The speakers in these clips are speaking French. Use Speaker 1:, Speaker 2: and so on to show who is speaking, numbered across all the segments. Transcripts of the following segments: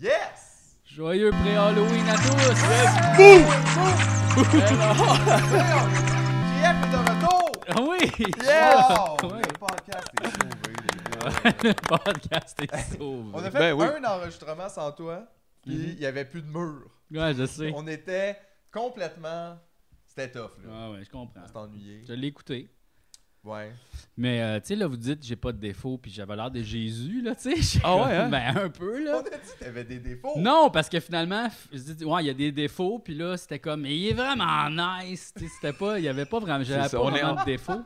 Speaker 1: Yes!
Speaker 2: Joyeux pré-Halloween à tous! Alors-
Speaker 1: JF est de retour!
Speaker 2: Ah oui!
Speaker 1: Yes!
Speaker 2: Ouais.
Speaker 1: Le podcast est sauvé, les gars.
Speaker 2: Le podcast est
Speaker 1: On
Speaker 2: sauvé.
Speaker 1: a fait
Speaker 3: Ben oui.
Speaker 1: un enregistrement sans toi, puis
Speaker 2: Mhm.
Speaker 1: il y avait plus de mur.
Speaker 2: Ouais, je sais.
Speaker 1: On était complètement. C'était tough, là.
Speaker 2: Ah ouais, je comprends.
Speaker 1: On s'est ennuyé.
Speaker 2: Je l'ai écouté.
Speaker 1: Ouais.
Speaker 2: Mais euh, tu sais, là, vous dites, j'ai pas de défaut, puis j'avais l'air de Jésus, là, tu sais. Je suis
Speaker 3: Ah ouais,
Speaker 2: comme,
Speaker 3: hein?
Speaker 2: Ben, un peu,
Speaker 1: On
Speaker 2: là.
Speaker 1: a dit que t'avais des défauts.
Speaker 2: Non, parce que finalement, f- je dis, ouais, il y a des défauts, puis là, c'était comme, mais il est vraiment nice. Tu sais, c'était pas, il y avait pas vraiment, j'avais
Speaker 3: ça,
Speaker 2: pas
Speaker 3: on est
Speaker 2: vraiment de
Speaker 3: en-
Speaker 2: défauts.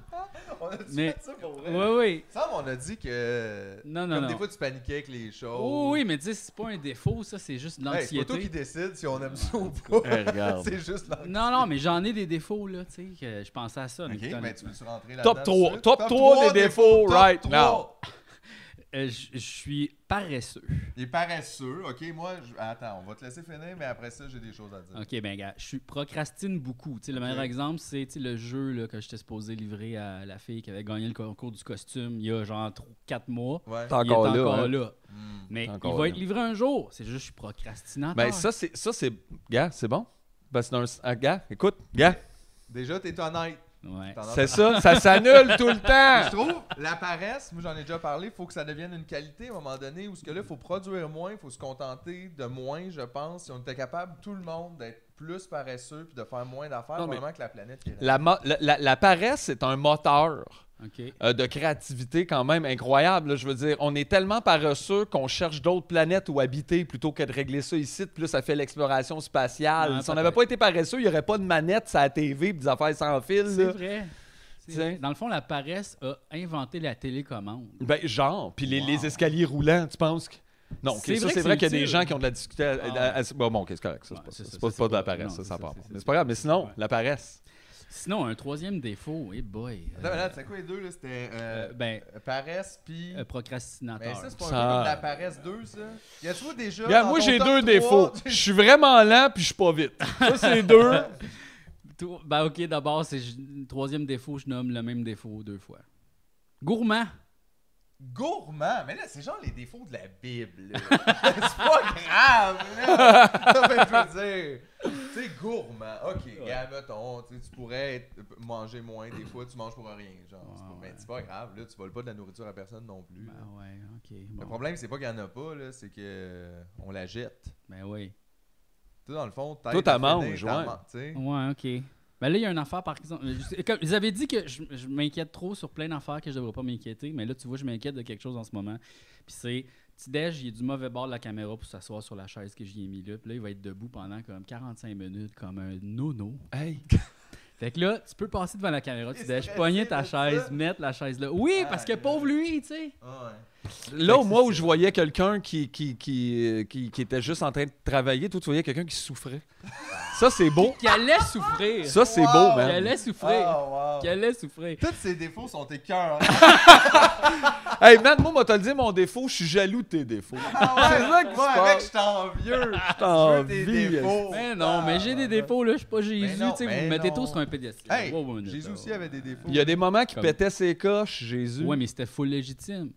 Speaker 1: On a dit
Speaker 2: Mais-
Speaker 1: ça pour vrai.
Speaker 2: Oui, oui.
Speaker 1: Sam, on a dit que.
Speaker 2: Non, non,
Speaker 1: Comme
Speaker 2: non.
Speaker 1: des fois, tu paniquais avec les choses.
Speaker 2: Oh, oui, mais tu sais, c'est pas un défaut, ça, c'est juste de
Speaker 1: Hey, c'est pas toi qui
Speaker 2: l'anxiété.
Speaker 1: décide si on aime ça ou pas.
Speaker 3: Hey, regarde.
Speaker 1: c'est juste l'anxiété.
Speaker 2: Non, non, mais j'en ai des défauts, là, tu sais, que je pensais à ça. mais
Speaker 1: Ok,
Speaker 2: putain,
Speaker 1: mais tu peux rentrer là
Speaker 3: Top 3. Top 3 des défauts right now.
Speaker 2: euh, je je suis paresseux.
Speaker 1: Il est paresseux. Ok, moi, je- attends, on va te laisser finir, mais après ça, j'ai des choses à dire.
Speaker 2: Ok, ben gars, je suis- procrastine beaucoup. Tu sais, le
Speaker 1: Ok.
Speaker 2: meilleur exemple, c'est tu sais, le jeu là, que j'étais supposé livrer à la fille qui avait gagné le concours du costume il y a genre 4 mois.
Speaker 1: Ouais.
Speaker 3: T'as
Speaker 2: il est
Speaker 3: encore là,
Speaker 2: encore
Speaker 3: hein?
Speaker 2: là.
Speaker 1: Hmm.
Speaker 2: Mais
Speaker 3: T'es
Speaker 2: il
Speaker 3: encore
Speaker 2: va
Speaker 3: là.
Speaker 2: être livré un jour. C'est juste que je suis procrastinant.
Speaker 3: Ben ça, c'est. Ça, c'est. Gars, c'est bon. Ben, c'est un. ah, Gars, écoute, gars,
Speaker 1: Déjà, t'es honnête.
Speaker 2: Ouais.
Speaker 1: T'en as-
Speaker 3: c'est ça, ça s'annule tout le
Speaker 1: Je
Speaker 3: temps.
Speaker 1: trouve, la paresse, moi j'en ai déjà parlé, faut que ça devienne une qualité à un moment donné où ce que là, faut produire moins, faut se contenter de moins, je pense. Si on était capable, tout le monde, d'être plus paresseux puis de faire moins d'affaires,
Speaker 3: Non, mais-
Speaker 1: vraiment que la planète irait.
Speaker 3: La, mo- la, la- la paresse, c'est un moteur
Speaker 2: Ok.
Speaker 3: euh, de créativité quand même incroyable. là. Je veux dire, on est tellement paresseux qu'on cherche d'autres planètes où habiter plutôt que de régler ça ici. Puis là, ça fait l'exploration spatiale.
Speaker 2: Ouais,
Speaker 3: si on
Speaker 2: Ah, peut-être.
Speaker 3: n'avait pas été paresseux, il n'y aurait pas de manette sur la TV puis des affaires sans fil.
Speaker 2: C'est
Speaker 3: là.
Speaker 2: vrai. C'est
Speaker 3: Tiens.
Speaker 2: vrai. Dans le fond, la paresse a inventé la télécommande.
Speaker 3: Ben, genre. Puis les,
Speaker 2: Wow.
Speaker 3: les escaliers roulants, tu penses que. Non, ok,
Speaker 2: C'est
Speaker 3: ça,
Speaker 2: vrai
Speaker 3: c'est
Speaker 2: que
Speaker 3: vrai
Speaker 2: c'est
Speaker 3: qu'il y a des
Speaker 2: utile.
Speaker 3: gens qui ont de la difficulté à. à-
Speaker 2: Ah.
Speaker 3: à- à- bon, bon, qu'est-ce correct, ça,
Speaker 2: Ouais,
Speaker 3: c'est pas,
Speaker 2: c'est
Speaker 3: ça,
Speaker 2: ça,
Speaker 3: c'est pas,
Speaker 2: c'est
Speaker 3: c'est pas de la
Speaker 2: pas-
Speaker 3: paresse,
Speaker 2: non,
Speaker 3: ça,
Speaker 2: c'est
Speaker 3: ça
Speaker 2: ça,
Speaker 3: part.
Speaker 2: c'est-
Speaker 3: Mais c'est pas grave, mais sinon,
Speaker 2: Ouais.
Speaker 3: la paresse.
Speaker 2: Sinon, un troisième défaut, eh boy.
Speaker 1: Attends, mais là, c'est quoi les deux là C'était euh,
Speaker 2: Euh, ben,
Speaker 1: paresse puis.
Speaker 2: euh,
Speaker 1: mais
Speaker 2: procrastinateur.
Speaker 1: ça, c'est pas un
Speaker 3: Ça-
Speaker 1: peu comme la paresse 2, ça Y a tu déjà.
Speaker 3: Regarde,
Speaker 1: dans
Speaker 3: moi,
Speaker 1: ton
Speaker 3: j'ai
Speaker 1: top
Speaker 3: deux
Speaker 1: trois,
Speaker 3: défauts.
Speaker 1: tu-
Speaker 3: Je suis vraiment lent puis je suis pas vite. Ça, c'est deux.
Speaker 2: Tout- Ben ok, d'abord, c'est je- troisième défaut, je nomme le même défaut deux fois. Gourmand.
Speaker 1: Gourmand, mais là, c'est genre les défauts de la Bible. là. c'est pas grave, là. Ça fait je veux dire. Tu sais, gourmand. Ok, gars, mettons, tu sais, tu pourrais être- manger moins. Des fois, tu manges pour rien. Genre, c'est pas,
Speaker 2: Ouais,
Speaker 1: mais c'est pas grave, là. Tu voles pas de la nourriture à personne non plus.
Speaker 2: Ben
Speaker 1: là.
Speaker 2: ouais, ok.
Speaker 1: Le
Speaker 2: bon.
Speaker 1: problème, c'est pas qu'il y en a pas, là. C'est que euh, on la jette.
Speaker 2: Ben oui.
Speaker 1: Tu sais, dans le fond, t'as.
Speaker 3: Toi, t'en manges, ouais.
Speaker 2: Ouais, ok. Ben là, il y a une affaire, par exemple. euh, je- Comme, ils avaient dit que je, je m'inquiète trop sur plein d'affaires que je devrais pas m'inquiéter, mais là, tu vois, je m'inquiète de quelque chose en ce moment. Puis c'est, petit déj, il est du mauvais bord de la caméra pour s'asseoir sur la chaise que j'y ai mis là. Puis là, il va être debout pendant comme 45 minutes, comme un nono.
Speaker 3: Hey.
Speaker 2: Fait que là, tu peux passer devant la caméra, tu
Speaker 1: Il est
Speaker 2: déj, pogner ta
Speaker 1: stressé de
Speaker 2: chaise,
Speaker 1: ça.
Speaker 2: mettre la chaise là. Oui,
Speaker 1: Ah,
Speaker 2: parce que
Speaker 1: là.
Speaker 2: pauvre lui, tu sais.
Speaker 3: Là,
Speaker 2: Fait
Speaker 3: au
Speaker 2: que
Speaker 3: moins
Speaker 2: Ben, c'est
Speaker 3: où je voyais quelqu'un qui, qui, qui, euh, qui, qui était juste en train de travailler, toi, tu voyais quelqu'un qui souffrait. Ça, c'est beau.
Speaker 2: Qui allait souffrir.
Speaker 3: Ça, c'est
Speaker 1: Wow.
Speaker 3: beau,
Speaker 2: Qui
Speaker 3: man.
Speaker 2: allait souffrir.
Speaker 1: Ah.
Speaker 2: Qui allait souffrir.
Speaker 1: Tous ces défauts sont tes cœurs.
Speaker 3: Hey, man, moi, moi, t'as le dit, mon défaut, je suis jaloux de tes défauts.
Speaker 1: Ah ouais,
Speaker 3: C'est ça qui se
Speaker 1: moi,
Speaker 3: passe.
Speaker 1: mec, je t'envieux. Je
Speaker 3: t'envie,
Speaker 1: tes
Speaker 3: est-ce-
Speaker 1: défauts.
Speaker 2: Mais non, mais j'ai des défauts, là. Je suis pas Jésus.
Speaker 1: non,
Speaker 2: tu sais,
Speaker 1: Oh. Ah, mais
Speaker 2: vous me mettez
Speaker 1: non.
Speaker 2: tout sur un pédestal.
Speaker 1: ah, Hey,
Speaker 2: Wow, wow, minute,
Speaker 1: Jésus
Speaker 2: là.
Speaker 1: aussi avait des défauts.
Speaker 3: Il y a des moments qui
Speaker 2: Comme-
Speaker 3: pétaient ses coches, Jésus.
Speaker 2: Ouais, mais c'était full légitime.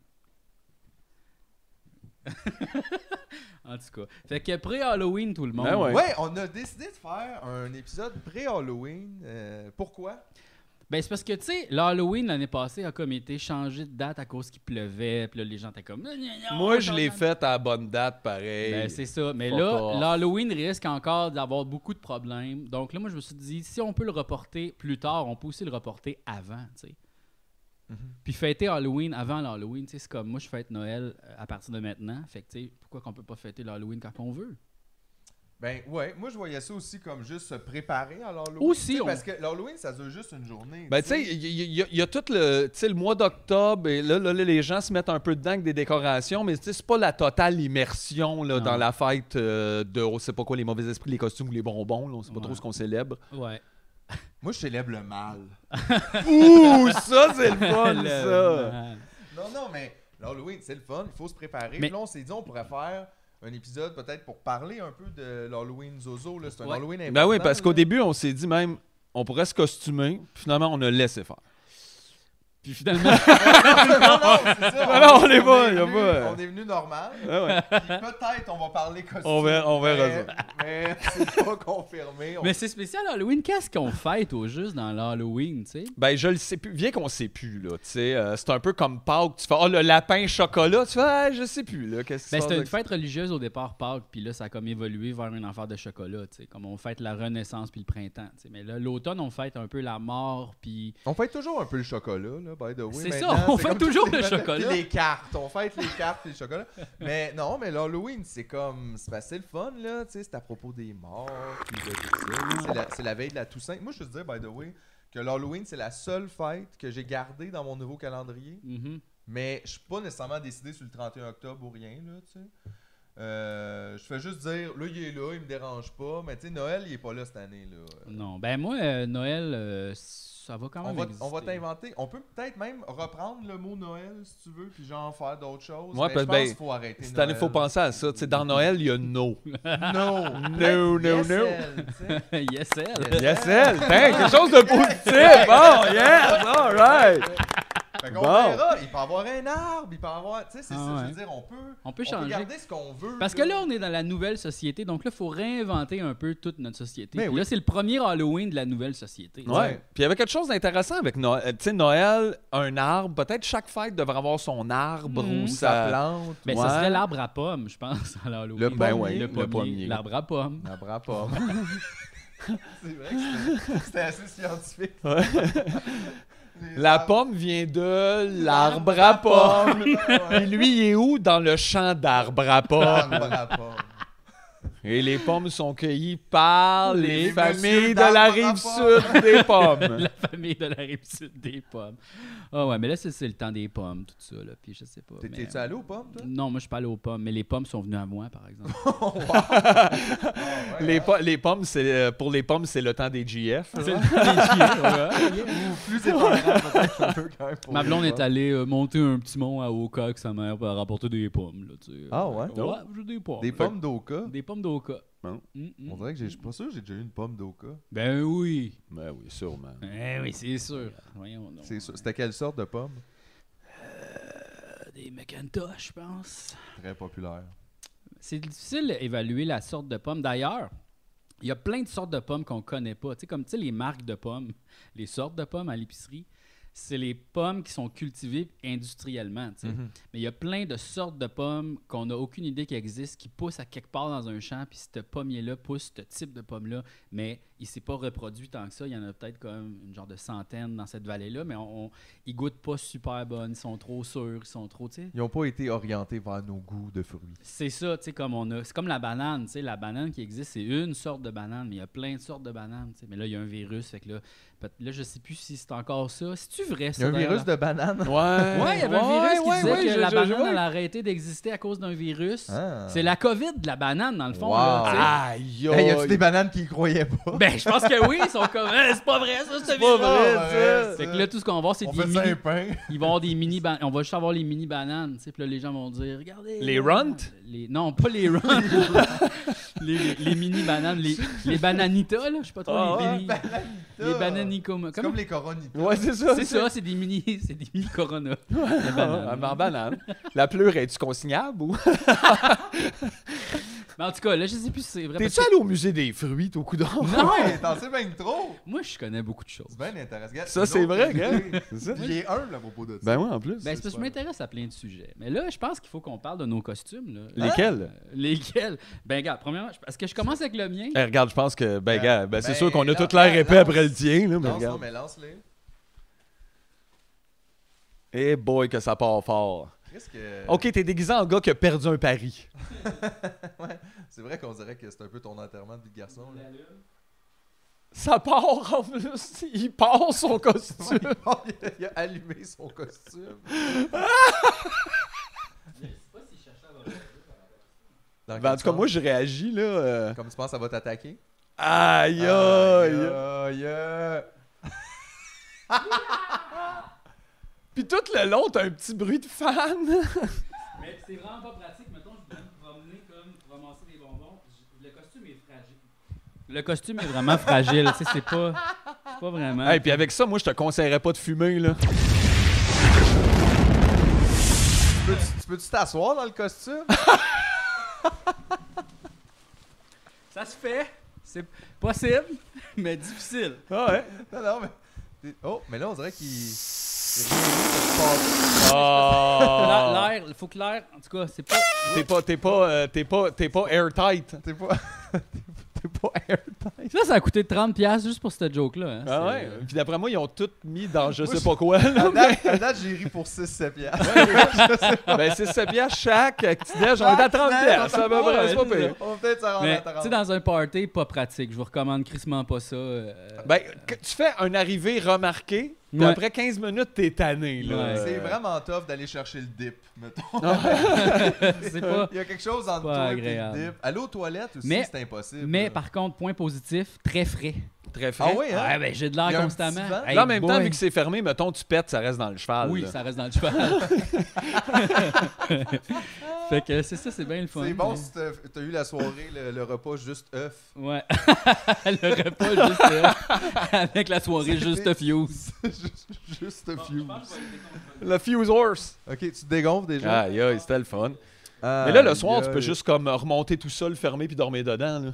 Speaker 2: en tout cas. Fait que pré-Halloween, tout le monde.
Speaker 3: Ben ouais.
Speaker 1: Ouais, on a décidé de faire un épisode pré-Halloween. Euh, pourquoi?
Speaker 2: Ben, c'est parce que, tu sais, l'Halloween l'année passée a comme été changé de date à cause qu'il pleuvait. Puis là, les gens étaient comme.
Speaker 3: Moi, je l'ai fait à la bonne date, pareil.
Speaker 2: Ben, c'est ça. Mais
Speaker 3: Fuck
Speaker 2: là,
Speaker 3: off.
Speaker 2: l'Halloween risque encore d'avoir beaucoup de problèmes. Donc là, moi, je me suis dit, si on peut le reporter plus tard, on peut aussi le reporter avant, tu sais.
Speaker 3: Mhm.
Speaker 2: Puis fêter Halloween avant l'Halloween, tu sais, c'est comme moi, je fête Noël euh, à partir de maintenant. Fait que, tu sais, pourquoi qu'on peut pas fêter l'Halloween quand on veut?
Speaker 1: Ben ouais, moi je voyais ça aussi comme juste se préparer à l'Halloween.
Speaker 2: Aussi,
Speaker 1: Tu sais,
Speaker 2: on-
Speaker 1: Parce que l'Halloween, ça dure juste une journée.
Speaker 3: Ben, tu sais, il y, il y a- il y a tout le, tu sais, le mois d'octobre, et là, là, là, les gens se mettent un peu dedans avec des décorations, mais tu sais, c'est pas la totale immersion là,
Speaker 2: Non.
Speaker 3: dans la fête euh, de, on sait pas quoi, les mauvais esprits, les costumes ou les bonbons, là, on sait pas
Speaker 2: Ouais.
Speaker 3: trop ce qu'on célèbre.
Speaker 2: Ouais.
Speaker 1: Moi, je célèbre le mal.
Speaker 3: Ouh, ça, c'est le fun,
Speaker 2: Le-
Speaker 3: ça!
Speaker 1: Non, non, mais l'Halloween, c'est le fun, il faut se préparer.
Speaker 2: Mais-
Speaker 1: Puis là, on s'est dit, on pourrait faire un épisode peut-être pour parler un peu de l'Halloween Zozo. là. C'est un
Speaker 2: Ouais.
Speaker 1: Halloween
Speaker 3: Ben oui,
Speaker 1: important,
Speaker 3: parce qu'au
Speaker 1: là.
Speaker 3: début, on s'est dit même, on pourrait se costumer, puis finalement, on a laissé faire.
Speaker 2: Puis finalement,
Speaker 1: non, non, c'est ça.
Speaker 3: Non, non, on est pas,
Speaker 1: est
Speaker 3: y a
Speaker 1: venu-
Speaker 3: pas.
Speaker 1: On est venu normal.
Speaker 3: Ah ouais.
Speaker 1: Puis peut-être on va parler costume.
Speaker 3: On verra- on verra
Speaker 1: mais,
Speaker 3: ça.
Speaker 1: Mais c'est pas confirmé. on-
Speaker 2: mais c'est spécial Halloween. Qu'est-ce qu'on fête au juste dans l'Halloween, tu sais?
Speaker 3: Ben, je le sais plus. Viens qu'on sait plus, là. Tu sais, euh, c'est un peu comme Pâques. Tu fais, oh, le lapin chocolat. Tu fais, ah, je sais plus, là. Qu'est-ce
Speaker 2: Ben,
Speaker 3: que
Speaker 2: c'était une fête religieuse au départ, Pâques, puis là, ça a comme évolué vers une affaire de chocolat, tu sais. Comme on fête la Renaissance puis le printemps, tu sais. Mais là, l'automne, on fête un peu la mort, puis.
Speaker 1: On fête toujours un peu le chocolat, là, by the way.
Speaker 2: C'est ça,
Speaker 1: maintenant.
Speaker 2: on
Speaker 1: C'est
Speaker 2: fête
Speaker 1: comme
Speaker 2: toujours
Speaker 1: toutes les
Speaker 2: le
Speaker 1: fêtes.
Speaker 2: chocolat.
Speaker 1: Les cartes, on fête les cartes et le chocolat. Mais non, mais l'Halloween, c'est comme, c'est facile fun, là, tu sais, c'est à propos des morts, puis de tout ça. C'est la, c'est la veille de la Toussaint. Moi, je veux dire, by the way, que l'Halloween, c'est la seule fête que j'ai gardée dans mon nouveau calendrier.
Speaker 2: Mhm.
Speaker 1: Mais je suis pas nécessairement décidé sur le 31 octobre ou rien, là, tu sais. Euh, je fais juste dire, là, il est là, il me dérange pas. Mais tu sais, Noël, il est pas là cette année, là.
Speaker 2: Non. Ben, moi, euh, Noël, euh, ça va quand
Speaker 1: On
Speaker 2: même.
Speaker 1: va,
Speaker 2: exister.
Speaker 1: on va t'inventer. On peut peut-être même reprendre le mot Noël, si tu veux, puis genre faire d'autres choses.
Speaker 3: Ouais,
Speaker 1: mais
Speaker 3: parce-
Speaker 1: je pense
Speaker 3: ben,
Speaker 1: qu'il faut arrêter
Speaker 3: Cette
Speaker 1: Noël.
Speaker 3: année, faut penser à ça. Tu sais, dans Noël, il y a no.
Speaker 1: euh, No,
Speaker 3: No, no,
Speaker 1: Yes,
Speaker 3: no.
Speaker 1: elle, tu sais.
Speaker 2: yes, elle.
Speaker 3: Yes, elle. Ben, quelque chose de positif. Bon, yes, all right.
Speaker 1: Fait qu'on
Speaker 3: Bon.
Speaker 1: verra. Il peut avoir un arbre, il peut avoir... Tu sais, c'est
Speaker 2: Ah
Speaker 1: ça, je
Speaker 2: ouais.
Speaker 1: veux dire, on peut...
Speaker 2: On peut
Speaker 1: On peut
Speaker 2: changer.
Speaker 1: garder ce qu'on veut.
Speaker 2: Parce que là, on est dans la nouvelle société, donc là, il faut réinventer un peu toute notre société.
Speaker 1: Mais
Speaker 2: Puis
Speaker 1: oui.
Speaker 2: Là, c'est le premier Halloween de la nouvelle société.
Speaker 3: Ouais. Puis il y avait quelque chose d'intéressant avec Noël. Euh, Tu sais, Noël, un arbre. Peut-être chaque fête devrait avoir son arbre
Speaker 2: Mhm.
Speaker 3: ou
Speaker 1: Sa
Speaker 3: sa.
Speaker 1: plante.
Speaker 2: Ben,
Speaker 3: Ouais.
Speaker 2: ça serait l'arbre à pomme, je pense, à l'Halloween.
Speaker 3: Le
Speaker 1: ben ouais,
Speaker 2: le
Speaker 3: le
Speaker 2: pommier,
Speaker 3: pommier.
Speaker 2: L'arbre à pomme.
Speaker 1: N'abras pas. c'est vrai que c'était- c'était assez scientifique. Les
Speaker 3: La
Speaker 1: arbres-
Speaker 3: pomme vient de l'arbre à pomme. Puis
Speaker 1: Ouais.
Speaker 3: lui, il est où? Dans le champ d'arbre à pommes.
Speaker 1: L'arbre à pomme.
Speaker 3: Et les pommes sont cueillies par les,
Speaker 1: Les
Speaker 3: familles
Speaker 1: messieurs
Speaker 3: de la
Speaker 1: d'arbre à
Speaker 3: rive
Speaker 1: pommes.
Speaker 3: sud des pommes.
Speaker 2: La famille de la rive sud des pommes. Ah ouais, mais là, c'est c'est le temps des pommes, tout ça, là. Puis je sais pas.
Speaker 1: T'es-
Speaker 2: mais-
Speaker 1: T'es-tu allé aux pommes, toi?
Speaker 2: Non, moi, je suis pas allé aux pommes, mais les pommes sont venues à moi, par exemple.
Speaker 3: Les, po- les pommes, c'est euh, pour les pommes, c'est le temps des GF.
Speaker 2: C'est le pommier, ouais.
Speaker 1: Ou plus c'est pas grave, peut-être un peu quand même. pour
Speaker 2: Ma
Speaker 1: les
Speaker 2: blonde
Speaker 1: pommes.
Speaker 2: est allée euh, monter un petit mont à Oka avec sa mère pour rapporter des pommes, là, tu sais.
Speaker 1: Ah ouais?
Speaker 2: Ouais, j'ai des pommes.
Speaker 1: Des pommes d'Oka.
Speaker 2: Des pommes d'Oka.
Speaker 3: Bon.
Speaker 2: Mm, mm.
Speaker 1: On dirait que j'ai- je suis pas sûr que j'ai déjà eu une pomme d'Oka.
Speaker 2: Ben oui.
Speaker 3: Ben oui, sûrement.
Speaker 2: Eh oui, c'est sûr. Voyons donc.
Speaker 1: C'est sûr. C'était quelle sorte de pomme
Speaker 2: Euh, Des Macintosh, je pense.
Speaker 1: Très populaire.
Speaker 2: C'est difficile d'évaluer la sorte de pomme. D'ailleurs, il y a plein de sortes de pommes qu'on connaît pas. Tu sais, comme tu sais, les marques de pommes, les sortes de pommes à l'épicerie, c'est les pommes qui sont cultivées industriellement. tu sais. Mais il y a plein de sortes de pommes qu'on n'a aucune idée qui existent, qui poussent à quelque part dans un champ, puis ce pommier-là pousse ce type de pomme-là, mais il s'est pas reproduit tant que ça. Il y en a peut-être comme une genre de centaine dans cette vallée-là, mais on, on- ils goûtent pas super bonnes, ils sont trop sûrs, ils sont trop, tu sais.
Speaker 1: Ils n'ont pas été orientés vers nos goûts de fruits.
Speaker 2: C'est ça, tu sais, comme on a. C'est comme la banane, tu sais. La banane qui existe, c'est une sorte de banane, mais il y a plein de sortes de bananes, tu sais. Mais là, il y a un virus, fait que là, peut- là je sais plus si c'est encore ça. C'est-tu
Speaker 1: Il
Speaker 2: vrai,
Speaker 1: y a
Speaker 2: ça?
Speaker 1: un
Speaker 2: d'ailleurs,
Speaker 1: virus
Speaker 2: la-
Speaker 1: de banane.
Speaker 3: Ouais.
Speaker 2: Ouais, il y avait un virus qui
Speaker 3: ouais,
Speaker 2: disait
Speaker 3: ouais,
Speaker 2: que
Speaker 3: je-
Speaker 2: la
Speaker 3: je-
Speaker 2: banane
Speaker 3: ouais.
Speaker 2: elle a arrêté d'exister à cause d'un virus.
Speaker 1: Ah.
Speaker 2: C'est la COVID de la banane, dans le fond.
Speaker 1: Wow.
Speaker 3: Ah,
Speaker 2: Là,
Speaker 3: Aïe,
Speaker 1: Hey, y a-tu des
Speaker 3: aïe.
Speaker 1: bananes qui y croyaient pas
Speaker 2: tu sais. ben, je pense que oui, ils sont comme, Eh, c'est pas vrai, ça, ce
Speaker 3: pas
Speaker 2: virus.
Speaker 3: vrai,
Speaker 1: ouais,
Speaker 3: ça.
Speaker 2: Fait que là, tout ce qu'on va voir, c'est
Speaker 1: On
Speaker 2: des
Speaker 1: fait
Speaker 2: mini.
Speaker 1: ça un pain.
Speaker 2: Ils vont avoir des mini bananes. On va juste avoir les mini bananes, tu sais. Puis là, les gens vont dire, regardez.
Speaker 3: Les
Speaker 2: euh,
Speaker 3: runt?
Speaker 2: les- Non, pas les runt. les, les- les mini bananes, les, les bananitas, là, je sais pas trop.
Speaker 3: Ah
Speaker 2: les,
Speaker 3: ouais,
Speaker 2: mini- les bananicum-
Speaker 1: C'est
Speaker 2: comment-
Speaker 1: comme les coronitas.
Speaker 3: Ouais, c'est ça.
Speaker 2: C'est ça, c'est des mini, c'est des mini corona. les bananes.
Speaker 3: Ah, ma banane. La pleure, est tu consignable ou? ah.
Speaker 2: Mais en tout cas, là, je sais plus si c'est vrai. parce
Speaker 3: T'es-tu
Speaker 2: que-
Speaker 3: allé au musée des fruits, au coup d'or?
Speaker 2: Non.
Speaker 1: Ouais, t'en sais bien trop.
Speaker 2: Moi, je connais beaucoup de choses.
Speaker 1: C'est bien intéressant. Regarde,
Speaker 3: Ça,
Speaker 1: une
Speaker 3: c'est
Speaker 1: autre
Speaker 3: vrai,
Speaker 1: idée.
Speaker 3: gars. C'est ça?
Speaker 1: Il y a un, là, à propos de ça.
Speaker 3: Ben ouais, en plus.
Speaker 2: Ben, c'est parce que je m'intéresse à plein de sujets. Mais là, je pense qu'il faut qu'on parle de nos costumes. Là.
Speaker 3: Ben, Lesquels?
Speaker 2: Euh, lesquels? Ben, regarde, premièrement, je- parce que je commence avec le mien.
Speaker 3: Eh, regarde, je pense que, ben,
Speaker 1: Ben,
Speaker 3: gars, ben, c'est
Speaker 1: ben,
Speaker 3: sûr qu'on a
Speaker 1: là,
Speaker 3: toute l'air
Speaker 1: là,
Speaker 3: épais
Speaker 1: lance-
Speaker 3: après le tien, là, mais
Speaker 1: lance
Speaker 3: regarde.
Speaker 1: mais lance-les.
Speaker 3: Eh boy, que ça part fort.
Speaker 1: Ok, Qu'est-ce que.
Speaker 3: OK, t'es déguisé en gars qui a perdu un pari.
Speaker 1: C'est vrai qu'on dirait que c'est un peu ton enterrement de vie de garçon. Là.
Speaker 3: Ça part en plus. Il part son costume.
Speaker 1: il, a, il a allumé son costume. Dans
Speaker 3: Ben, en
Speaker 1: quel
Speaker 3: tout cas,
Speaker 1: sens?
Speaker 3: moi, je réagis, là. euh,
Speaker 1: Comme tu penses, ça va t'attaquer?
Speaker 3: Aïe, aïe.
Speaker 1: Aïe, aïe.
Speaker 3: Puis tout le long, t'as un petit bruit de fan.
Speaker 2: Mais c'est vraiment pas pratique. Mettons, je vais me promener comme ramasser des bonbons. Je- Le costume est fragile. Le costume est vraiment fragile. tu sais, c'est pas, c'est pas vraiment.
Speaker 3: Hey, puis avec ça, moi, je te conseillerais pas de fumer, là.
Speaker 1: Tu peux- Tu peux-tu t'asseoir dans le costume?
Speaker 2: Ça se fait. C'est possible, mais difficile.
Speaker 3: Ah ouais?
Speaker 1: non, non, mais. t'es- Oh, mais là, on dirait qu'il. il réunit
Speaker 3: Ah.
Speaker 2: L'air, il faut que l'air. En tout cas, c'est pas.
Speaker 3: T'es pas, t'es pas, euh, t'es pas, t'es pas airtight.
Speaker 1: ses pas- T'es pas. T'es pas airtight.
Speaker 2: Ça, ça a coûté 30$ juste pour cette joke-là. hein.
Speaker 3: Ah ouais?
Speaker 2: C'est-
Speaker 3: Puis d'après moi, ils ont tout mis dans je Ah,
Speaker 1: Moi,
Speaker 3: sais
Speaker 1: je-
Speaker 3: pas quoi. là.
Speaker 1: À date, à date, j'ai ri pour 6-7 piastres.
Speaker 3: ben, c'est 7 piastres chaque euh, petit déj. On est à 30 piastres. Ça me
Speaker 2: Ouais,
Speaker 3: presse pas
Speaker 2: c'est
Speaker 3: pire.
Speaker 1: On va peut-être s'en rendre
Speaker 2: Mais,
Speaker 1: à
Speaker 2: tu
Speaker 1: 30.
Speaker 2: sais, dans un party, pas pratique. Je vous recommande crissement pas ça. euh,
Speaker 3: Ben, que- tu fais un arrivé remarqué, puis
Speaker 2: Ouais.
Speaker 3: après 15 minutes, t'es tanné, là. euh,
Speaker 2: Ouais.
Speaker 1: C'est vraiment tough d'aller chercher le dip, mettons.
Speaker 2: c'est pas.
Speaker 1: Il y a quelque chose entre
Speaker 2: pas
Speaker 1: toi et le
Speaker 2: agréable.
Speaker 1: dip. Aller aux toilettes aussi,
Speaker 2: Mais-
Speaker 1: c'est impossible.
Speaker 2: Mais
Speaker 1: là.
Speaker 2: par contre, point positif, très frais.
Speaker 3: Très frais.
Speaker 1: Ah oui, hein?
Speaker 2: Ouais, ben j'ai de
Speaker 1: Il y
Speaker 2: l'air
Speaker 1: a un
Speaker 2: constamment.
Speaker 1: petit vent.
Speaker 2: Hey,
Speaker 3: hein? là, en même temps,
Speaker 2: boy.
Speaker 3: vu que c'est fermé, mettons, tu pètes, ça reste dans le cheval.
Speaker 2: Oui,
Speaker 3: là.
Speaker 2: ça reste dans le cheval. fait que euh, c'est ça, c'est bien le fun.
Speaker 1: C'est bon
Speaker 2: mais-
Speaker 1: si t'as t'as eu la soirée, le, le repas juste œuf.
Speaker 2: Ouais. le repas juste euh, avec la soirée juste
Speaker 1: C'était-
Speaker 2: fuse.
Speaker 1: juste juste fuse.
Speaker 3: Le fuse horse.
Speaker 1: Ok, tu te dégonfles déjà.
Speaker 3: Aïe, aïe, c'était le fun.
Speaker 1: Ah,
Speaker 3: Mais là, le soir,
Speaker 1: aïe,
Speaker 3: tu peux
Speaker 1: aïe.
Speaker 3: juste comme remonter tout seul, fermer, puis dormir dedans, là.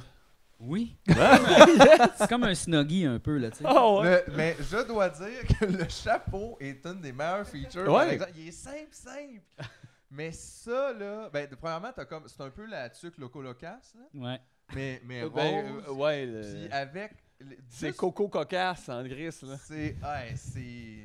Speaker 2: Oui. c'est comme un snoggy un peu, là, tu sais.
Speaker 3: Oh.
Speaker 1: Le- mais je dois dire que le chapeau est une des meilleures features. par
Speaker 3: Ouais.
Speaker 1: exemple. Il est simple, simple. Mais ça, là, ben, de- premièrement, t'as comme, c'est un peu la tuque loco là,
Speaker 2: Ouais.
Speaker 1: mais, mais rose,
Speaker 3: Ben, euh, ouais, le-
Speaker 1: puis avec... le-
Speaker 3: C'est
Speaker 1: juste-
Speaker 3: coco cocasse en gris, là.
Speaker 1: C'est, ouais, c'est...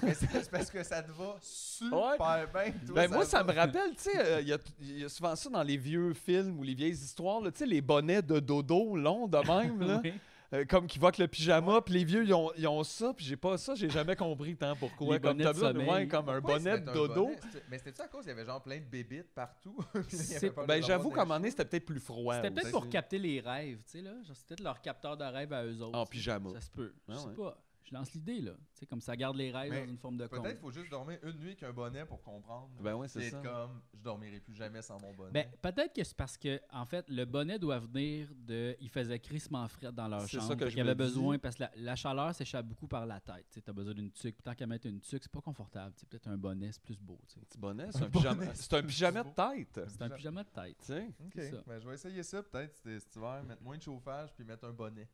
Speaker 1: mais c'est c'est parce que ça te va super bien. toi,
Speaker 3: Ben, moi, ça
Speaker 1: va-
Speaker 3: me rappelle, tu sais, euh, il y, a- il y a souvent ça dans les vieux films ou les vieilles histoires, là, tu sais, les bonnets de dodo longs de même, là,
Speaker 2: Oui.
Speaker 3: euh, comme qui va avec le pyjama, puis les vieux, ils ont, ils ont ça, puis j'ai pas ça, j'ai jamais compris tant pourquoi.
Speaker 2: Les
Speaker 3: comme
Speaker 2: bonnets
Speaker 3: t'as
Speaker 2: de
Speaker 3: besoin de-
Speaker 2: sommeil.
Speaker 3: ouais, comme un
Speaker 1: Pourquoi
Speaker 3: bonnet
Speaker 1: ils
Speaker 3: de
Speaker 1: se mettent un
Speaker 3: dodo.
Speaker 1: bonnet? C'était- Mais c'était-tu à cause qu'il y avait genre plein de bébites partout? Puis là, il y avait
Speaker 2: C'est-
Speaker 1: peur de
Speaker 3: Ben,
Speaker 1: leur
Speaker 3: j'avoue
Speaker 1: avoir
Speaker 3: qu'à un
Speaker 1: des
Speaker 3: moment donné, c'était peut-être plus froid.
Speaker 2: C'était
Speaker 3: aussi.
Speaker 2: peut-être
Speaker 1: c'est-
Speaker 2: pour capter les rêves, tu sais, là. Genre, c'est peut-être leur capteur de rêve à eux autres.
Speaker 3: En
Speaker 2: tu sais.
Speaker 3: pyjama.
Speaker 2: Ça se peut. Je
Speaker 3: Ah
Speaker 2: sais
Speaker 3: ouais.
Speaker 2: pas. Je lance l'idée, là. Tu sais, comme ça garde les rêves
Speaker 1: Mais
Speaker 2: dans une forme de
Speaker 1: Peut-être
Speaker 2: conte.
Speaker 1: qu'il faut juste dormir une nuit avec un bonnet pour comprendre.
Speaker 3: Ben ouais,
Speaker 1: C'est
Speaker 3: c'est ça.
Speaker 1: comme, je dormirai plus jamais sans mon bonnet.
Speaker 2: Ben, peut-être que c'est parce que, en fait, le bonnet doit venir de. Il faisait crissement fret dans leur
Speaker 3: C'est ça
Speaker 2: chambre.
Speaker 3: que
Speaker 2: Fait
Speaker 3: je
Speaker 2: qu'il y
Speaker 3: me
Speaker 2: avait
Speaker 3: dis.
Speaker 2: besoin, parce que la, la chaleur s'échappe beaucoup par la tête. Tu as besoin d'une tuque. Puis Tant qu'à mettre une tuque, c'est pas confortable. C'est peut-être un bonnet, c'est plus beau. tu sais.
Speaker 3: Petit bonnet, c'est
Speaker 1: Un
Speaker 3: un pyjama.
Speaker 1: bonnet,
Speaker 3: C'est un pyjama de tête.
Speaker 2: C'est un pyjama de tête.
Speaker 3: Tu sais.
Speaker 1: Ok,
Speaker 2: c'est ça.
Speaker 1: ben, je vais essayer ça peut-être cet cet hiver, mettre moins de chauffage puis mettre un bonnet.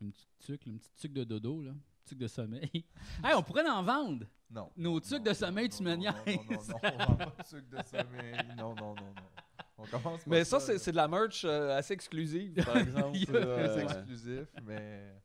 Speaker 2: Une petite tuque, là, une petite tuque de dodo, là. Une tuque de sommeil. hey, on pourrait en vendre!
Speaker 1: Non.
Speaker 2: Nos tuques
Speaker 1: Non,
Speaker 2: de sommeil,
Speaker 1: non,
Speaker 2: tu
Speaker 1: non,
Speaker 2: me
Speaker 1: non,
Speaker 2: niaises.
Speaker 1: Non, non, non, on vend pas de sucre de sommeil. Non, non, non, non. On commence par
Speaker 3: Mais ça,
Speaker 1: là.
Speaker 3: c'est c'est de la merch euh, assez exclusive, par exemple.
Speaker 2: Il y a-
Speaker 1: C'est
Speaker 3: euh,
Speaker 1: exclusif, mais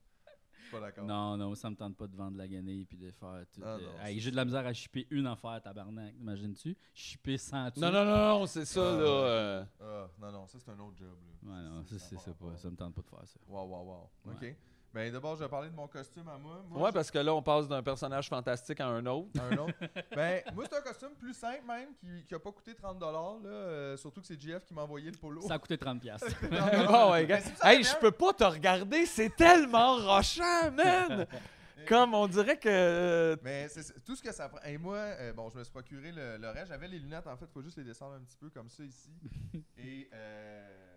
Speaker 1: je suis pas d'accord.
Speaker 2: Non, non, ça me tente pas de vendre la guenille puis de faire tout.
Speaker 1: Ah,
Speaker 2: euh,
Speaker 1: non,
Speaker 2: hey,
Speaker 1: c'est
Speaker 2: j'ai de la misère à chipper une affaire, tabarnak, imagines-tu? Chipper sans tuque.
Speaker 3: Non, non, non, non, c'est ça, là.
Speaker 1: Ah, ouais.
Speaker 3: euh,
Speaker 1: Ah, non, non, ça c'est un autre job. Là.
Speaker 2: Ouais, non, ça, c'est ça, pas, ça me tente pas de faire ça.
Speaker 1: Wow, wow, wow.
Speaker 2: Ouais.
Speaker 1: Ok. Ben d'abord, je vais parler de mon costume à moi. moi
Speaker 3: Ouais, parce que là, on passe d'un personnage fantastique à un autre.
Speaker 1: un autre. Ben, moi, c'est un costume plus simple même, qui, qui a pas coûté 30$, là, euh, surtout que c'est JF qui m'a envoyé le polo.
Speaker 2: Ça a coûté 30$. piastres.
Speaker 1: Ah,
Speaker 3: oh, ouais, gars.
Speaker 1: Mais si vous en
Speaker 3: Hey,
Speaker 1: avez
Speaker 3: je
Speaker 1: un-
Speaker 3: peux pas te regarder, c'est tellement rochant, man! Comme on dirait que. euh,
Speaker 1: Mais c'est- c'est tout ce que ça prend. Et moi, euh, bon, je me suis procuré le, le reste. J'avais les lunettes, en fait. faut juste les descendre un petit peu comme ça ici. Et euh,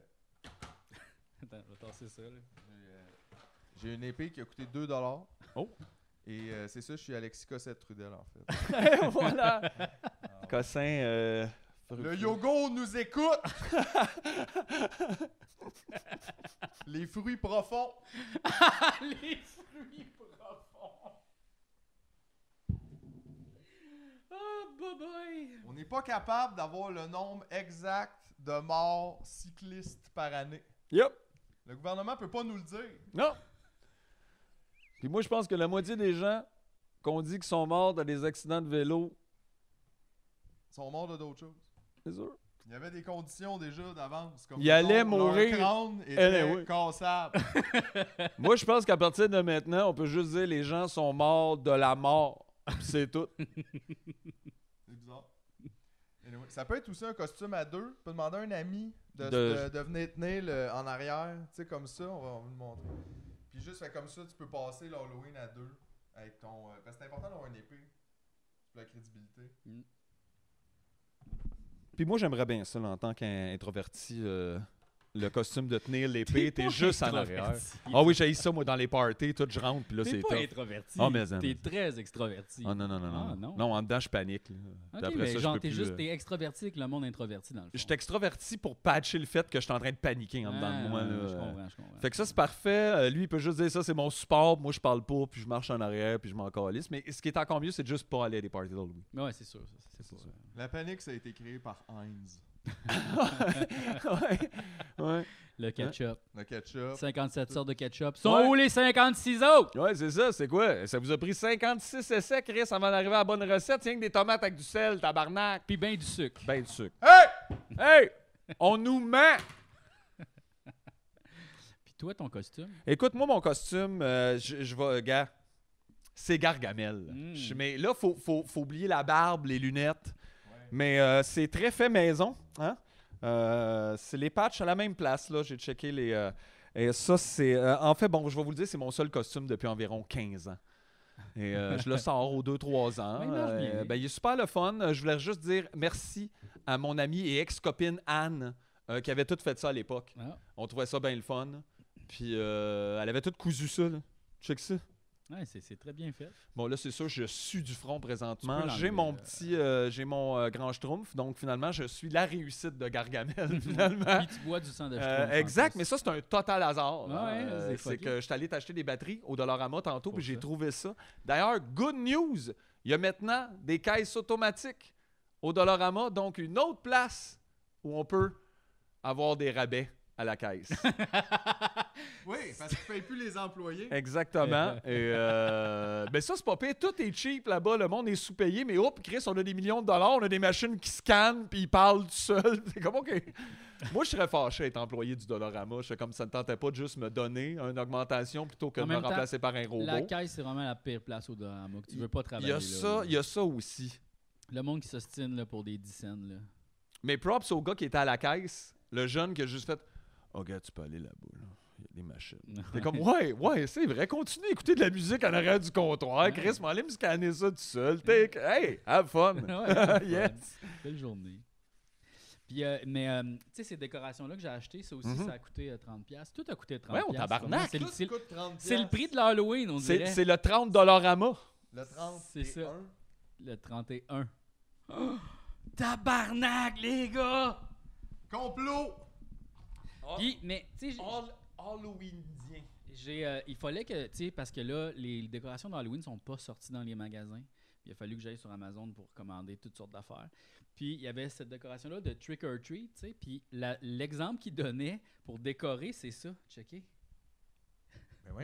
Speaker 2: Attends, je vais tasser ça, là.
Speaker 1: j'ai, euh, j'ai une épée qui a coûté 2$.
Speaker 3: Oh.
Speaker 1: Et euh, c'est ça, je suis Alexis Cossette Trudel, en fait.
Speaker 3: voilà! Cossin. euh,
Speaker 1: Le yogourt nous écoute! les fruits profonds.
Speaker 2: Les fruits profonds. Oh, bye bye.
Speaker 1: On n'est pas capable d'avoir le nombre exact de morts cyclistes par année.
Speaker 3: Yup!
Speaker 1: Le gouvernement peut pas nous le dire.
Speaker 3: Non! Puis moi, je pense que la moitié des gens qu'on dit qu'ils sont morts dans des accidents de vélo,
Speaker 1: Ils sont morts de d'autres choses.
Speaker 3: C'est sûr.
Speaker 1: Il y avait des conditions déjà d'avance. Comme
Speaker 3: Ils allaient
Speaker 1: mettons, leur
Speaker 3: mourir.
Speaker 1: crâne était
Speaker 3: Anyway.
Speaker 1: cassable.
Speaker 3: Moi, je pense qu'à partir de maintenant, on peut juste dire les gens sont morts de la mort. Puis C'est tout.
Speaker 1: C'est bizarre. Anyway, ça peut être aussi un costume à deux. Tu peux demander à un ami de,
Speaker 3: De-
Speaker 1: de- de venir tenir le- en arrière. Tu sais, comme ça, on va on va vous le montrer. Puis juste fait comme ça, tu peux passer l'Halloween à deux. Avec ton, euh, parce que c'est important d'avoir une épée. Pour la crédibilité.
Speaker 3: Puis moi, j'aimerais bien ça, là, en tant qu'introverti, euh, le costume de tenir l'épée, t'es juste en arrière. Ah oui, j'ai ça, moi, dans les parties, tout, je rentre, puis là,
Speaker 2: T'es
Speaker 3: c'est
Speaker 2: pas
Speaker 3: top.
Speaker 2: introverti.
Speaker 3: Ah, mais, hein,
Speaker 2: t'es
Speaker 3: mais-
Speaker 2: très extroverti.
Speaker 3: Ah non, non, non, non.
Speaker 2: Ah,
Speaker 3: non.
Speaker 2: non.
Speaker 3: en dedans, je panique. là. Puis
Speaker 2: Ok,
Speaker 3: après
Speaker 2: mais
Speaker 3: ça, je
Speaker 2: genre,
Speaker 3: peux
Speaker 2: t'es
Speaker 3: plus,
Speaker 2: juste
Speaker 3: euh,
Speaker 2: t'es extroverti avec le monde introverti dans le fond.
Speaker 3: Je suis extraverti pour patcher le fait que je suis en train de paniquer en dedans de
Speaker 2: Ah,
Speaker 3: moi.
Speaker 2: ouais,
Speaker 3: là.
Speaker 2: Je comprends, je comprends.
Speaker 3: Fait que ça, c'est parfait. Euh, lui, il peut juste dire ça, c'est mon support. Moi, je parle pas, puis je marche en arrière, puis je m'en calisse. Mais ce qui est encore mieux, c'est de juste pas aller à des parties d'Halloween.
Speaker 2: Mais ouais, c'est sûr. ça, C'est
Speaker 3: C'est
Speaker 2: pas-
Speaker 3: sûr.
Speaker 1: La panique, ça a été créé par Heinz.
Speaker 3: ouais. Ouais,
Speaker 2: Le ketchup.
Speaker 1: Le ketchup.
Speaker 2: 57 sortes de ketchup. Sont
Speaker 3: Hein? Ouais.
Speaker 2: où les 56 autres?
Speaker 3: Ouais, c'est ça, c'est quoi? Ça vous a pris 56 essais, Chris, avant d'arriver à la bonne recette. Tiens que des tomates avec du sel, tabarnak.
Speaker 2: Puis ben du sucre.
Speaker 3: Ben du sucre.
Speaker 1: Hey!
Speaker 3: Hey! On nous ment!
Speaker 2: Puis toi, ton costume?
Speaker 3: Écoute, moi, mon costume, euh, je, je vais, gars, c'est Gargamel.
Speaker 2: Mm.
Speaker 3: Je- mais là, faut, faut, faut oublier la barbe, les lunettes.
Speaker 1: Ouais.
Speaker 3: Mais euh, c'est très fait maison. Hein? Euh, c'est les patchs à la même place. là. J'ai checké les. euh, et ça, c'est. euh, en fait, bon, je vais vous le dire, c'est mon seul costume depuis environ 15 ans. Et euh, je le sors aux 2-3 ans.
Speaker 2: Ouais, il marche bien.
Speaker 3: ben, il est super le fun. Euh, Je voulais juste dire merci à mon amie et ex-copine Anne, euh, qui avait tout fait ça à l'époque.
Speaker 2: Ah,
Speaker 3: On trouvait ça bien le fun. Puis euh, elle avait toute cousu ça, là. Check ça.
Speaker 2: ouais, c'est c'est très bien fait.
Speaker 3: Bon, là, c'est sûr, je suis du front présentement.
Speaker 2: Tu peux
Speaker 3: J'ai mon
Speaker 2: l'enlever, euh.
Speaker 3: petit. euh, J'ai mon euh, grand schtroumpf. Donc, finalement, je suis la réussite de Gargamel, finalement.
Speaker 2: Puis tu bois du sang de
Speaker 3: Euh,
Speaker 2: schtroumpf, en
Speaker 3: exact,
Speaker 2: plus.
Speaker 3: mais ça, c'est un total hasard.
Speaker 2: Ouais,
Speaker 3: hein.
Speaker 2: ouais,
Speaker 3: Euh,
Speaker 2: c'est
Speaker 3: c'est
Speaker 2: fucké.
Speaker 3: que je suis allé t'acheter des batteries au Dollarama tantôt,
Speaker 2: Pour
Speaker 3: puis j'ai
Speaker 2: ça.
Speaker 3: trouvé ça. D'ailleurs, good news, il y a maintenant des caisses automatiques au Dollarama, donc une autre place où on peut avoir des rabais à la caisse.
Speaker 1: Oui, parce que tu payes plus les employés.
Speaker 3: Exactement. Et euh, ben ça, c'est pas pire. Tout est cheap là-bas. Le monde est sous-payé. Mais oups, Chris, on a des millions de dollars. On a des machines qui scannent puis ils parlent tout seuls. C'est comme, OK. Moi, je serais fâché d'être employé du Dollarama. Je serais comme ça ne tentait pas de juste me donner une augmentation plutôt que
Speaker 2: En
Speaker 3: de me
Speaker 2: même temps,
Speaker 3: remplacer par un robot.
Speaker 2: La caisse, c'est vraiment la pire place au drama que tu veux pas
Speaker 3: Il
Speaker 2: travailler.
Speaker 3: y, a
Speaker 2: là,
Speaker 3: ça,
Speaker 2: là.
Speaker 3: il y a ça aussi.
Speaker 2: Le monde qui s'ostine là, pour des 10 cents. Là.
Speaker 3: Mais props au gars qui était à la caisse, le jeune qui a juste fait Oh, gars, tu peux aller là-bas. là. Il y a des machines. T'es comme, ouais, ouais, c'est vrai. Continue à écouter de la musique en arrière du comptoir.
Speaker 2: Ouais.
Speaker 3: Chris, m'enlève me scanner ça tout seul. Take- Hey, have fun.
Speaker 2: Ouais,
Speaker 3: Yes.
Speaker 2: Belle journée. Puis, euh, mais, euh, tu sais, ces décorations-là que j'ai achetées, ça aussi,
Speaker 3: Mhm.
Speaker 2: ça a coûté euh, 30$. Tout a coûté 30$.
Speaker 3: Ouais, on tabarnak.
Speaker 2: C'est le,
Speaker 1: Tout
Speaker 2: c'est le-
Speaker 1: coûte 30
Speaker 2: c'est le prix de l'Halloween, on
Speaker 3: C'est
Speaker 2: dirait.
Speaker 3: c'est le 30 Dollarama.
Speaker 1: Le 30
Speaker 2: C'est
Speaker 1: et
Speaker 2: ça.
Speaker 1: un.
Speaker 2: Le 31. Oh, tabarnak, les gars!
Speaker 1: Complot!
Speaker 2: Puis, mais, tu sais, j'ai-
Speaker 1: Oh,
Speaker 3: Halloweenien.
Speaker 2: j'ai, euh, il fallait que, tu sais, parce que là, les décorations d'Halloween sont pas sorties dans les magasins. Il a fallu que j'aille sur Amazon pour commander toutes sortes d'affaires. Puis il y avait cette décoration-là de trick or treat, tu sais. Puis la- l'exemple qu'il donnait pour décorer, c'est ça. Checker.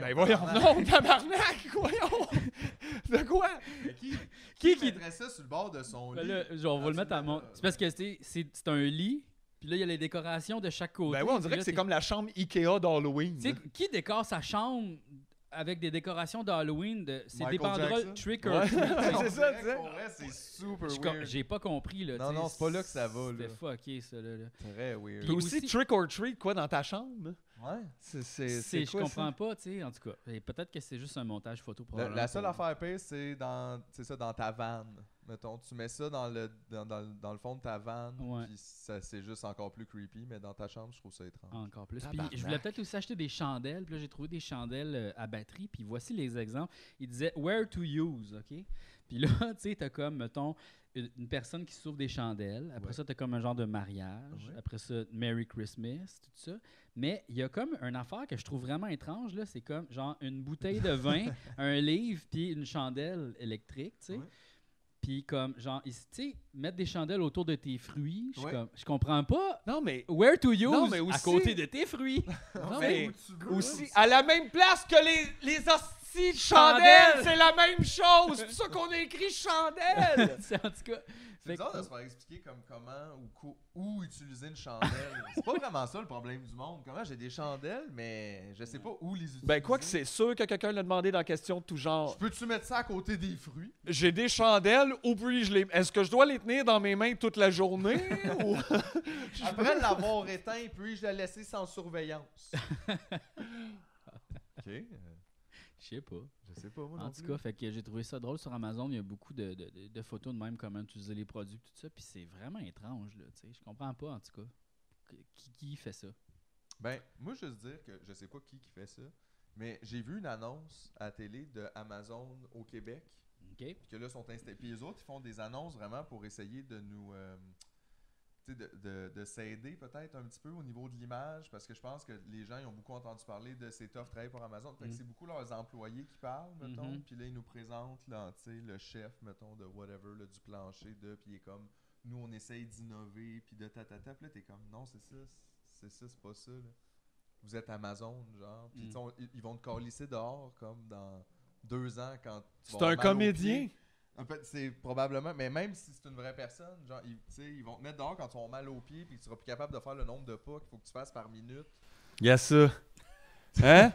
Speaker 3: Ben voyons, non, tabarnak, voyons. De quoi?
Speaker 1: Mais qui,
Speaker 2: Qui
Speaker 1: qui,
Speaker 2: qui-
Speaker 1: mettrait ça sur le bord de son
Speaker 2: Ben
Speaker 1: lit?
Speaker 2: là, genre, on va
Speaker 1: Ah,
Speaker 2: le
Speaker 1: tu
Speaker 2: mettre à
Speaker 1: mets,
Speaker 2: mon.
Speaker 1: euh,
Speaker 2: C'est parce que c'est- c'est c'est un lit, puis là, il y a les décorations de chaque côté.
Speaker 3: Ben ouais, on
Speaker 2: puis
Speaker 3: dirait
Speaker 2: là,
Speaker 3: que c'est
Speaker 2: t'es-
Speaker 3: comme la chambre Ikea d'Halloween.
Speaker 2: Tu sais, qui décore sa chambre avec des décorations d'Halloween de... C'est des
Speaker 1: Michael
Speaker 2: banderoles
Speaker 1: Jackson?
Speaker 2: trick or
Speaker 3: Ouais.
Speaker 2: treat.
Speaker 3: c'est ça,
Speaker 1: Direct,
Speaker 3: tu sais.
Speaker 1: pour vrai, c'est super
Speaker 2: Je
Speaker 1: weird.
Speaker 2: com- J'ai pas compris, là.
Speaker 1: Non,
Speaker 2: tu sais,
Speaker 1: non, c'est pas là que ça va, là.
Speaker 2: C'était fucké, ça, là. là.
Speaker 1: Très weird.
Speaker 3: Puis
Speaker 2: Puis
Speaker 3: aussi,
Speaker 2: aussi-
Speaker 3: trick or treat, quoi, dans ta chambre?
Speaker 1: Ouais.
Speaker 3: C'est- C'est
Speaker 2: C'est-
Speaker 3: c'est
Speaker 2: Je
Speaker 3: quoi, ça?
Speaker 2: comprends pas, tu sais, en tout cas. Et Peut-être que c'est juste un montage photo pour
Speaker 1: La, la seule affaire pire, c'est dans, c'est ça, dans ta vanne. Mettons, tu mets ça dans le, dans, dans, le- dans le fond de ta vanne,
Speaker 2: Ouais.
Speaker 1: puis ça, c'est juste encore plus creepy, mais dans ta chambre, je trouve ça étrange.
Speaker 2: Encore plus. Puis
Speaker 3: Tabarnak.
Speaker 2: je voulais peut-être aussi acheter des chandelles. Puis là, j'ai trouvé des chandelles euh, à batterie. Puis voici les exemples. Il disait Where to use, OK? Puis là, tu sais, t'as comme, mettons, une une personne qui s'ouvre des chandelles. Après
Speaker 1: Ouais.
Speaker 2: ça, t'as comme un genre de mariage.
Speaker 1: Ouais.
Speaker 2: Après ça, Merry Christmas, tout ça. Mais il y a comme une affaire que je trouve vraiment étrange, là. C'est comme, genre, une bouteille de vin, un livre, puis une chandelle électrique, tu sais.
Speaker 1: Ouais.
Speaker 2: Puis comme, genre, ils- tu sais, mettre des chandelles autour de tes fruits, je suis
Speaker 1: Ouais.
Speaker 2: comme- je comprends pas.
Speaker 3: Non, mais
Speaker 2: Where to use
Speaker 3: Non, mais
Speaker 2: à
Speaker 3: aussi-
Speaker 2: côté de tes fruits.
Speaker 3: Non,
Speaker 1: Fais
Speaker 3: mais
Speaker 1: où tu veux.
Speaker 3: aussi à la même place que les, les hosties Asti,
Speaker 2: Chandelle!
Speaker 3: chandelle, c'est la même chose. C'est pour ça qu'on a écrit chandelle.
Speaker 2: C'est- en tout cas.
Speaker 1: C'est
Speaker 2: Fait
Speaker 1: bizarre
Speaker 2: que-
Speaker 1: de se faire expliquer comme comment ou co- où utiliser une chandelle. c'est pas vraiment ça le problème du monde. Comment j'ai des chandelles, mais je sais pas où les utiliser.
Speaker 3: Ben, quoi que c'est sûr que quelqu'un l'a demandé dans la question de tout
Speaker 1: Je
Speaker 3: genre.
Speaker 1: peux-tu mettre ça à côté des fruits?
Speaker 3: J'ai des chandelles ou puis-je les. Est-ce que je dois les tenir dans mes mains toute la journée ou.
Speaker 1: Après l'avoir éteint, puis-je la laisser sans surveillance? ok, euh,
Speaker 2: Je sais pas.
Speaker 1: je sais pas moi non
Speaker 2: En tout
Speaker 1: plus.
Speaker 2: cas, fait que j'ai trouvé ça drôle sur Amazon. Il y a beaucoup de, de- de- de photos de même comment utiliser les produits, tout ça. Puis c'est vraiment étrange, là. Tu sais, je comprends pas, en tout cas. Que- Qui, qui fait ça?
Speaker 1: Ben, moi, je veux juste dire que je sais pas qui qui fait ça, mais j'ai vu une annonce à la télé de Amazon au Québec,
Speaker 2: OK?
Speaker 1: puis que là, sont insta- Puis les autres, ils font des annonces vraiment pour essayer de nous. euh, tu sais, de, de, de s'aider peut-être un petit peu au niveau de l'image, parce que je pense que les gens, ils ont beaucoup entendu parler de ces toffes travaillées pour Amazon. Fait que
Speaker 2: Mm.
Speaker 1: c'est beaucoup leurs employés qui parlent,
Speaker 3: Mm-hmm.
Speaker 1: mettons,
Speaker 2: Mhm.
Speaker 1: puis là, ils nous présentent, là, tu sais, le chef, mettons, de whatever, là, du plancher, de, puis il est comme, nous, on essaye d'innover, puis de tatata, puis là, t'es comme, non, c'est ça, c'est ça, c'est pas ça, là. Vous êtes Amazon, genre, puis
Speaker 2: Mm.
Speaker 1: tu sais, on- ils- ils vont te colisser dehors, comme dans deux ans, quand tu
Speaker 3: C'est
Speaker 1: vas
Speaker 3: un
Speaker 1: avoir mal aux
Speaker 3: comédien.
Speaker 1: pieds. En fait, c'est probablement, mais même si c'est une vraie personne, genre, ils, tu sais, ils vont te mettre dehors quand tu as mal aux pieds, puis tu seras plus capable de faire le nombre de pas qu'il faut que tu fasses par minute.
Speaker 3: Il y a ça. Hein?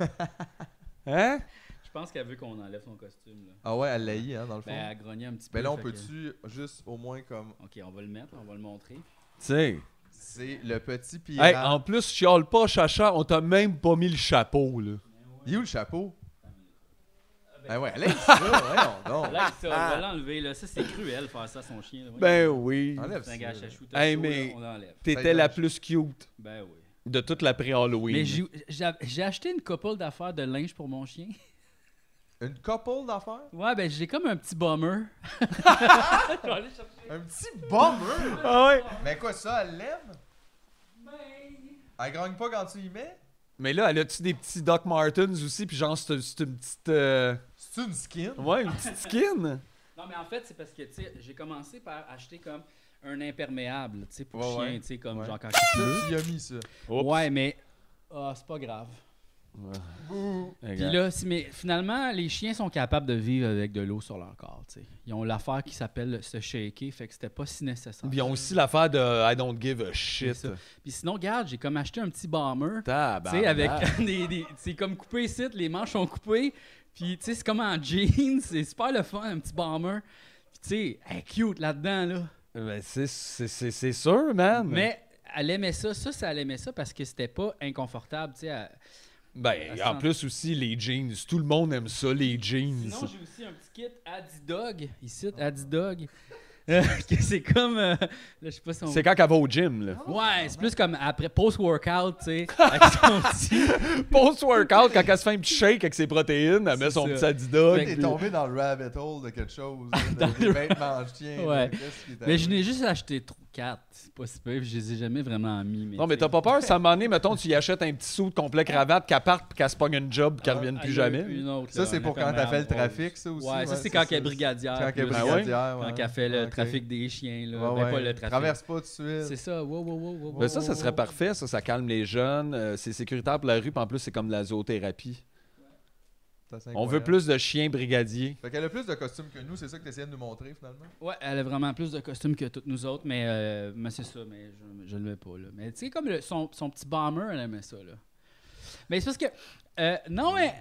Speaker 3: Hein?
Speaker 2: Je pense qu'elle veut qu'on enlève son costume, là.
Speaker 1: Ah ouais, elle l'a hein, dans le fond.
Speaker 2: Ben,
Speaker 1: Ben,
Speaker 2: elle grognait un petit peu.
Speaker 1: là, on
Speaker 2: fait que-
Speaker 1: peut-tu juste au moins comme.
Speaker 2: OK, on va le mettre, on va le montrer.
Speaker 3: Tu sais.
Speaker 1: C'est le petit pirate.
Speaker 3: Hey, en plus, chiale pas, Chacha, on t'a même pas mis le chapeau, là.
Speaker 1: Il est où le chapeau?
Speaker 2: ben,
Speaker 1: Ah ouais, elle est ça, ouais, non,
Speaker 2: Là, ça, on va l'enlever, là. Ça, c'est cruel, faire ça à son chien. là. Ouais.
Speaker 3: Ben oui.
Speaker 1: Enlève
Speaker 2: C'est
Speaker 1: ça.
Speaker 2: un gâche à chou, t'as
Speaker 3: Hey,
Speaker 2: chaud,
Speaker 3: mais-
Speaker 2: là, on l'enlève.
Speaker 3: T'étais la plus cute
Speaker 2: Ben oui.
Speaker 3: de toute la pré-Halloween.
Speaker 2: Mais j'ai- j'ai j'ai acheté une couple d'affaires de linge pour mon chien.
Speaker 1: Une couple d'affaires?
Speaker 2: Ouais, ben j'ai comme un petit bummer.
Speaker 1: Un petit bomber?
Speaker 3: Ah ouais?
Speaker 1: Mais quoi, ça, elle l'aime? Elle grogne pas quand tu y mets?
Speaker 3: Mais là, elle a-tu des petits Doc Martens aussi, puis genre, c'est c'est une petite... euh,
Speaker 1: C'est une skin?
Speaker 3: Ouais, une petite skin?
Speaker 2: Non, mais en fait, c'est parce que, tu sais, j'ai commencé par acheter comme un imperméable, tu sais, pour
Speaker 1: Ouais,
Speaker 2: chien,
Speaker 1: ouais.
Speaker 2: tu sais, comme
Speaker 1: Ouais.
Speaker 2: genre quand
Speaker 1: Ça,
Speaker 2: il pleut.
Speaker 1: tu y as mis ça.
Speaker 3: Oups.
Speaker 2: Ouais, mais. Ah, c'est pas grave.
Speaker 1: Ouh.
Speaker 2: Puis là, si- mais finalement, les chiens sont capables de vivre avec de l'eau sur leur corps, tu sais. Ils ont l'affaire qui s'appelle se shaker, fait que c'était pas si nécessaire.
Speaker 3: Ils ont aussi l'affaire de I don't give a
Speaker 2: C'est
Speaker 3: shit.
Speaker 2: ça. Puis sinon, regarde, j'ai comme acheté un petit bomber. Tu
Speaker 3: Tabarnak.
Speaker 2: sais, avec des. des- C'est comme coupé ici, les manches sont coupées. Puis, tu sais, c'est comme en jeans, c'est super le fun, un petit bomber. Puis, tu sais, elle est cute là-dedans, là.
Speaker 3: Ben, c'est- c'est c'est- c'est sûr, man.
Speaker 2: Mais elle aimait ça, ça, ça, elle aimait ça parce que c'était pas inconfortable, tu sais. elle-
Speaker 3: Ben,
Speaker 2: Elle
Speaker 3: en
Speaker 2: sent-
Speaker 3: plus aussi, les jeans. Tout le monde aime ça, les jeans.
Speaker 2: Sinon, j'ai aussi un petit kit Adidog, ici, Adidog. Ah. Euh, que c'est comme. euh, là, je sais pas si on.
Speaker 3: C'est quand qu'elle va au gym, là.
Speaker 2: Ouais, c'est plus comme après post-workout, tu sais. avec son petit-
Speaker 3: Post-workout, quand elle se fait un petit shake avec ses protéines, elle met
Speaker 2: C'est
Speaker 3: son
Speaker 2: ça.
Speaker 3: petit Adidas.
Speaker 2: Fait
Speaker 1: T'es
Speaker 2: que-
Speaker 1: tombé dans le rabbit hole de quelque chose, là, de- des vêtements de chien.
Speaker 2: Ouais.
Speaker 1: là, qu'est-ce qui est
Speaker 2: Mais je
Speaker 1: arrivé?
Speaker 2: n'ai juste acheté 4, c'est pas si peu, puis je les ai jamais vraiment mis. Mais
Speaker 3: Non, mais
Speaker 2: tu
Speaker 3: t'as
Speaker 2: sais.
Speaker 3: pas peur, ça à un moment donné, mettons, tu y achètes un petit sou de complet cravate, qu'elle parte, puis qu'elle se pogne une job, puis qu'elle revienne
Speaker 2: Ah,
Speaker 3: plus
Speaker 2: il y en a
Speaker 3: jamais.
Speaker 2: une autre,
Speaker 1: Ça,
Speaker 2: là,
Speaker 1: c'est
Speaker 2: un
Speaker 1: pour quand t'as fait le
Speaker 2: imperméable
Speaker 1: trafic,
Speaker 2: rose.
Speaker 1: ça aussi.
Speaker 2: Ouais, ça, c'est quand
Speaker 1: qu'elle
Speaker 2: elle est brigadière.
Speaker 1: Quand qu'elle est
Speaker 2: plus,
Speaker 3: Ah ouais?
Speaker 1: brigadière, ouais.
Speaker 2: Quand elle fait le
Speaker 1: Ok.
Speaker 2: trafic des chiens, là.
Speaker 1: Ouais,
Speaker 2: Ben,
Speaker 1: ouais.
Speaker 2: pas le trafic.
Speaker 1: Traverse pas tout de suite.
Speaker 2: C'est ça, wow, wow, wow, wow, wow.
Speaker 3: Ben ça, ça serait parfait, ça, ça calme les jeunes, euh, c'est sécuritaire pour la rue, puis en plus, c'est comme de la zoothérapie.
Speaker 1: Ça, c'est
Speaker 3: On veut
Speaker 1: incroyable.
Speaker 3: plus de chiens brigadiers.
Speaker 1: Fait qu'elle a plus de costumes que nous, c'est ça que t'essayais de nous montrer finalement.
Speaker 2: Ouais, elle a vraiment plus de costumes que toutes nous autres, mais, euh, mais c'est ça, mais je, je le mets pas, là. Mais tu sais, comme le- son, son petit bomber, elle aimait ça, là. Mais c'est parce que. euh, non, mais.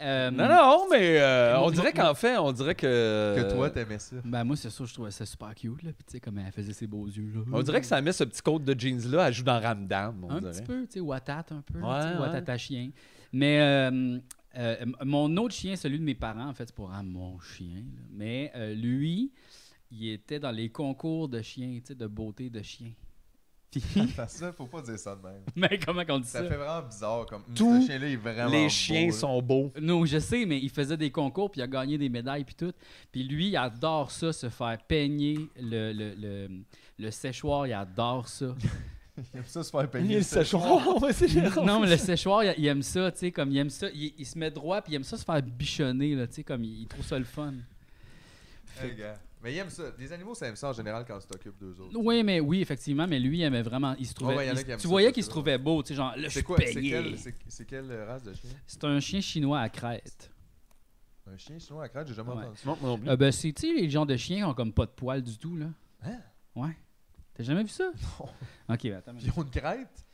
Speaker 2: euh,
Speaker 3: Non, non, mais euh, on
Speaker 2: Moi-
Speaker 3: dirait qu'en fait, on dirait
Speaker 2: Euh,
Speaker 3: que...
Speaker 1: Que toi, t'aimais ça.
Speaker 2: Ben, moi, c'est sûr, je trouvais ça super cute, là. Puis tu sais, comme elle faisait ses beaux yeux, là.
Speaker 3: On dirait que ça met ce petit coat de jeans-là, elle joue dans Ramdam, on
Speaker 2: un
Speaker 3: dirait.
Speaker 2: petit peu, tu sais, Watat un peu,
Speaker 3: Ouais,
Speaker 2: là, tu sais,
Speaker 3: ouais.
Speaker 2: Watat à chien. Mais euh, euh, m- mon autre chien, celui de mes parents, en fait, c'est pour ah, mon chien. là. Mais euh, lui, il était dans les concours de chiens, tu sais, de beauté de chien. Puis-
Speaker 1: Parce que ça, faut pas dire ça de même.
Speaker 2: mais comment qu'on dit
Speaker 1: Ça
Speaker 2: ça?
Speaker 1: fait vraiment bizarre comme. Hum,
Speaker 3: Tous
Speaker 1: ce chien-là est vraiment.
Speaker 3: Les
Speaker 1: beau,
Speaker 3: chiens
Speaker 1: là.
Speaker 3: sont beaux.
Speaker 2: Non, je sais, mais il faisait des concours, puis il a gagné des médailles, puis tout. Puis lui, il adore ça, se faire peigner le, le, le, le séchoir, il adore ça.
Speaker 1: Il aime ça se faire
Speaker 3: Il
Speaker 1: payer.
Speaker 3: le
Speaker 1: ça.
Speaker 3: séchoir, ouais, c'est génial.
Speaker 2: Non, mais le séchoir, il, il aime ça, tu sais, comme il aime ça, il, il se met droit, puis il aime ça se faire bichonner, là, tu sais, comme il, il trouve ça le fun.
Speaker 1: Hey, gars. Mais il aime ça. Les animaux, ça aime ça en général quand tu t'occupes d'eux autres.
Speaker 2: Oui, mais oui, effectivement, mais lui, il aimait vraiment, il se trouvait,
Speaker 1: ouais, il y en a
Speaker 2: il-
Speaker 1: qui aiment
Speaker 2: tu
Speaker 1: ça,
Speaker 2: voyais
Speaker 1: ça,
Speaker 2: qu'il se
Speaker 1: ça.
Speaker 2: trouvait beau, tu sais, genre, là, je
Speaker 1: C'est
Speaker 2: suis
Speaker 1: quoi C'est
Speaker 2: peigné.
Speaker 1: quelle, c'est- c'est quelle race de chien
Speaker 2: C'est un chien chinois à crête.
Speaker 1: Un chien chinois à crête, j'ai jamais
Speaker 2: Ouais.
Speaker 1: entendu ça.
Speaker 3: Non, moi non plus.
Speaker 2: Ah ben, c'est, tu sais, les gens de chiens qui ont comme pas de poils du tout, là.
Speaker 1: Hein?
Speaker 2: Ouais. T'as jamais vu ça?
Speaker 1: Non.
Speaker 2: Ok, ben, attends.
Speaker 1: Ils ont une crête?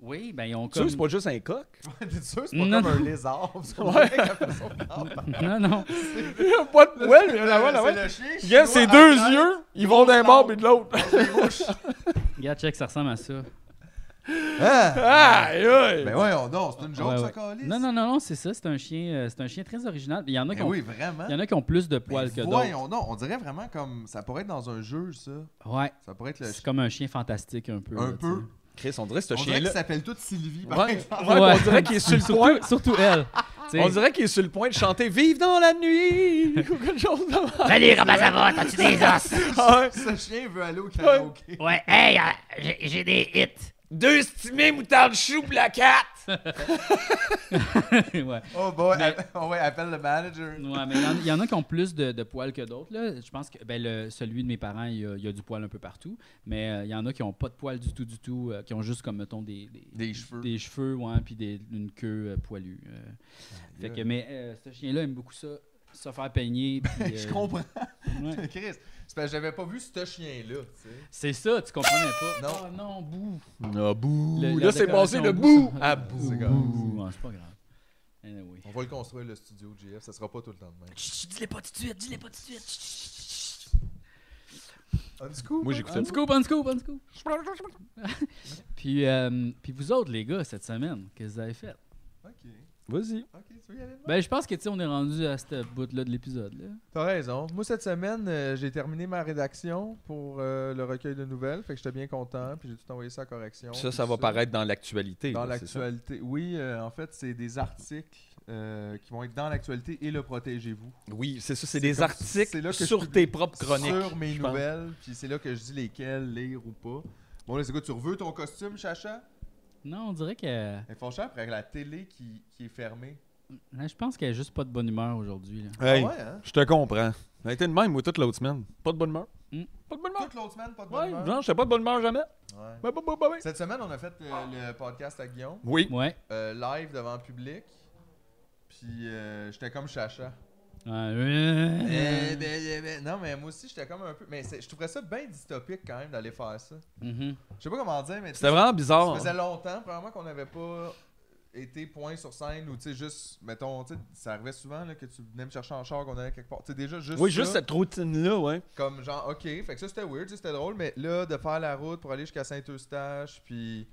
Speaker 2: Oui, ben, ils ont
Speaker 3: Tu sais,
Speaker 2: comme.
Speaker 3: c'est pas juste un coq.
Speaker 1: T'es sûr, c'est pas
Speaker 2: Non,
Speaker 1: comme un lézard? Parce qu'on dirait qu'elle fait son corps.
Speaker 2: Non, non.
Speaker 3: Il y a pas de poil, mais là, là,
Speaker 1: C'est
Speaker 3: ouais.
Speaker 1: le chien
Speaker 3: Il y
Speaker 1: chinois
Speaker 3: a ses
Speaker 1: à
Speaker 3: deux
Speaker 1: crête.
Speaker 3: yeux, ils vont d'un bord et de l'autre.
Speaker 2: Regarde, check, ça ressemble à ça.
Speaker 1: Ah!
Speaker 3: Aïe, aïe.
Speaker 1: Ben voyons donc, c'est une joke,
Speaker 2: Ouais,
Speaker 1: ça,
Speaker 2: ouais.
Speaker 1: Calis?
Speaker 2: Non, non, non, non, c'est ça. C'est un chien, euh, c'est un chien très original. Il y en a qui
Speaker 1: Ben
Speaker 2: ont,
Speaker 1: oui, vraiment.
Speaker 2: il y en a qui ont plus de poils
Speaker 1: Ben
Speaker 2: que d'autres.
Speaker 1: voyons donc, on dirait vraiment comme... Ça pourrait être dans un jeu, ça.
Speaker 2: Ouais.
Speaker 1: Ça pourrait être le
Speaker 2: C'est comme un chien fantastique un peu.
Speaker 1: Un
Speaker 2: là,
Speaker 1: peu.
Speaker 2: tu sais.
Speaker 3: Chris, on dirait ce
Speaker 1: On dirait qu'ils
Speaker 3: chien-là.
Speaker 1: s'appellent tous Sylvie, par
Speaker 3: Ouais,
Speaker 1: exemple.
Speaker 3: Ah, ouais,
Speaker 2: Ouais.
Speaker 3: On dirait qu'il est sur le
Speaker 2: Surtout-
Speaker 3: point.
Speaker 2: Surtout elle. Tu sais.
Speaker 3: On dirait qu'il est sur le point de chanter Vive dans la nuit ou quelque chose de
Speaker 4: Salut, comment ça va? T'as-tu des os?
Speaker 3: Ah ouais.
Speaker 1: Ce chien veut aller au karaoké.
Speaker 4: Ouais, hey, euh, j'ai- j'ai des hits.
Speaker 3: Deux stimés moutarde chou la 4
Speaker 2: ouais.
Speaker 1: Oh boy, app- oh ouais, appelle le manager.
Speaker 2: Ouais, mais il y en- il y, en a qui ont plus de, de poils que d'autres. là. Je pense que ben, le- celui de mes parents, il y a, il y a du poil un peu partout. Mais euh, il y en a qui ont pas de poils du tout, du tout, euh, qui ont juste comme, mettons, des, des,
Speaker 1: Des cheveux.
Speaker 2: Des cheveux, ouais, puis des- une queue euh, poilue. euh. Fait que, mais euh, ce chien-là aime beaucoup ça, se faire peigner.
Speaker 3: Ben,
Speaker 2: puis,
Speaker 1: Je
Speaker 2: euh,
Speaker 1: comprends,
Speaker 2: ouais.
Speaker 1: Chris. C'est parce que j'avais pas vu ce chien-là, tu sais.
Speaker 2: C'est ça, tu comprenais pas.
Speaker 1: Non.
Speaker 2: Oh non, bouh.
Speaker 3: Ah bouh
Speaker 2: Le- la
Speaker 3: Là, c'est passé
Speaker 2: décoration
Speaker 3: de
Speaker 2: boue,
Speaker 3: boue
Speaker 2: ça-
Speaker 3: à boue.
Speaker 1: C'est comme-
Speaker 2: Bouh. Ouais, c'est pas grave. Anyway.
Speaker 1: On va le construire, le studio, GF. Ça sera pas tout le temps de même.
Speaker 2: Dis-les pas tout de suite, dis-les pas tout de suite.
Speaker 1: On du coup,
Speaker 3: Moi,
Speaker 1: hein?
Speaker 3: j'écoutais
Speaker 2: Un scoop, un scoop, un scoop. Puis, euh, puis vous autres, les gars, cette semaine, qu'est-ce que vous avez fait?
Speaker 1: Ok,
Speaker 3: Vas-y.
Speaker 1: ok, tu veux y aller de même?
Speaker 2: Ben, je pense que, tu sais, on est rendu à cette bout-là de l'épisode, là.
Speaker 1: T'as raison. Moi, cette semaine, euh, j'ai terminé ma rédaction pour euh, le recueil de nouvelles. Fait que j'étais bien content. Puis j'ai tout envoyé ça à correction.
Speaker 3: Ça,
Speaker 1: puis
Speaker 3: ça va paraître dans l'actualité.
Speaker 1: Dans
Speaker 3: là, c'est ça.
Speaker 1: l'actualité. Oui, euh, en fait, c'est des articles euh, qui vont être dans l'actualité et le Protégez-vous.
Speaker 3: Oui, c'est ça, c'est
Speaker 1: C'est
Speaker 3: des
Speaker 1: comme- c'est là
Speaker 3: articles
Speaker 1: que je
Speaker 3: sur
Speaker 1: publie-
Speaker 3: tes propres chroniques.
Speaker 1: Sur mes
Speaker 3: je pense.
Speaker 1: nouvelles. Puis c'est là que je dis lesquelles, lire ou pas. Bon, là, c'est quoi? Tu reveux ton costume, Chacha?
Speaker 2: Non, on dirait que. hein,
Speaker 1: Ils font cher après la télé qui, qui est fermée.
Speaker 2: là, je pense qu'elle est juste pas de bonne humeur aujourd'hui, là.
Speaker 3: Hey,
Speaker 1: Ah ouais, hein?
Speaker 3: je te comprends. On a été de même, moi, toute l'autre semaine. Pas de bonne humeur.
Speaker 2: Hmm.
Speaker 3: Pas de bonne humeur.
Speaker 1: Toute l'autre semaine, pas de bonne
Speaker 3: Ouais,
Speaker 1: humeur.
Speaker 3: non, j'étais pas de bonne humeur jamais.
Speaker 1: Ouais.
Speaker 3: Bah, bah, bah, bah, bah.
Speaker 1: Cette semaine, on a fait euh, le podcast à Guillaume,
Speaker 3: Oui.
Speaker 2: Ouais.
Speaker 1: euh, live devant public. Puis euh, j'étais comme Chacha.
Speaker 2: Ouais.
Speaker 3: Mm.
Speaker 1: Eh ben, eh ben, non, mais moi aussi, j'étais comme un peu. Mais c'est- je trouverais ça bien dystopique quand même d'aller faire ça.
Speaker 2: Mhm.
Speaker 1: Je sais pas comment dire, mais tu sais,
Speaker 3: C'était vraiment
Speaker 1: ça
Speaker 3: bizarre.
Speaker 1: faisait longtemps, probablement, qu'on n'avait pas été point sur scène ou tu sais, juste, mettons, tu sais, ça arrivait souvent là, que tu venais me chercher en char, qu'on allait quelque part. Tu sais, déjà, juste.
Speaker 3: Oui,
Speaker 1: ça,
Speaker 3: juste cette routine-là, ouais.
Speaker 1: Comme genre, ok, fait que ça c'était weird, ça, c'était drôle, mais là, de faire la route pour aller jusqu'à Saint-Eustache, puis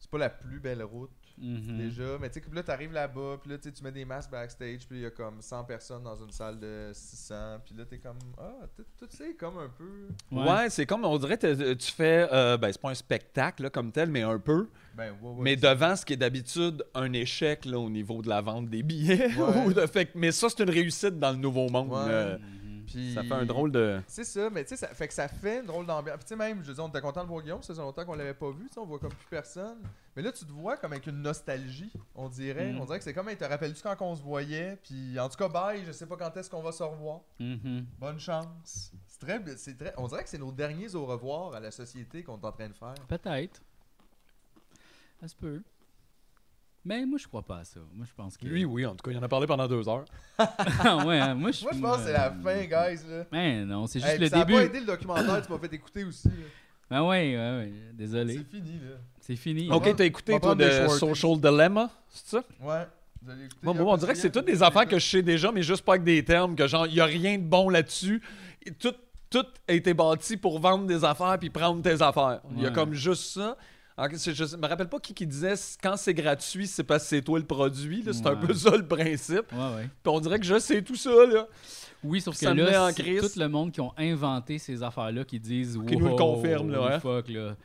Speaker 1: c'est pas la plus belle route
Speaker 3: Mm.
Speaker 2: Mhm.
Speaker 1: déjà, mais tu sais, que là, t'arrives là-bas, puis là, tu sais, tu mets des masques backstage, puis il y a comme 100 personnes dans une salle de 600, puis là, t'es comme, ah, tu tu sais, comme un peu.
Speaker 2: Ouais.
Speaker 3: Ouais, c'est comme, on dirait, t'es- tu fais, euh, ben, c'est pas un spectacle là, comme tel, mais un peu.
Speaker 1: Ben, ouais, ouais.
Speaker 3: mais devant ce qui est d'habitude un échec là, au niveau de la vente des billets.
Speaker 1: Ouais.
Speaker 3: ou de- fait que- mais ça, c'est une réussite dans le nouveau monde.
Speaker 1: Ouais.
Speaker 3: euh,
Speaker 2: Mhm.
Speaker 1: Puis-
Speaker 3: ça fait un drôle de.
Speaker 1: C'est ça, mais tu sais, ça fait que ça fait une drôle d'ambiance. Puis tu sais, même, je veux dire, on était content de voir Guillaume, ça faisait longtemps qu'on l'avait pas vu, tu sais, on voit comme plus personne. Mais là, tu te vois comme avec une nostalgie, on dirait.
Speaker 2: Mm.
Speaker 1: On dirait que c'est comme, hey, te rappelles-tu quand on se voyait? Puis en tout cas, bye, je sais pas quand est-ce qu'on va se revoir.
Speaker 2: Mhm.
Speaker 1: Bonne chance. C'est très, c'est très, on dirait que c'est nos derniers au revoir à la société qu'on est en train de faire.
Speaker 2: Peut-être. Ça se peut. Mais moi, je crois pas à ça. Moi, je pense que.
Speaker 3: Lui, oui, en tout cas, il en a parlé pendant deux heures.
Speaker 2: Ah ouais, hein, moi, je
Speaker 1: Moi, je
Speaker 2: suis,
Speaker 1: pense que c'est la
Speaker 3: Mm.
Speaker 2: euh,
Speaker 1: fin, guys. Là.
Speaker 2: Ben non, c'est juste
Speaker 1: Hey,
Speaker 2: le
Speaker 1: puis ça a pas
Speaker 2: début.
Speaker 1: aidé le documentaire, tu m'as fait écouter aussi. là.
Speaker 2: Ben ouais, ouais, ouais. Désolé.
Speaker 1: C'est fini, là.
Speaker 2: C'est fini.
Speaker 1: va-
Speaker 3: Ok, t'as
Speaker 1: on va
Speaker 3: écouté, toi,
Speaker 1: prendre des
Speaker 3: de
Speaker 1: shorties.
Speaker 3: Social Dilemma, c'est ça?
Speaker 1: Ouais. Vous allez écouter.
Speaker 3: Moi,
Speaker 1: là,
Speaker 3: moi, on
Speaker 1: parce
Speaker 3: dirait que c'est
Speaker 1: hier,
Speaker 3: toutes des
Speaker 1: j'ai
Speaker 3: affaires
Speaker 1: écouté-
Speaker 3: que je sais déjà, mais juste pas avec des termes, que genre, il n'y a rien de bon là-dessus. Et Tout, tout a été bâti pour vendre des affaires puis prendre tes affaires. Il y a
Speaker 2: Ouais.
Speaker 3: comme juste ça. Alors que c'est- Je ne me rappelle pas qui, qui disait c- quand c'est gratuit, c'est parce que c'est toi le produit. là. C'est un
Speaker 2: Ouais.
Speaker 3: peu ça le principe.
Speaker 2: Ouais, ouais.
Speaker 3: Puis on dirait que je sais tout ça. Là.
Speaker 2: Oui, sauf que
Speaker 3: Ça me met
Speaker 2: là,
Speaker 3: en
Speaker 2: c'est
Speaker 3: crise.
Speaker 2: tout le monde qui ont inventé ces affaires-là qui disent wow,
Speaker 3: Qui nous le confirment, là,
Speaker 2: holy
Speaker 3: hein.
Speaker 2: fuck, là.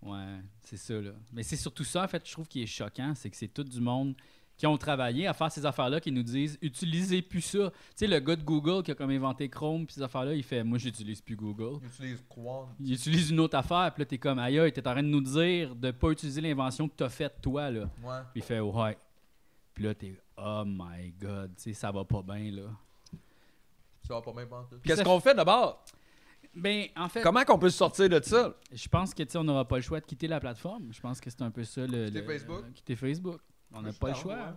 Speaker 2: Ouais, c'est ça, là. Mais c'est surtout ça, en fait, je trouve qui est choquant, c'est que c'est tout du monde qui ont travaillé à faire ces affaires-là qui nous disent « Utilisez plus ça ». Tu sais, le gars de Google qui a comme inventé Chrome puis ces affaires-là, il fait « Moi, j'utilise plus Google ».
Speaker 1: J'utilise Quan.
Speaker 2: Il utilise une autre affaire, puis là, t'es comme « Aïe, aïe, t'es en train de nous dire de pas utiliser l'invention que t'as faite, toi, là ».
Speaker 1: Ouais.
Speaker 2: Puis il fait ouais. Puis là, t'es oh my god, tu sais, ça va pas bien là.
Speaker 1: Ça va pas même pas en tout.
Speaker 3: Qu'est-ce
Speaker 2: ça-
Speaker 3: qu'on fait d'abord?
Speaker 2: Ben, en fait,
Speaker 3: Comment qu'on peut se sortir de ça?
Speaker 2: je pense que tu sais, on n'aura pas le choix de quitter la plateforme. Je pense que c'est un peu ça le.
Speaker 1: Quitter
Speaker 2: le-
Speaker 1: Facebook.
Speaker 2: quitter Facebook. On
Speaker 1: Je
Speaker 2: n'a
Speaker 1: suis
Speaker 2: pas le
Speaker 1: down,
Speaker 2: choix.
Speaker 1: ouais.
Speaker 2: hein.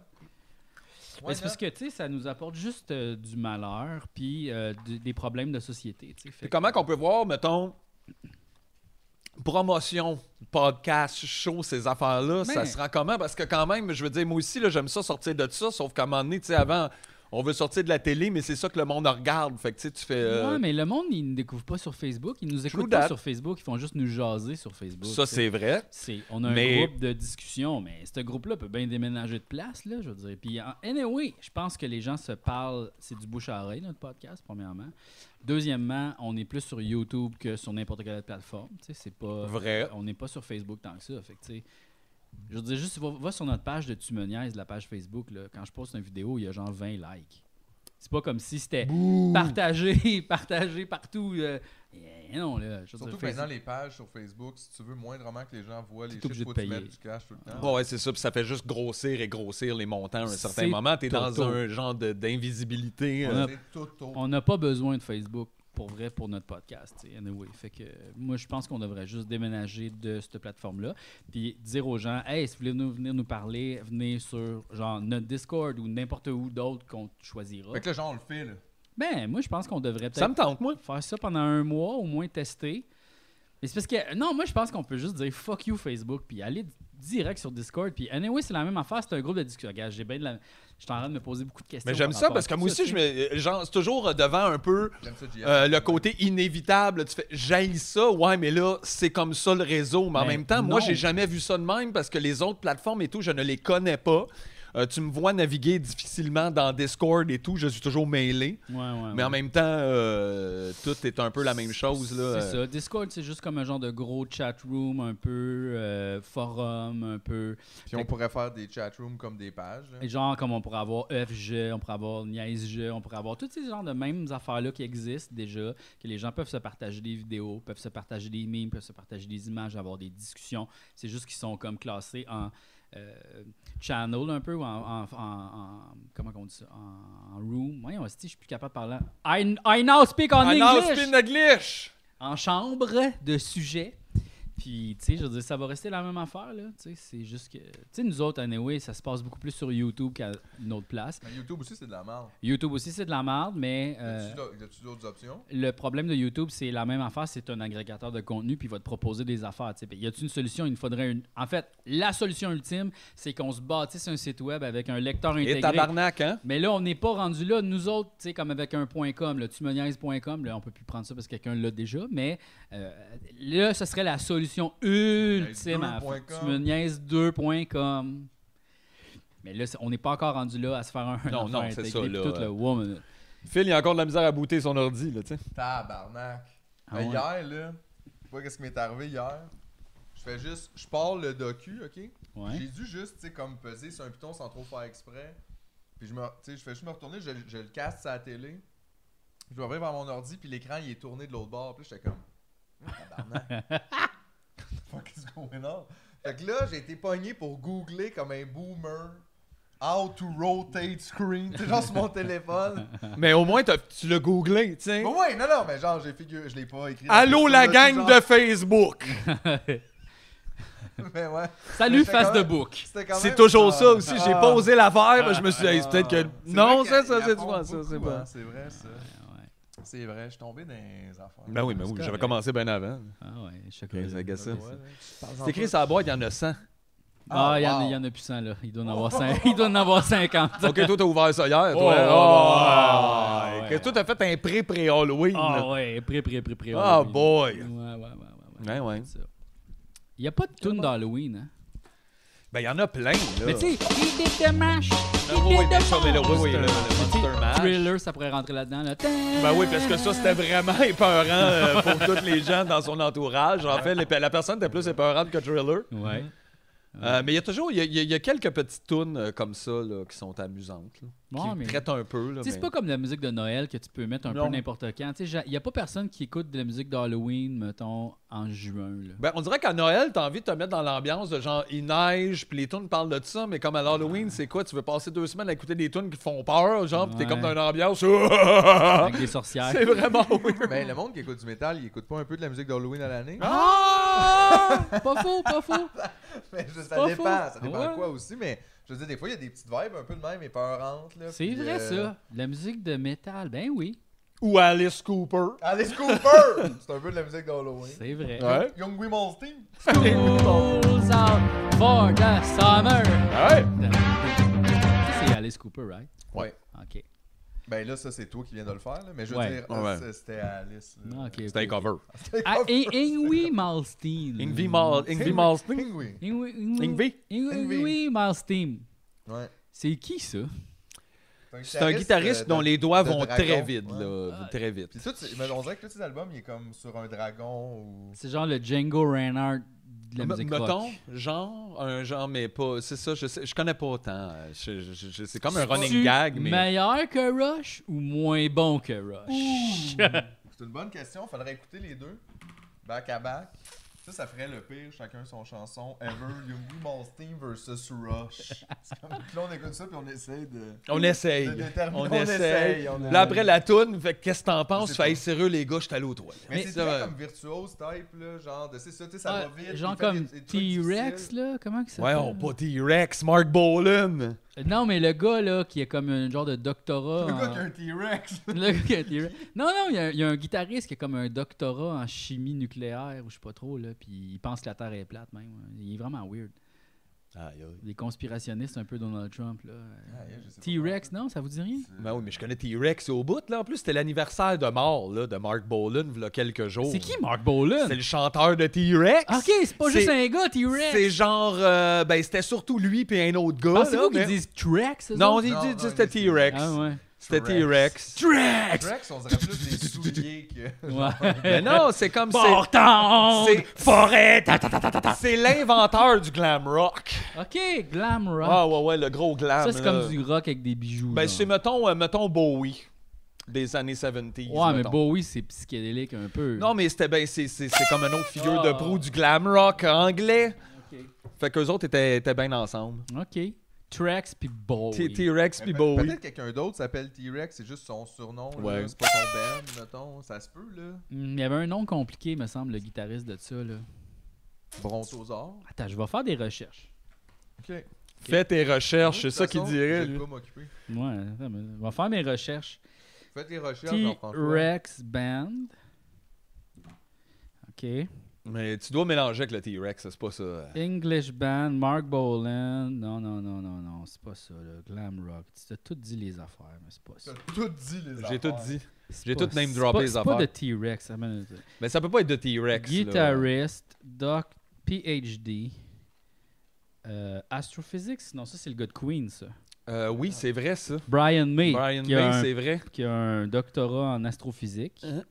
Speaker 2: Mais c'est parce que, tu sais, ça nous apporte juste euh, du malheur, puis euh, du- des problèmes de société. tu sais. Fait
Speaker 3: Puis
Speaker 2: que-
Speaker 3: comment qu'on peut voir, mettons, promotion, podcast, show, ces affaires-là,
Speaker 2: Mais-
Speaker 3: ça se rend comment? Parce que quand même, je veux dire, moi aussi, là, j'aime ça sortir de ça, sauf qu'à un moment donné, tu sais, avant, on veut sortir de la télé, mais c'est ça que le monde regarde. Fait que tu sais, tu fais... euh,
Speaker 2: Ouais, mais le monde, il ne découvre pas sur Facebook. Ils nous écoutent
Speaker 3: True
Speaker 2: pas
Speaker 3: that.
Speaker 2: sur Facebook. Ils font juste nous jaser sur Facebook.
Speaker 3: ça,
Speaker 2: tu sais.
Speaker 3: c'est vrai.
Speaker 2: C'est- on a un
Speaker 3: Mais-
Speaker 2: groupe de discussion, mais ce groupe-là peut bien déménager de place, là, je veux dire. Puis, en- anyway, je pense que les gens se parlent, c'est du bouche à oreille, notre podcast, premièrement. Deuxièmement, on est plus sur YouTube que sur n'importe quelle autre plateforme. Tu sais, c'est pas...
Speaker 3: Vrai.
Speaker 2: On n'est pas sur Facebook tant que ça, fait que, tu sais, Je veux dire, juste, va, va sur notre page de Tu me niaises, la page Facebook, là, quand je poste une vidéo, il y a genre 20 likes. C'est pas comme si c'était partagé, partagé partout. euh, eh, non, là. Je veux
Speaker 1: Surtout
Speaker 2: dire,
Speaker 1: que maintenant,
Speaker 2: Facebook-
Speaker 1: les pages sur Facebook, si tu veux moindrement que les gens voient les
Speaker 2: T'es obligé
Speaker 1: chiffres, faut
Speaker 2: de
Speaker 1: que tu
Speaker 2: payer.
Speaker 1: mettes du cash tout le temps.
Speaker 3: Ouais, ouais, c'est ça. Puis ça fait juste grossir et grossir les montants à un certain
Speaker 2: C'est
Speaker 3: moment. T'es dans
Speaker 2: toto.
Speaker 3: un genre de- d'invisibilité.
Speaker 2: On a-
Speaker 3: euh.
Speaker 1: C'est tout au-
Speaker 2: On n'a pas besoin de Facebook pour vrai pour notre podcast. tu sais, Anyway, fait que euh, moi je pense qu'on devrait juste déménager de cette plateforme là, puis dire aux gens, hey, si vous voulez nous, venir nous parler, venez sur genre notre Discord ou n'importe où d'autre qu'on choisira.
Speaker 1: Fait que là, genre, on le fait, là.
Speaker 2: Ben moi je pense qu'on devrait
Speaker 3: Ça me
Speaker 2: peut-être
Speaker 3: tente, moi.
Speaker 2: faire ça pendant un mois au moins tester. Mais c'est parce que non, moi je pense qu'on peut juste dire fuck you Facebook puis aller direct sur Discord puis anyway c'est la même affaire, c'est un groupe de discussion. Regarde, j'ai bien de la, je suis en train de me poser beaucoup de questions.
Speaker 3: Mais j'aime
Speaker 2: par
Speaker 3: ça
Speaker 2: rapport à
Speaker 3: parce que
Speaker 2: tout
Speaker 3: moi aussi,
Speaker 2: tu
Speaker 3: je
Speaker 2: sais.
Speaker 3: me. Genre, c'est toujours euh, devant un peu.
Speaker 1: J'aime ça, JF.
Speaker 3: Euh, le côté inévitable, tu fais j'haïs ça, ouais, mais là, c'est comme ça le réseau. Mais en
Speaker 2: Mais
Speaker 3: même temps, moi,
Speaker 2: non.
Speaker 3: j'ai jamais vu ça de même parce que les autres plateformes et tout, je ne les connais pas. Euh, tu me vois naviguer difficilement dans Discord et tout, je suis toujours mêlé.
Speaker 2: Ouais, ouais,
Speaker 3: Mais en
Speaker 2: ouais.
Speaker 3: même temps, euh, tout est un peu la même chose. Là. euh.
Speaker 2: C'est ça. Discord, c'est juste comme un genre de gros chat room, un peu euh, forum, un peu.
Speaker 1: Puis on pourrait faire des chatrooms comme des pages. là.
Speaker 2: Et Genre comme on pourrait avoir FG, on pourrait avoir NiaiseG, on pourrait avoir tous ces genres de mêmes affaires-là qui existent déjà, que les gens peuvent se partager des vidéos, peuvent se partager des memes, peuvent se partager des images, avoir des discussions. C'est juste qu'ils sont comme classés en euh, channel un peu, ou en, en- en- en- comment on dit ça, en, en room. Voyons, hostie, je suis plus capable de parler. I, I now speak on
Speaker 3: Ah non,
Speaker 2: English!
Speaker 3: spin the glitch!
Speaker 2: en chambre de sujet. Puis, tu sais, je veux dire, ça va rester la même affaire, là. Tu sais, c'est juste que. Tu sais, nous autres, anyway, ça se passe beaucoup plus sur YouTube qu'à une autre place.
Speaker 1: Mais YouTube aussi, c'est de la merde.
Speaker 2: YouTube aussi, c'est de la merde, mais.
Speaker 1: Y
Speaker 2: euh,
Speaker 1: a-tu d'autres- Y a-tu d'autres options?
Speaker 2: le problème de YouTube, c'est la même affaire, c'est un agrégateur de contenu, puis il va te proposer des affaires. tu sais. Puis Y a-t-il une solution Il nous faudrait une. En fait, la solution ultime, c'est qu'on se bâtisse un site web avec un lecteur intégré.
Speaker 3: Et tabarnak, hein?
Speaker 2: Mais là, on n'est pas rendu là. Nous autres, tu sais, comme avec un point .com, le tumoniaise.com, là, on peut plus prendre ça parce que quelqu'un l'a déjà, mais euh, là, ce serait la solution ultime à
Speaker 1: Tumoniaise2.com.
Speaker 2: tumoniaise2.com. Mais là, c'est- on n'est pas encore rendu là à se faire un
Speaker 3: Non,
Speaker 2: affaire
Speaker 3: non, c'est
Speaker 2: intégrée,
Speaker 3: ça,
Speaker 2: puis
Speaker 3: là,
Speaker 2: Tout
Speaker 3: euh,
Speaker 2: le woman.
Speaker 3: Phil, il a encore de la misère à booter son ordi, là, tu sais.
Speaker 1: Tabarnak.
Speaker 2: Ah
Speaker 1: Mais
Speaker 2: ouais.
Speaker 1: hier, là, je sais pas qu'est-ce qui m'est arrivé hier. Je fais juste, je pars le docu, ok?
Speaker 2: Ouais.
Speaker 1: J'ai dû juste, tu sais, comme peser sur un piton sans trop faire exprès. Puis je me, tu sais, je fais juste me retourner, je, je le casse sur la télé. Je me reviens vers mon ordi, puis l'écran, il est tourné de l'autre bord. Puis là, j'étais comme, Hum, tabarnak. What the fuck is going on? Fait que là, j'ai été pogné pour googler comme un boomer. How to rotate screen, tu sais, genre sur mon téléphone.
Speaker 3: Mais au moins, t'as- tu l'as googlé, tu sais.
Speaker 1: Mais ouais, non, non, mais genre, j'ai figuré, je l'ai pas écrit. dans
Speaker 3: Allô,
Speaker 1: le
Speaker 3: la
Speaker 1: texte, là,
Speaker 3: gang
Speaker 1: tout
Speaker 3: de Facebook!
Speaker 1: genre. Mais ouais.
Speaker 2: Salut,
Speaker 1: Mais c'est
Speaker 2: face
Speaker 1: quand
Speaker 2: de
Speaker 1: même-
Speaker 2: book.
Speaker 1: C'était quand
Speaker 3: C'est
Speaker 1: même-
Speaker 3: toujours
Speaker 1: Ah.
Speaker 3: ça aussi. J'ai
Speaker 1: Ah.
Speaker 3: posé l'affaire, mais je me suis dit, hey, c'est peut-être
Speaker 1: Ah.
Speaker 3: que.
Speaker 1: C'est
Speaker 3: Non,
Speaker 1: vrai
Speaker 3: ça,
Speaker 1: qu'il
Speaker 3: ça,
Speaker 1: y a-
Speaker 3: c'est
Speaker 1: il y a
Speaker 3: pas ça,
Speaker 1: beaucoup,
Speaker 3: c'est
Speaker 1: hein,
Speaker 3: pas.
Speaker 1: C'est vrai, ça.
Speaker 2: ouais.
Speaker 1: C'est vrai, je suis tombé dans les affaires.
Speaker 3: Ben oui, mais oui,
Speaker 2: correct.
Speaker 3: j'avais commencé bien avant.
Speaker 2: Ah ouais, je suis
Speaker 3: Ok, ça
Speaker 2: curieux.
Speaker 3: gâte ça.
Speaker 1: Ouais, ouais.
Speaker 3: C'est écrit sur la boîte, il y en a 100.
Speaker 2: Ah, il y, en a-
Speaker 1: wow.
Speaker 2: il y en a plus 100, là. Il doit en avoir, cin- il doit en avoir 50.
Speaker 3: Ok, toi, t'as ouvert ça hier, toi.
Speaker 2: Oh,
Speaker 3: Ah,
Speaker 2: ouais, ouais.
Speaker 3: Que toi, t'as fait un pré-pré-Halloween.
Speaker 2: Ah
Speaker 3: là.
Speaker 2: ouais, pré, pré, pré, pré.
Speaker 3: Ah,
Speaker 2: Halloween.
Speaker 3: boy.
Speaker 2: Ouais, ouais, ouais. ouais,
Speaker 3: Ben ouais.
Speaker 2: Ça. Il n'y a pas de tune d'Halloween, hein?
Speaker 3: Ben, il y en a plein, là.
Speaker 2: Mais tu sais, il était mash,
Speaker 3: Ah, oui, oui, bien sûr, mais là, oui, oui, le- le Monster Mash.
Speaker 2: Thriller, ça pourrait rentrer là-dedans. Là.
Speaker 3: Ben oui, parce que ça, c'était vraiment épeurant euh, pour tous les gens dans son entourage. En fait, les- la personne était plus épeurante que Thriller.
Speaker 2: Ouais.
Speaker 3: Euh, mais il y a toujours il y a, il y a- il y a quelques petites tunes euh, comme ça là, qui sont amusantes, là,
Speaker 2: Ouais,
Speaker 3: qui
Speaker 2: mais-
Speaker 3: traitent un peu. Là,
Speaker 2: Tu sais, c'est
Speaker 3: mais-
Speaker 2: pas comme la musique de Noël que tu peux mettre un
Speaker 3: Non.
Speaker 2: peu n'importe quand. Tu sais, il n'y a pas personne qui écoute de la musique d'Halloween, mettons, en juin. Là.
Speaker 3: Ben, on dirait qu'à Noël, t'as envie de te mettre dans l'ambiance de genre il neige, puis les tunes parlent de ça, mais comme à l'Halloween, c'est quoi Tu veux passer deux semaines à écouter des tunes qui te font peur, genre, puis t'es
Speaker 2: Ouais.
Speaker 3: comme dans une ambiance.
Speaker 2: Avec des sorcières.
Speaker 3: Ah! c'est vraiment weird.
Speaker 1: Ben, Mais le monde qui écoute du métal, il écoute pas un peu de la musique d'Halloween à l'année?
Speaker 3: Ah! Ah!
Speaker 2: Pas faux, pas faux.
Speaker 1: Mais je- ça
Speaker 2: pas
Speaker 1: dépend,
Speaker 2: faux.
Speaker 1: ça dépend de
Speaker 2: Ouais.
Speaker 1: quoi aussi, mais je veux dire, des fois, il y a des petites vibes un peu de même épeurantes. là,
Speaker 2: C'est
Speaker 1: puis,
Speaker 2: vrai,
Speaker 1: euh,
Speaker 2: ça. La musique de métal, ben oui.
Speaker 3: Ou Alice Cooper.
Speaker 1: Alice Cooper! C'est un peu de la musique d'Halloween.
Speaker 2: C'est vrai.
Speaker 3: Ouais.
Speaker 1: Young Wee Malstein?
Speaker 2: School's out for the summer.
Speaker 3: Ouais.
Speaker 2: Ça, C'est Alice Cooper, right?
Speaker 1: Ouais.
Speaker 2: Ok.
Speaker 1: Ben là, ça, c'est toi qui viens de le faire, là, mais je veux
Speaker 2: Ouais.
Speaker 1: dire,
Speaker 3: Ouais, ouais.
Speaker 1: ça, c'était Alice. là.
Speaker 2: Non, ok, ok.
Speaker 3: C'était un cover.
Speaker 2: Ah, In- Ingwie Malstein.
Speaker 3: Ingvi Mal- Ingvi Malstein.
Speaker 1: Ingwie.
Speaker 2: Ingwie.
Speaker 3: Ingvi.
Speaker 2: Ingwie. Ingwie Malstein.
Speaker 1: Ouais.
Speaker 2: C'est qui ça?
Speaker 3: C'est un guitariste
Speaker 1: euh,
Speaker 3: dont
Speaker 1: de-
Speaker 3: les doigts
Speaker 1: de
Speaker 3: vont
Speaker 1: dragon,
Speaker 3: très vite,
Speaker 1: ouais.
Speaker 3: là.
Speaker 2: Ah.
Speaker 3: Très vite.
Speaker 1: Puis tout, c'est- mais on dirait que tous ces albums, il est comme sur un dragon ou.
Speaker 2: C'est genre le Django Reinhardt de la
Speaker 3: Me-
Speaker 2: musique
Speaker 3: mettons,
Speaker 2: rock.
Speaker 3: genre, un genre, mais pas. C'est ça, je, sais, je connais pas autant. Je- je- je- C'est comme un
Speaker 2: Tu
Speaker 3: running gag, mais.
Speaker 2: Meilleur que Rush ou moins bon que Rush?
Speaker 1: C'est une bonne question, faudrait écouter les deux, back à back. Ça, ça ferait le pire, chacun son chanson, Ever, Young Malstein versus Rush. C'est comme, puis là, on écoute ça, puis on essaie de.
Speaker 3: On essaye.
Speaker 1: De déterminer-
Speaker 3: On
Speaker 1: on
Speaker 3: essaye.
Speaker 1: essaye, on
Speaker 3: Là,
Speaker 1: essaye.
Speaker 3: après la toune, fait que qu'est-ce que t'en penses?
Speaker 1: sais
Speaker 3: Fait
Speaker 1: pas.
Speaker 3: hey, sérieux, les gars, je suis allé aux toilettes.
Speaker 1: Mais c'est
Speaker 3: Ça
Speaker 1: très
Speaker 3: va.
Speaker 1: comme virtuose type, là, genre, de, c'est ça, tu sais, ça
Speaker 2: Ah,
Speaker 1: va vite.
Speaker 2: genre
Speaker 1: il fait
Speaker 2: comme
Speaker 1: des- des trucs
Speaker 2: T-Rex,
Speaker 1: difficiles.
Speaker 2: là? Comment que ça
Speaker 3: Ouais, on pas T-Rex, Mark Bolan.
Speaker 2: Non, mais le gars, là, qui est comme un genre de doctorat.
Speaker 1: Le gars
Speaker 2: en-
Speaker 1: qui a un T-Rex.
Speaker 2: Le gars qui a un T-Rex. Non, non, il y, a, il y a un guitariste qui a comme un doctorat en chimie nucléaire, ou je sais pas trop, là, puis il pense que la Terre est plate, même. Il est vraiment weird.
Speaker 3: Aïe, aïe.
Speaker 2: Des conspirationnistes un peu Donald Trump, là.
Speaker 1: Ah, yeah, je sais pas.
Speaker 2: T-Rex, non, ça vous dit rien?
Speaker 3: Ben oui, mais je connais T-Rex au bout, là. En plus, c'était l'anniversaire de mort, là, de Mark Bolan, il y a quelques jours.
Speaker 2: C'est qui Mark Bolan?
Speaker 3: Oh.
Speaker 2: Ah,
Speaker 3: C'est le chanteur de T-Rex.
Speaker 2: Ok, c'est pas juste un gars,
Speaker 3: C'est
Speaker 2: T-Rex.
Speaker 3: genre. euh, ben, c'était surtout lui puis un autre gars. là,
Speaker 2: Pensez-vous qu'ils
Speaker 3: mais-
Speaker 2: disent T-Rex? eux
Speaker 3: Non,
Speaker 2: autres?
Speaker 3: il
Speaker 1: Non,
Speaker 3: dit-
Speaker 1: non,
Speaker 3: dit- c'était
Speaker 1: il dit-
Speaker 3: T-Rex.
Speaker 2: Ah ouais.
Speaker 3: C'était T-Rex.
Speaker 2: T-Rex!
Speaker 1: T-Rex, on dirait plus des souliers que.
Speaker 2: Ouais.
Speaker 3: Mais non, c'est comme Ben, c'est-
Speaker 2: Portante!
Speaker 3: c'est.
Speaker 4: Forêt! Ta, ta, ta, ta, ta, ta.
Speaker 3: C'est l'inventeur du glam rock.
Speaker 2: Ok, glam rock.
Speaker 3: Ah ouais ouais, le gros glam.
Speaker 2: ça, c'est
Speaker 3: là.
Speaker 2: comme du rock avec des bijoux.
Speaker 3: Ben
Speaker 2: là.
Speaker 3: c'est mettons euh, mettons Bowie des années 70.
Speaker 2: Ouais, mais
Speaker 3: mettons.
Speaker 2: Bowie, c'est psychédélique un peu.
Speaker 3: Non mais c'était ben c'est c'est c'est comme une autre figure de
Speaker 2: Ah.
Speaker 3: proue du glam rock anglais.
Speaker 2: Ok.
Speaker 3: Fait qu'eux autres étaient, étaient bien ensemble.
Speaker 2: Ok. T-Rex puis
Speaker 3: T-
Speaker 2: Bowie.
Speaker 3: T-Rex puis
Speaker 1: Pe-
Speaker 3: Bowie.
Speaker 1: Peut-être quelqu'un d'autre s'appelle T-Rex, c'est juste son surnom. là,
Speaker 3: Ouais.
Speaker 1: C'est pas son band, mettons. Ça se peut, là.
Speaker 2: Hmm, Il y avait un nom compliqué, me semble, le guitariste de ça. Là.
Speaker 1: Brontosaure.
Speaker 2: Attends, je vais faire des recherches.
Speaker 1: Ok.
Speaker 3: Fais tes recherches, c'est
Speaker 1: De toute
Speaker 3: ça qu'il
Speaker 1: façon,
Speaker 3: dirait.
Speaker 1: j'ai de
Speaker 3: lui.
Speaker 1: quoi m'occuper.
Speaker 2: Ouais, attends, mais je vais faire mes recherches.
Speaker 1: Faites les recherches, Jean-François.
Speaker 2: T-Rex Band. Ok.
Speaker 3: Mais tu dois mélanger avec le T-Rex, c'est pas ça.
Speaker 2: English Band, Mark Bolan. Non, non, non, non, non, c'est pas ça, là. Glam rock. Tu as tout dit les affaires, mais c'est pas ça.
Speaker 1: T'as tout dit, les
Speaker 3: J'ai tout
Speaker 1: affaires.
Speaker 3: dit.
Speaker 2: C'est
Speaker 3: J'ai
Speaker 2: pas-
Speaker 3: tout name
Speaker 2: c'est
Speaker 3: droppé
Speaker 2: pas-
Speaker 3: les
Speaker 2: C'est pas de
Speaker 3: affaires.
Speaker 2: T-Rex. ça m'a-
Speaker 3: Mais ça peut pas être de T-Rex. là.
Speaker 2: Guitariste, doc, PhD, euh, astrophysics. Non, ça c'est le gars de Queen, ça.
Speaker 3: Euh, oui, c'est vrai ça.
Speaker 2: Brian May,
Speaker 3: Brian
Speaker 2: qui, a
Speaker 3: May,
Speaker 2: un-
Speaker 3: c'est vrai.
Speaker 2: qui a un doctorat en astrophysique.
Speaker 3: Hein?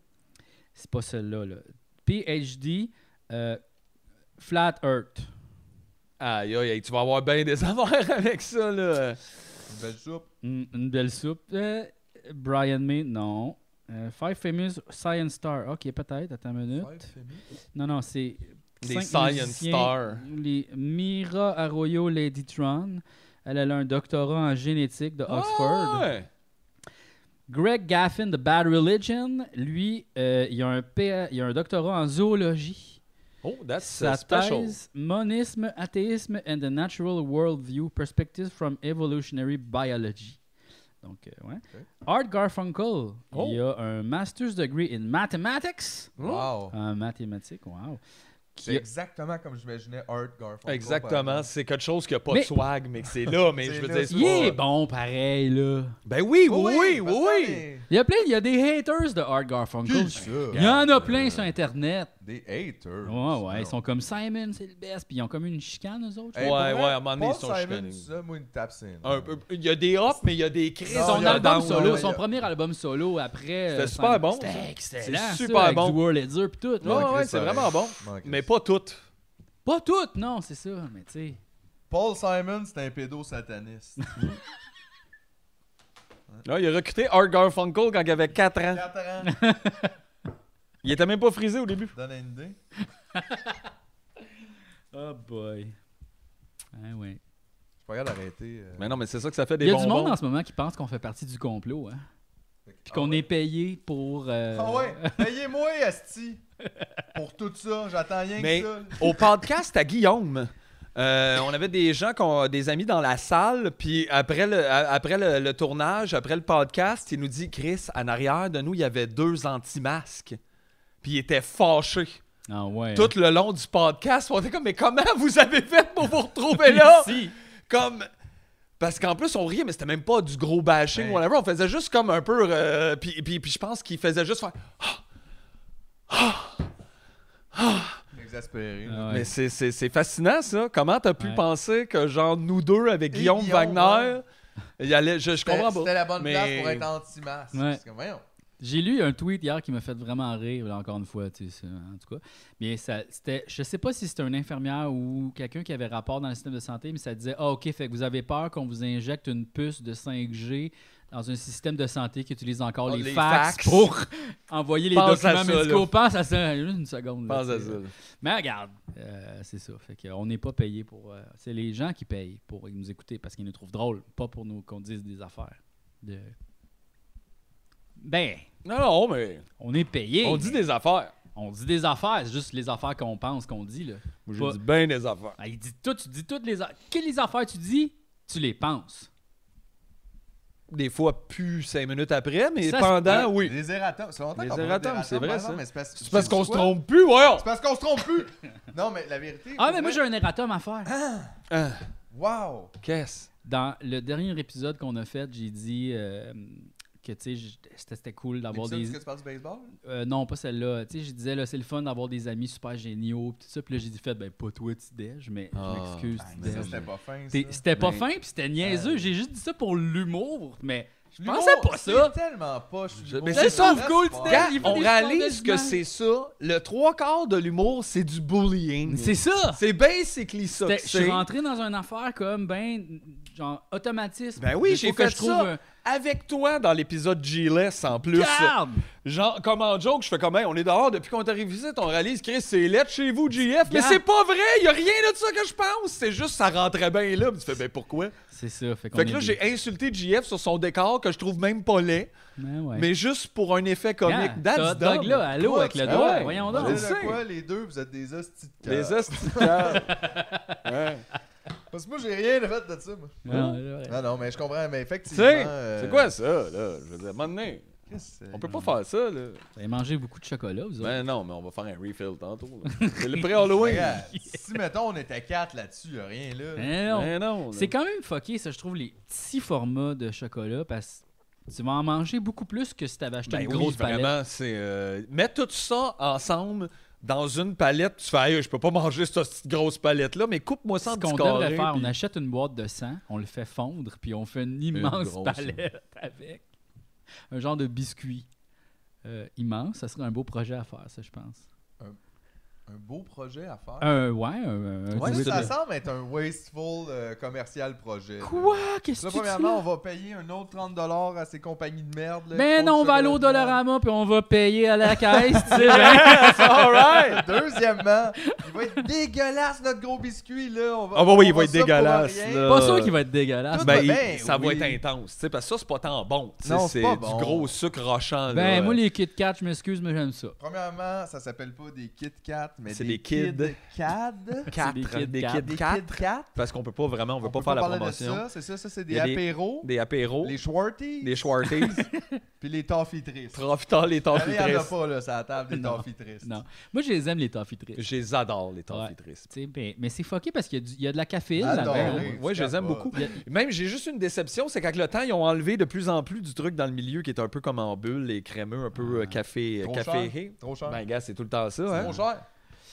Speaker 2: C'est pas celle-là. là. PhD, euh, Flat Earth.
Speaker 3: Aïe, aïe, aïe, tu vas avoir bien des affaires avec ça, là.
Speaker 1: Une belle soupe.
Speaker 2: Mm, une belle soupe. Euh, Brian May, non. Euh, Five Famous Science Star. Ok, peut-être. Attends une minute.
Speaker 1: Ouais, Femi.
Speaker 2: Non, non, c'est.
Speaker 3: Les
Speaker 2: cinq
Speaker 3: Science
Speaker 2: musiciens,
Speaker 3: Stars.
Speaker 2: Les Mira Arroyo Lady Tron. Elle elle a un doctorat en génétique de Oxford.
Speaker 3: Ah, Ouais.
Speaker 2: Greg Gaffin de Bad Religion, lui, euh, il, a un PA il a un doctorat en zoologie.
Speaker 3: Oh, that's
Speaker 2: Sa
Speaker 3: uh, special.
Speaker 2: thèse, Monisme, Athéisme and the Natural Worldview Perspectives from Evolutionary Biology. Donc, euh, ouais.
Speaker 1: Ok.
Speaker 2: Art Garfunkel,
Speaker 3: Oh.
Speaker 2: il a un master's degree in mathematics. Ah,
Speaker 1: Wow.
Speaker 2: En mathématiques, wow.
Speaker 1: C'est exactement comme j'imaginais Art Garfunkel. par
Speaker 3: Exactement,
Speaker 1: exemple.
Speaker 3: c'est quelque chose qui a pas
Speaker 2: Mais-
Speaker 3: de swag, mais que c'est là, mais je
Speaker 1: C'est
Speaker 3: veux dire...
Speaker 1: là.
Speaker 3: c'est
Speaker 2: Il est
Speaker 3: pas-
Speaker 2: bon pareil, là.
Speaker 3: Ben oui, oui, oui, oui,
Speaker 1: parce que
Speaker 3: oui.
Speaker 1: les-
Speaker 2: Il y a plein, il y a des haters de Art Garfunkel. Il y en a plein sur Internet.
Speaker 1: Des haters.
Speaker 2: Ouais, ouais, ils sont comme Simon, c'est le best, puis ils ont comme une chicane, eux autres.
Speaker 1: Hey,
Speaker 3: Ouais,
Speaker 1: pour vrai,
Speaker 3: ouais, à un moment donné, ils
Speaker 1: Paul
Speaker 3: sont
Speaker 1: Simon,
Speaker 3: chicanés.
Speaker 1: tout ça, moi, une tape scène.
Speaker 3: Un peu- Il y a des ups, mais il y a des crises.
Speaker 1: Non,
Speaker 2: Son
Speaker 1: il y a
Speaker 2: album
Speaker 1: Down,
Speaker 2: solo,
Speaker 1: ouais,
Speaker 2: son
Speaker 1: ouais.
Speaker 2: premier album solo après.
Speaker 3: C'était
Speaker 2: euh,
Speaker 3: super
Speaker 2: Simon-
Speaker 3: bon, ça.
Speaker 2: C'était excellent.
Speaker 3: C'est
Speaker 2: ça,
Speaker 3: super
Speaker 2: avec
Speaker 3: bon.
Speaker 2: Du World Ledger puis tout. là.
Speaker 3: Ouais, ouais,
Speaker 1: Chris,
Speaker 3: c'est
Speaker 1: ouais.
Speaker 3: vraiment bon.
Speaker 1: Ouais, Chris.
Speaker 3: Mais pas toutes.
Speaker 2: Pas toutes, non, c'est ça. Mais tu sais,
Speaker 1: Paul Simon, c'est un pédo sataniste.
Speaker 3: Là, il a recruté Art Garfunkel quand il avait 4 ans.
Speaker 1: 4 ans.
Speaker 3: Il était même pas frisé au début.
Speaker 1: Donne une idée.
Speaker 2: oh boy. Ah ouais.
Speaker 1: Je suis pas capable d'arrêter. euh,
Speaker 3: Mais non, mais c'est ça que ça fait des
Speaker 2: Il y a du
Speaker 3: bonbons.
Speaker 2: monde en ce moment qui pense qu'on fait partie du complot. Hein. Puis qu'on
Speaker 1: Ah ouais.
Speaker 2: est payé pour. euh,
Speaker 1: Ah ouais, payez-moi, Asti, pour tout ça. J'attends rien
Speaker 3: Mais-
Speaker 1: que ça.
Speaker 3: au podcast à Guillaume. euh, on avait des gens, qu'on- des amis dans la salle, puis après, le, a- après le, le tournage, après le podcast, il nous dit Chris, en arrière de nous, il y avait deux anti-masques. Puis il était fâché.
Speaker 2: Ah ouais.
Speaker 3: Tout le long du podcast, on était comme Mais comment vous avez fait pour vous retrouver là
Speaker 2: Ici.
Speaker 3: Comme. Parce qu'en plus, on riait, mais c'était même pas du gros bashing,
Speaker 1: Ouais.
Speaker 3: whatever. On faisait juste comme un peu. euh, puis, puis, puis je pense qu'il faisait juste faire.
Speaker 1: Exaspéré.
Speaker 2: Ah ouais.
Speaker 3: Mais c'est- c'est c'est fascinant, ça. Comment t'as pu
Speaker 2: Ouais.
Speaker 3: penser que, genre, nous deux, avec
Speaker 1: Et
Speaker 3: Guillaume,
Speaker 1: Guillaume,
Speaker 3: Wagner, il allait, je, je
Speaker 1: C'était
Speaker 3: comprends
Speaker 1: c'était
Speaker 3: pas.
Speaker 1: la bonne
Speaker 3: Mais-
Speaker 1: place pour être anti-masque.
Speaker 2: Ouais.
Speaker 1: Parce que, voyons.
Speaker 2: J'ai lu un tweet hier qui m'a fait vraiment rire, là, encore une fois, tu sais, ça, en tout cas. Mais ça, c'était, je sais pas si c'était une infirmière ou quelqu'un qui avait rapport dans le système de santé, mais ça disait, ah ok, fait que vous avez peur qu'on vous injecte une puce de 5G dans un système de santé qui utilise encore
Speaker 3: Ah,
Speaker 2: les,
Speaker 3: les
Speaker 2: fax,
Speaker 3: fax.
Speaker 2: pour envoyer les
Speaker 3: Pense à
Speaker 2: documents
Speaker 3: ça,
Speaker 2: médicaux.
Speaker 3: là.
Speaker 2: Pense à ça, juste une seconde. là,
Speaker 3: Pense à
Speaker 2: tu sais.
Speaker 3: ça.
Speaker 2: Mais regarde, euh, c'est ça. Fait que, euh, on n'est pas payé pour. euh, c'est les gens qui payent pour nous écouter parce qu'ils nous trouvent drôles, pas pour nous qu'on dise des affaires. De... Ben,
Speaker 3: Non, non, mais
Speaker 2: on est payé.
Speaker 3: on dit des affaires.
Speaker 2: On dit des affaires, c'est juste les affaires qu'on pense qu'on dit. Là.
Speaker 3: Moi,
Speaker 2: Pas-
Speaker 3: je dis bien des affaires.
Speaker 2: Ah, il dit tout, tu dis toutes les affaires. Quelles affaires tu dis Tu les penses.
Speaker 3: Des fois, plus cinq minutes après, mais
Speaker 2: Ça, c'est-
Speaker 3: pendant, oui.
Speaker 1: Les erratums. C'est longtemps
Speaker 3: Les
Speaker 1: qu'on parle
Speaker 3: erratums,
Speaker 1: des
Speaker 3: c'est vrai,
Speaker 1: par
Speaker 3: ça.
Speaker 1: exemple, mais C'est parce,
Speaker 3: C'est parce qu'on se
Speaker 1: quoi?
Speaker 3: trompe plus, ouais.
Speaker 1: C'est parce qu'on se trompe plus. non, mais la vérité.
Speaker 2: Ah,
Speaker 1: pour
Speaker 2: mais moi,
Speaker 1: vrai-
Speaker 2: j'ai un erratum à faire.
Speaker 3: Hein?
Speaker 1: Wow!
Speaker 3: Qu'est-ce?
Speaker 2: Dans le dernier épisode qu'on a fait, j'ai dit euh, que tu sais, j- c'était c'était cool d'avoir
Speaker 1: L'épisode
Speaker 2: des.
Speaker 1: où est-ce que tu parles du baseball?
Speaker 2: Euh, non, pas celle-là. Tu sais, je disais, là, c'est le fun d'avoir des amis super géniaux, pis tout ça. Puis là, j'ai dit, fait, ben, pas toi, Tidej, mais
Speaker 3: Ah,
Speaker 2: je m'excuse,
Speaker 1: Ah,
Speaker 2: Tidej.
Speaker 1: ça, c'était pas fin.
Speaker 2: T'es-
Speaker 1: ça.
Speaker 2: C'était pas
Speaker 3: Mais-
Speaker 2: fin, puis c'était
Speaker 3: euh,
Speaker 2: niaiseux. J'ai juste dit ça pour l'humour, mais je
Speaker 1: L'humour,
Speaker 2: pensais pas
Speaker 1: c'est
Speaker 2: ça.
Speaker 1: tellement pas. je suis
Speaker 3: Je-
Speaker 1: l'humour.
Speaker 3: mais
Speaker 2: c'est ça,
Speaker 1: Là,
Speaker 2: cool,
Speaker 1: c'est
Speaker 2: tu
Speaker 1: pas-
Speaker 2: t'es-
Speaker 3: Quand
Speaker 2: il fait
Speaker 3: on
Speaker 2: des
Speaker 3: réalise
Speaker 2: sondages
Speaker 3: que
Speaker 2: humains.
Speaker 3: c'est ça, le trois quarts de l'humour, c'est du bullying.
Speaker 2: C'est ça!
Speaker 3: C'est basically ça.
Speaker 2: C'était-
Speaker 3: que
Speaker 2: Je
Speaker 3: c'est.
Speaker 2: suis rentré dans une affaire comme, ben, genre, automatisme.
Speaker 3: Ben oui,
Speaker 2: Il
Speaker 3: j'ai
Speaker 2: faut que
Speaker 3: fait
Speaker 2: je trouve
Speaker 3: ça.
Speaker 2: un-
Speaker 3: Avec toi dans l'épisode Gilles en plus.
Speaker 2: Garde!
Speaker 3: Genre, comme en joke, je fais comme, Hey, on est dehors depuis qu'on est arrivé ici, on réalise, Chris, c'est lettre chez vous, GF. Mais
Speaker 2: Gars.
Speaker 3: c'est pas vrai, y a rien de ça que je pense. C'est juste, ça rentrait bien là. Puis tu fais, ben pourquoi?
Speaker 2: C'est ça, fait qu'on
Speaker 3: Fait que
Speaker 2: est
Speaker 3: là,
Speaker 2: des-
Speaker 3: j'ai insulté GF sur son décor que je trouve même pas laid,
Speaker 2: Ben ouais.
Speaker 3: mais juste pour un effet comique.
Speaker 2: Gars,
Speaker 3: That's
Speaker 2: Todd Dog,
Speaker 3: dumb.
Speaker 2: là, allô,
Speaker 3: Toi,
Speaker 2: avec le
Speaker 3: tu-
Speaker 2: doigt,
Speaker 3: Ah ouais.
Speaker 2: voyons
Speaker 1: Vous
Speaker 2: donc.
Speaker 3: Je
Speaker 1: êtes
Speaker 3: le
Speaker 1: de
Speaker 3: sais.
Speaker 1: quoi, les deux, vous êtes des hosties de cœur.
Speaker 3: Les asticables. Ouais.
Speaker 1: Parce que moi, j'ai rien fait de ça, moi.
Speaker 2: Non, Ah, ouais.
Speaker 3: Ah.
Speaker 1: Non, non, mais je comprends, mais
Speaker 3: Tu
Speaker 1: effectivement.
Speaker 3: sais,
Speaker 1: euh,
Speaker 3: c'est quoi ça, là? Je veux dire, à un moment donné,
Speaker 1: qu'est-ce que c'est?
Speaker 3: on peut pas
Speaker 2: Mm.
Speaker 3: faire ça, là.
Speaker 2: Vous avez mangé beaucoup de chocolat, vous autres.
Speaker 3: Ben non, mais on va faire un refill tantôt. là. C'est le pré-Halloween.
Speaker 1: Regarde, Si, mettons, on était quatre là-dessus, y a rien là.
Speaker 2: Ben non.
Speaker 3: Ben non. là.
Speaker 2: C'est quand même fucké, ça, je trouve, les petits formats de chocolat, parce que tu vas en manger beaucoup plus que si t'avais acheté
Speaker 3: Ben
Speaker 2: une
Speaker 3: oui,
Speaker 2: grosse palette.
Speaker 3: vraiment, c'est... euh, mets tout ça ensemble dans une palette. Tu fais, Aïe, je peux pas manger cette petite grosse palette-là, mais coupe-moi ça
Speaker 2: Ce
Speaker 3: en
Speaker 2: qu'on
Speaker 3: petits
Speaker 2: devrait
Speaker 3: carrés.
Speaker 2: faire, on
Speaker 3: puis-
Speaker 2: achète une boîte de sang, on le fait fondre, puis on fait une immense
Speaker 3: grosse,
Speaker 2: palette avec un genre de biscuit euh, immense. Ça serait un beau projet à faire, ça, je pense.
Speaker 1: Un beau projet à faire.
Speaker 2: Un, Euh, ouais, un, un
Speaker 1: Ouais,
Speaker 2: dessert.
Speaker 1: ça semble être un wasteful euh, commercial projet. là.
Speaker 2: Quoi? Qu'est-ce
Speaker 1: Là,
Speaker 2: que tu dis
Speaker 1: premièrement,
Speaker 2: là?
Speaker 1: on va payer un autre 30$ à ces compagnies de merde. là, qui
Speaker 2: Ben
Speaker 1: font
Speaker 2: non,
Speaker 1: du
Speaker 2: on va aller au
Speaker 1: chocolat de merde.
Speaker 2: Dollarama, puis on va payer à la caisse, tu sais, ben.
Speaker 3: All right!
Speaker 1: Deuxièmement, il va être dégueulasse notre gros biscuit là. On va,
Speaker 3: Ah bah oui, il
Speaker 1: on
Speaker 3: va être
Speaker 1: ça pour
Speaker 3: dégueulasse.
Speaker 1: rien.
Speaker 3: là.
Speaker 2: Pas sûr qu'il va être dégueulasse.
Speaker 1: Tout
Speaker 3: Ben,
Speaker 1: va
Speaker 3: il-
Speaker 1: bien,
Speaker 3: ça
Speaker 1: oui.
Speaker 3: va être intense, tu sais, parce que ça, c'est pas tant bon. tu sais,
Speaker 1: Non, c'est
Speaker 3: c'est
Speaker 1: pas
Speaker 3: du
Speaker 1: bon.
Speaker 3: gros sucre rochant. là.
Speaker 2: Ben, moi, les Kit Kat, je m'excuse, mais j'aime ça.
Speaker 1: Premièrement, ça s'appelle pas des Kit Kat, mais
Speaker 3: C'est
Speaker 1: des,
Speaker 3: des Kid.
Speaker 1: Cad.
Speaker 2: C'est
Speaker 3: Quatre,
Speaker 2: des Kid
Speaker 3: des
Speaker 2: Kat.
Speaker 3: Kid
Speaker 1: Des
Speaker 3: Kat,
Speaker 1: Kit Kat.
Speaker 3: parce qu'on peut pas vraiment, on veut
Speaker 1: On
Speaker 3: pas
Speaker 1: peut
Speaker 3: faire la
Speaker 1: parler de
Speaker 3: promotion.
Speaker 1: ça, C'est ça, ça c'est
Speaker 3: Il
Speaker 1: des
Speaker 3: y a des-
Speaker 1: apéros,
Speaker 3: Des apéros,
Speaker 1: les Schwarties,
Speaker 3: des Schwarties,
Speaker 1: puis les Toffitrices.
Speaker 3: Trofitar, les
Speaker 1: Il y en a
Speaker 3: Toffitrices.
Speaker 1: pas là, ça la table des
Speaker 2: Non,
Speaker 1: Toffitrices.
Speaker 2: Non. Moi, je les aime, les toffee Treats.
Speaker 3: Je les adore, les Toffitrices.
Speaker 2: Tu sais, ben- mais c'est fucké parce qu'il y, a du- il y a de la caféine
Speaker 1: Adoré.
Speaker 2: là-dedans. hein.
Speaker 1: Ouais,
Speaker 3: Oui, je les aime
Speaker 1: capotes.
Speaker 3: beaucoup.
Speaker 2: Il y a-
Speaker 3: Même, j'ai juste une déception, c'est qu'avec le temps, ils ont enlevé de plus en plus du truc dans le milieu qui est un peu comme en bulle, les crémeux, un peu euh, café.
Speaker 1: Trop
Speaker 3: café
Speaker 1: cher. Trop cher.
Speaker 3: Ben, gars, c'est tout le temps ça.
Speaker 1: C'est
Speaker 3: Hein?
Speaker 1: trop cher.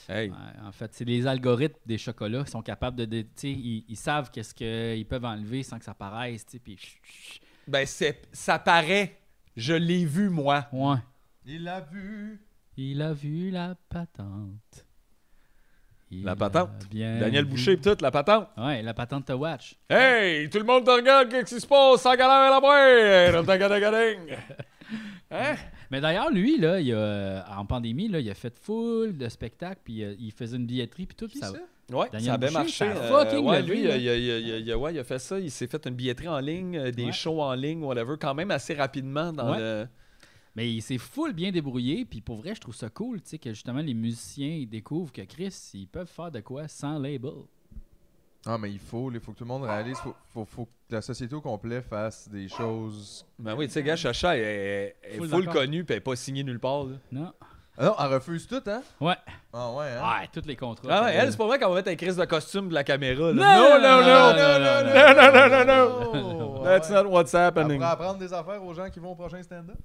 Speaker 3: Hey.
Speaker 2: Ouais, en fait, c'est les algorithmes des chocolats qui sont capables de. de- tu sais, ils, ils savent qu'est-ce qu'ils peuvent enlever sans que ça paraisse. tu sais, Puis. chut, chut.
Speaker 3: Ben, c'est, ça paraît. Je l'ai vu, moi.
Speaker 2: Ouais.
Speaker 1: Il l'a vu.
Speaker 2: Il a vu la patente. Il
Speaker 3: La patente?
Speaker 2: a bien
Speaker 3: Daniel
Speaker 2: vu.
Speaker 3: Boucher, pis tout, la patente.
Speaker 2: Ouais, la patente te watch.
Speaker 3: Hey, tout le monde te regarde, qu'est-ce qui se passe? Ça galère à la boire! Hein?
Speaker 2: Mais d'ailleurs, lui, là, il a- euh, en pandémie, là, il a fait full de spectacles, puis euh, il faisait une billetterie, puis tout. puis
Speaker 1: Qui
Speaker 2: ça-
Speaker 1: ça?
Speaker 3: Ouais,
Speaker 2: Daniel
Speaker 3: ça a bien
Speaker 2: Boucher,
Speaker 3: marché.
Speaker 2: ça a
Speaker 3: Euh,
Speaker 2: fucking
Speaker 3: ouais,
Speaker 2: levé,
Speaker 3: lui, il
Speaker 2: là.
Speaker 3: a, il a- il a- il a- il a- ouais, il a fait ça. Il s'est fait une billetterie en ligne, euh, des
Speaker 2: Ouais.
Speaker 3: shows en ligne, whatever, quand même assez rapidement dans
Speaker 2: Ouais.
Speaker 3: le.
Speaker 2: Mais il s'est full bien débrouillé, puis pour vrai, je trouve ça cool, tu sais, que justement, les musiciens, ils découvrent que Chris, ils peuvent faire de quoi sans label.
Speaker 1: Ah, mais il faut, il faut que tout le monde réalise, faut, faut, faut que la société au complet fasse des choses.
Speaker 3: Ben oui, tu sais, gars, Chacha elle- elle elle est
Speaker 2: Full
Speaker 3: full,
Speaker 2: d'accord.
Speaker 3: connue, puis elle n'est pas signée nulle part. là.
Speaker 2: Non?
Speaker 1: Ah non, elle refuse tout, hein?
Speaker 2: Ouais.
Speaker 1: Ah ouais, hein?
Speaker 2: Ouais, tous les contrats.
Speaker 3: Ah, ouais,
Speaker 2: t'as-
Speaker 3: elle, c'est pas vrai qu'on va mettre un crise de costume de la caméra.
Speaker 2: Non,
Speaker 3: Là. Non, non, non,
Speaker 2: non, non, non,
Speaker 3: non, non, non, non, non.
Speaker 1: non.
Speaker 3: That's not what's happening.
Speaker 1: Après, apprendre des affaires aux gens qui vont au prochain stand-up.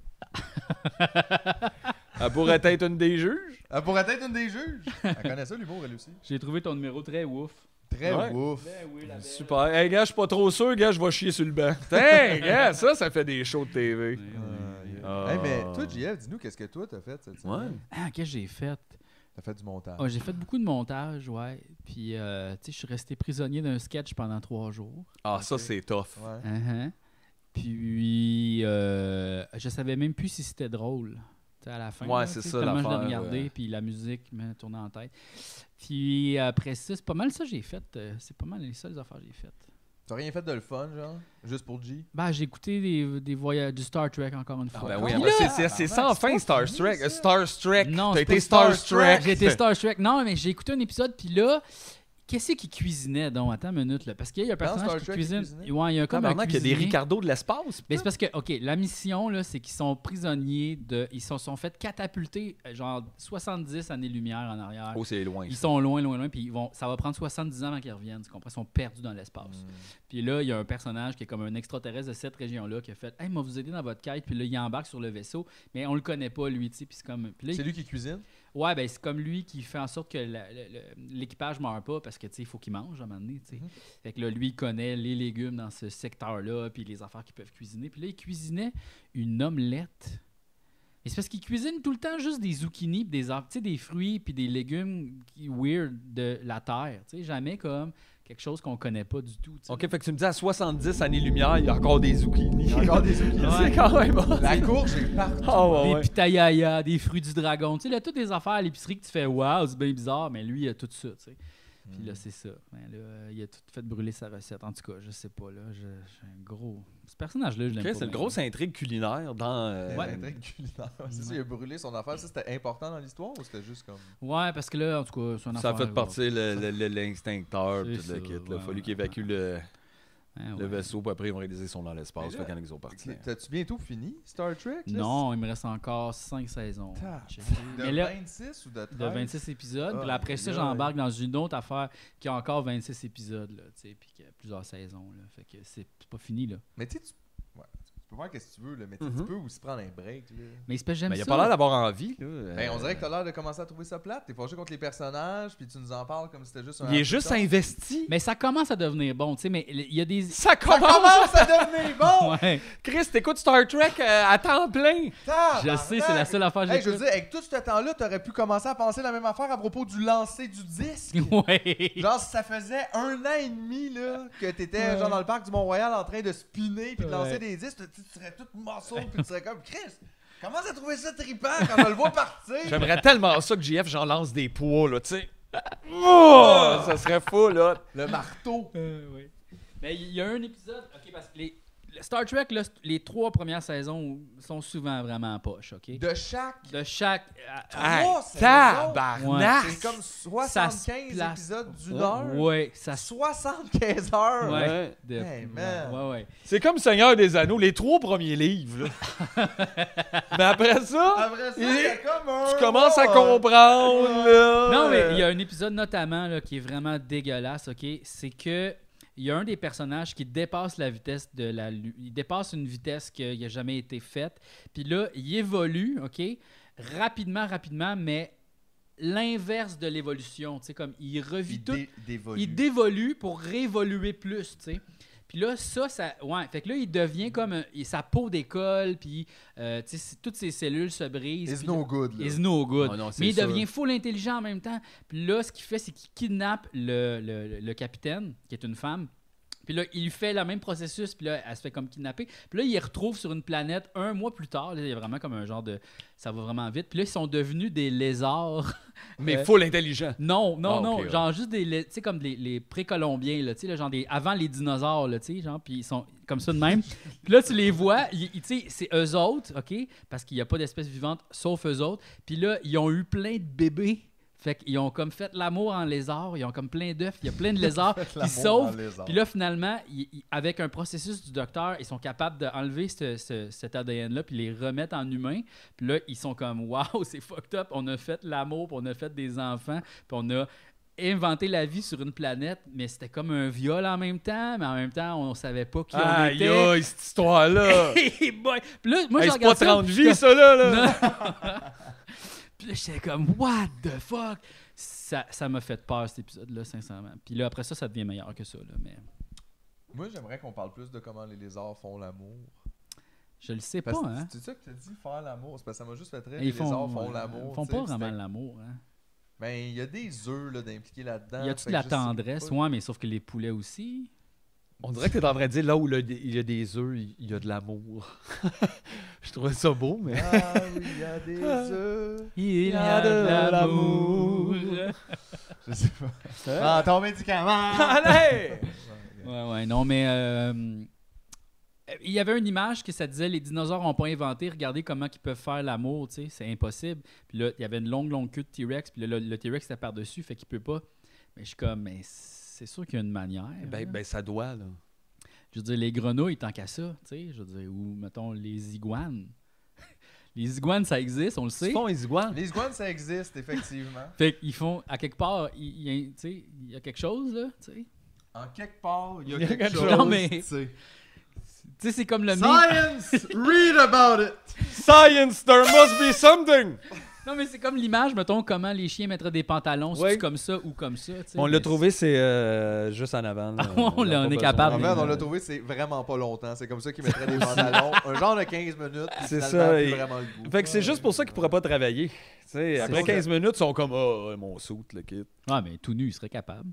Speaker 3: Elle pourrait être une des juges.
Speaker 1: Elle pourrait être une des juges. Elle connaît ça, l'humour, elle aussi.
Speaker 2: J'ai trouvé ton numéro très ouf.
Speaker 1: Très
Speaker 3: Ouais.
Speaker 1: ouf.
Speaker 3: Ben Super. Hey, gars, je suis pas trop sûr, gars, je vais chier sur le banc. Tiens, gars, ça, ça fait des shows de TV.
Speaker 1: Aïe, aïe.
Speaker 3: Ah.
Speaker 1: Hey, mais toi, JF, dis-nous, qu'est-ce que toi, t'as fait cette semaine?
Speaker 2: Ah, qu'est-ce que j'ai fait?
Speaker 1: T'as fait du montage.
Speaker 2: Ah, j'ai fait beaucoup de montage, ouais. Puis, euh, tu sais, je suis resté prisonnier d'un sketch pendant trois jours.
Speaker 3: Ah, ça, c'est tough.
Speaker 1: Ouais.
Speaker 2: Uh-huh. Puis, euh, je savais même plus si c'était drôle. Tu sais, à la fin.
Speaker 3: Ouais,
Speaker 2: là,
Speaker 3: c'est
Speaker 2: tu sais,
Speaker 3: ça,
Speaker 2: Tellement je l'ai
Speaker 3: l'affaire,
Speaker 2: regardé,
Speaker 3: ouais.
Speaker 2: puis la musique me tournait en tête. Puis après ça, c'est pas mal ça que j'ai fait. Euh, C'est pas mal les seules affaires que j'ai faites.
Speaker 1: T'as rien fait de le fun, genre? Juste pour G?
Speaker 2: Bah, j'ai écouté des, des voyages du Star Trek encore une
Speaker 3: Ah,
Speaker 2: fois.
Speaker 3: ben oui,
Speaker 1: Puis
Speaker 3: après,
Speaker 1: là-
Speaker 3: c'est- c'est- c'est sans
Speaker 1: Ah,
Speaker 3: fin,
Speaker 1: c'est pas
Speaker 3: Star
Speaker 1: fini,
Speaker 3: Trek.
Speaker 1: ça.
Speaker 3: Euh, Star Trek.
Speaker 2: Non,
Speaker 3: T'as
Speaker 2: c'est
Speaker 3: été
Speaker 2: pas
Speaker 3: Star
Speaker 2: Star
Speaker 3: Trek.
Speaker 2: Trek. J'ai été Star Trek. Non, mais j'ai écouté un épisode, puis là, qu'est-ce qu'il cuisinait donc Attends une minute, là. Parce qu'il y a un personnage
Speaker 1: Star
Speaker 2: qui
Speaker 1: Trek, il
Speaker 2: cuisine.
Speaker 1: cuisinait?
Speaker 2: Ouais, il y a comme un
Speaker 3: Tabarnak, il y a des
Speaker 2: cuisinier.
Speaker 3: Ricardo de l'espace.
Speaker 2: Mais c'est parce que, OK, la mission, là, c'est qu'ils sont prisonniers de. Ils se sont, sont fait catapulter, euh, genre 70 années-lumière en arrière.
Speaker 3: Oh, c'est loin.
Speaker 2: Ils sont loin, loin, loin, puis ils vont, ça va prendre 70 ans avant qu'ils reviennent, tu comprends? Ils sont perdus dans l'espace. Puis là, il y a un personnage qui est comme un extraterrestre de cette région-là qui a fait Hey, moi, vous aider dans votre quête, puis là, il embarque sur le vaisseau, mais on le connaît pas, lui, tu sais, puis c'est comme. Puis là, il-
Speaker 1: C'est lui qui cuisine?
Speaker 2: Ouais, ben c'est comme lui qui fait en sorte que la- le- le- l'équipage meurt pas parce que tu sais, il faut qu'il mange à un moment donné. tu sais.
Speaker 1: Mhm.
Speaker 2: Fait que là, lui, il connaît les légumes dans ce secteur-là, puis les affaires qu'ils peuvent cuisiner. Puis là, il cuisinait une omelette. Mais c'est parce qu'il cuisine tout le temps juste des zucchini, puis des arbres, tu sais, des fruits, puis des légumes qui- weird de la terre. Tu sais, jamais comme quelque chose qu'on connaît pas du tout. tu sais.
Speaker 3: OK, fait que tu me dis à 70 années-lumière, il y a encore des zucchini.
Speaker 1: Encore des zucchini.
Speaker 3: C'est quand même...
Speaker 1: La courge est partout.
Speaker 3: Ah ouais,
Speaker 2: Des
Speaker 3: ouais.
Speaker 2: pitayaya, des fruits du dragon. Tu sais, là, toutes des affaires à l'épicerie que tu fais, waouh, c'est bien bizarre, mais lui, il a tout ça, tu sais. Puis
Speaker 3: Hmm.
Speaker 2: là, c'est ça. Ben là, euh, il a tout fait brûler sa recette. En tout cas, je sais pas, là. je- J'ai un gros. Ce personnage-là, je l'aime
Speaker 3: Chris,
Speaker 2: pas.
Speaker 3: c'est une
Speaker 2: bien.
Speaker 3: grosse intrigue culinaire dans... euh,
Speaker 1: Ouais. Intrigue culinaire. C'est ça, il a brûlé son affaire. Ça, c'était important dans l'histoire ou c'était juste comme.
Speaker 2: Ouais, parce que là, en tout cas, son
Speaker 3: Ça a
Speaker 2: affaire,
Speaker 3: fait
Speaker 2: ouais.
Speaker 3: partie le- le- le-
Speaker 2: C'est
Speaker 3: l'instincteur, puis tout le
Speaker 2: ça,
Speaker 3: kit. Il
Speaker 2: ouais,
Speaker 3: a fallu
Speaker 2: ouais,
Speaker 3: qu'il évacue le,
Speaker 2: Hein,
Speaker 3: le
Speaker 2: ouais.
Speaker 3: vaisseau, puis après, ils ont réalisé qu'ils sont dans l'espace.
Speaker 1: Mais
Speaker 3: Fait
Speaker 1: là-
Speaker 3: quand ils sont partis.
Speaker 1: T'as-tu bientôt fini Star Trek? là?
Speaker 2: Non, il me reste encore 5 saisons.
Speaker 1: Tabarnak.
Speaker 2: Checker.
Speaker 1: De
Speaker 2: Mais là,
Speaker 1: 26 ou de 13?
Speaker 2: de 26 épisodes. puis là,
Speaker 1: Ah,
Speaker 2: après ça,
Speaker 1: ouais.
Speaker 2: j'embarque dans une autre affaire qui a encore 26 épisodes, là, tu sais, puis qui a plusieurs saisons, là. Fait que c'est c'est pas fini, là.
Speaker 1: Mais tu sais, tu- ouais, tu peux faire ce que tu veux, là, mais tu sais,
Speaker 3: Mhm.
Speaker 1: tu peux aussi prendre un break. Là.
Speaker 2: Mais il se passe jamais
Speaker 3: Mais Ben, il a
Speaker 2: ça.
Speaker 3: pas l'air d'avoir envie, là.
Speaker 1: Ben, on
Speaker 3: Euh,
Speaker 1: dirait que t'as l'air de commencer à trouver ça plate. T'es fâché contre les personnages, puis tu nous en parles comme si c'était juste un.
Speaker 3: Il est juste investi.
Speaker 2: Mais ça commence à devenir bon, tu sais, mais il y a des.
Speaker 3: Ça
Speaker 1: Ah, Ça
Speaker 3: commence!
Speaker 1: commence à devenir bon!
Speaker 2: Ouais,
Speaker 3: Chris, t'écoutes Star Trek euh, à temps plein!
Speaker 2: je sais, c'est la seule affaire que
Speaker 1: Ah, ben, Hey, je veux
Speaker 2: j'écoute.
Speaker 1: dire, avec tout ce temps-là, t'aurais pu commencer à penser la même affaire à propos du lancer du disque.
Speaker 2: Ouais.
Speaker 1: Genre, ça faisait un an et demi là, que t'étais
Speaker 2: Ouais.
Speaker 1: genre dans le parc du Mont-Royal en train de spinner puis de lancer
Speaker 2: Ouais.
Speaker 1: des disques, tu tu serais tout morceau puis tu serais comme Chris. Comment ça trouver ça trippant quand on le voit partir?
Speaker 3: J'aimerais tellement ça que JF, j'en lance des poids, là, tu sais. Oh, ça serait fou, là.
Speaker 1: Le marteau.
Speaker 2: Mais il y a un épisode. Ok, parce que les. le Star Trek, là, c'est- les trois premières saisons sont souvent vraiment en poche, ok? De,
Speaker 1: De chaque.
Speaker 2: chaque. à- à-
Speaker 1: Ah,
Speaker 3: Hey,
Speaker 1: c'est
Speaker 3: tabarnak!
Speaker 2: Ouais.
Speaker 1: C'est comme
Speaker 2: Ah, Ça se
Speaker 1: 75
Speaker 2: place.
Speaker 1: épisodes d'une heure.
Speaker 2: Ouais, ça se.
Speaker 1: 75 heures.
Speaker 2: Ouais.
Speaker 3: Ouais.
Speaker 2: de-
Speaker 1: Hey, man.
Speaker 2: Ouais, ouais.
Speaker 3: C'est comme Seigneur des Anneaux, les trois premiers livres, là. Mais après ça,
Speaker 1: Après ça,
Speaker 3: Et
Speaker 1: il y a comme un.
Speaker 3: tu commences à
Speaker 1: mois,
Speaker 3: comprendre, là.
Speaker 1: Euh.
Speaker 2: Non, mais il y a un épisode notamment là, qui est vraiment dégueulasse, ok? C'est que il y a un des personnages qui dépasse la vitesse de la lu- Il dépasse une vitesse qui n'a jamais été faite. Puis là, il évolue, ok? Rapidement, rapidement, mais l'inverse de l'évolution. Tu sais, comme il
Speaker 1: euh,
Speaker 2: revit
Speaker 1: Il
Speaker 2: tout.
Speaker 1: dé- dévolue.
Speaker 2: Il dévolue pour réévoluer plus, tu sais. Puis là, ça, ça. Ouais, fait que là, il
Speaker 1: Mm.
Speaker 2: devient comme. un- il- sa peau décolle, puis, euh, tu sais, c'est- toutes ses cellules se brisent.
Speaker 1: It's
Speaker 2: puis
Speaker 1: no good. Là.
Speaker 2: Is no good.
Speaker 3: Ah non, c'est
Speaker 2: mais il
Speaker 3: sûr.
Speaker 2: devient full intelligent en même temps. Puis là, ce qu'il fait, c'est qu'il kidnappe le, le- le capitaine, qui est une femme. Puis là, il fait le même processus, puis là, elle se fait comme kidnapper. Puis là, il les retrouve sur une planète un mois plus tard. Là, il y a vraiment comme un genre de. Ça va vraiment vite. Puis là, ils sont devenus des lézards.
Speaker 3: Mais
Speaker 2: Ouais.
Speaker 3: full intelligent.
Speaker 2: Non, non,
Speaker 3: Ah,
Speaker 2: non.
Speaker 3: ok, ouais.
Speaker 2: genre juste des. lé- Tu sais, comme les, les précolombiens, là. Tu sais, là, genre des. Avant les dinosaures, là, tu sais, genre. Puis ils sont comme ça de même. puis là, tu les vois. ils- ils- Tu sais, c'est eux autres, OK? Parce qu'il n'y a pas d'espèce vivante sauf eux autres. Puis là, ils ont eu plein de bébés. Fait qu'ils ont comme fait l'amour en lézard. Ils ont comme plein d'œufs. Il y a plein de lézards qui sauvent. Puis là, finalement, ils- ils- avec un processus du docteur, ils sont capables d'enlever ce, ce- cet ADN-là, puis les remettre en humain. Puis là, ils sont comme, waouh, c'est fucked up. On a fait l'amour, puis on a fait des enfants, puis on a inventé la vie sur une planète, mais c'était comme un viol en même temps, mais en même temps, on savait pas qui on
Speaker 3: Aïe,
Speaker 2: était.
Speaker 3: aïe, cette histoire-là.
Speaker 2: Hey boy! Puis là, moi,
Speaker 3: Hey,
Speaker 2: je
Speaker 3: c'est pas
Speaker 2: regarde ça,
Speaker 3: 30
Speaker 2: puis
Speaker 3: vies, ça, là. là.
Speaker 2: puis là, j'étais comme, what the fuck? Ça ça m'a fait peur, cet épisode-là, sincèrement. Puis là, après ça, ça devient meilleur que ça, là, mais
Speaker 1: Moi, j'aimerais qu'on parle plus de comment les lézards font l'amour.
Speaker 2: je le sais
Speaker 1: Parce
Speaker 2: pas,
Speaker 1: que
Speaker 2: hein?
Speaker 1: C'est ça que tu dit, faire l'amour. C'est parce que ça m'a juste fait très.
Speaker 2: Ils
Speaker 1: les
Speaker 2: font,
Speaker 1: lézards font
Speaker 2: euh,
Speaker 1: l'amour.
Speaker 2: ils font
Speaker 1: tu sais,
Speaker 2: pas vraiment
Speaker 1: c'était-
Speaker 2: l'amour. Hein.
Speaker 1: Ben, il y a des œufs là, d'impliquer là-dedans.
Speaker 2: Y a-tu
Speaker 1: fait
Speaker 2: de
Speaker 1: Ah, que
Speaker 2: la
Speaker 1: je sais
Speaker 2: tendresse?
Speaker 1: pas.
Speaker 2: Ouais, mais sauf que les poulets aussi.
Speaker 3: On dirait que t'es en train de dire là où le- il y a des œufs, il y a de l'amour. Je trouvais ça beau, mais.
Speaker 1: Ah oui, il y a des œufs.
Speaker 2: Il
Speaker 3: y a de l'amour.
Speaker 1: Je sais pas. Ah, ton médicament!
Speaker 3: Allez!
Speaker 2: Ouais, ouais, non, mais. euh, Il y avait une image que ça disait les dinosaures n'ont pas inventé, regardez comment ils peuvent faire l'amour, tu sais, c'est impossible. Puis là, il y avait une longue, longue queue de T-Rex, puis là, le, le T-Rex était par-dessus, fait qu'il peut pas. Mais je suis comme, mais c'est sûr qu'il y a une manière.
Speaker 3: Ben,
Speaker 2: là.
Speaker 3: ben, ça doit, là.
Speaker 2: Je veux dire, les grenouilles, tant qu'à ça, tu sais, je veux dire, ou mettons les iguanes. les iguanes, ça existe, on le
Speaker 3: C'est
Speaker 2: sait.
Speaker 3: bon, ils se voient.
Speaker 1: Les iguanes, ça existe, effectivement.
Speaker 2: Fait qu'ils font, à quelque part, il il y, a- tu sais, il y a quelque chose, là, tu sais.
Speaker 1: En quelque part, il y a
Speaker 3: Il y a
Speaker 1: quelque,
Speaker 3: quelque
Speaker 1: chose.
Speaker 3: chose.
Speaker 2: Non, mais-
Speaker 1: tu sais.
Speaker 2: Tu sais, c'est comme le meme.
Speaker 1: Science! Read about it!
Speaker 3: Science, there must be something!
Speaker 2: Non, mais c'est comme l'image, mettons, comment les chiens mettraient des pantalons, si
Speaker 3: Ouais.
Speaker 2: tu comme ça ou comme ça, tu sais.
Speaker 3: On
Speaker 2: Mais
Speaker 3: l'a trouvé, c'est euh, juste en avant. là.
Speaker 2: Ah, on
Speaker 3: n'a
Speaker 2: l'a-
Speaker 3: pas
Speaker 2: on est
Speaker 3: besoin.
Speaker 2: capable.
Speaker 1: En fait,
Speaker 2: mais-
Speaker 1: on l'a trouvé, c'est vraiment pas longtemps. C'est comme ça qu'ils mettraient des pantalons. Un genre de 15 minutes. puis
Speaker 3: C'est
Speaker 1: finalement,
Speaker 3: ça,
Speaker 1: plus
Speaker 3: et-
Speaker 1: vraiment le goût.
Speaker 3: Fait que c'est juste pour ça qu'ils pourraient pas travailler. Tu sais, après
Speaker 1: ça.
Speaker 3: 15 minutes, ils sont comme Ah, ah, mon soute, le kit.
Speaker 2: Ah, mais tout nu, il serait capable.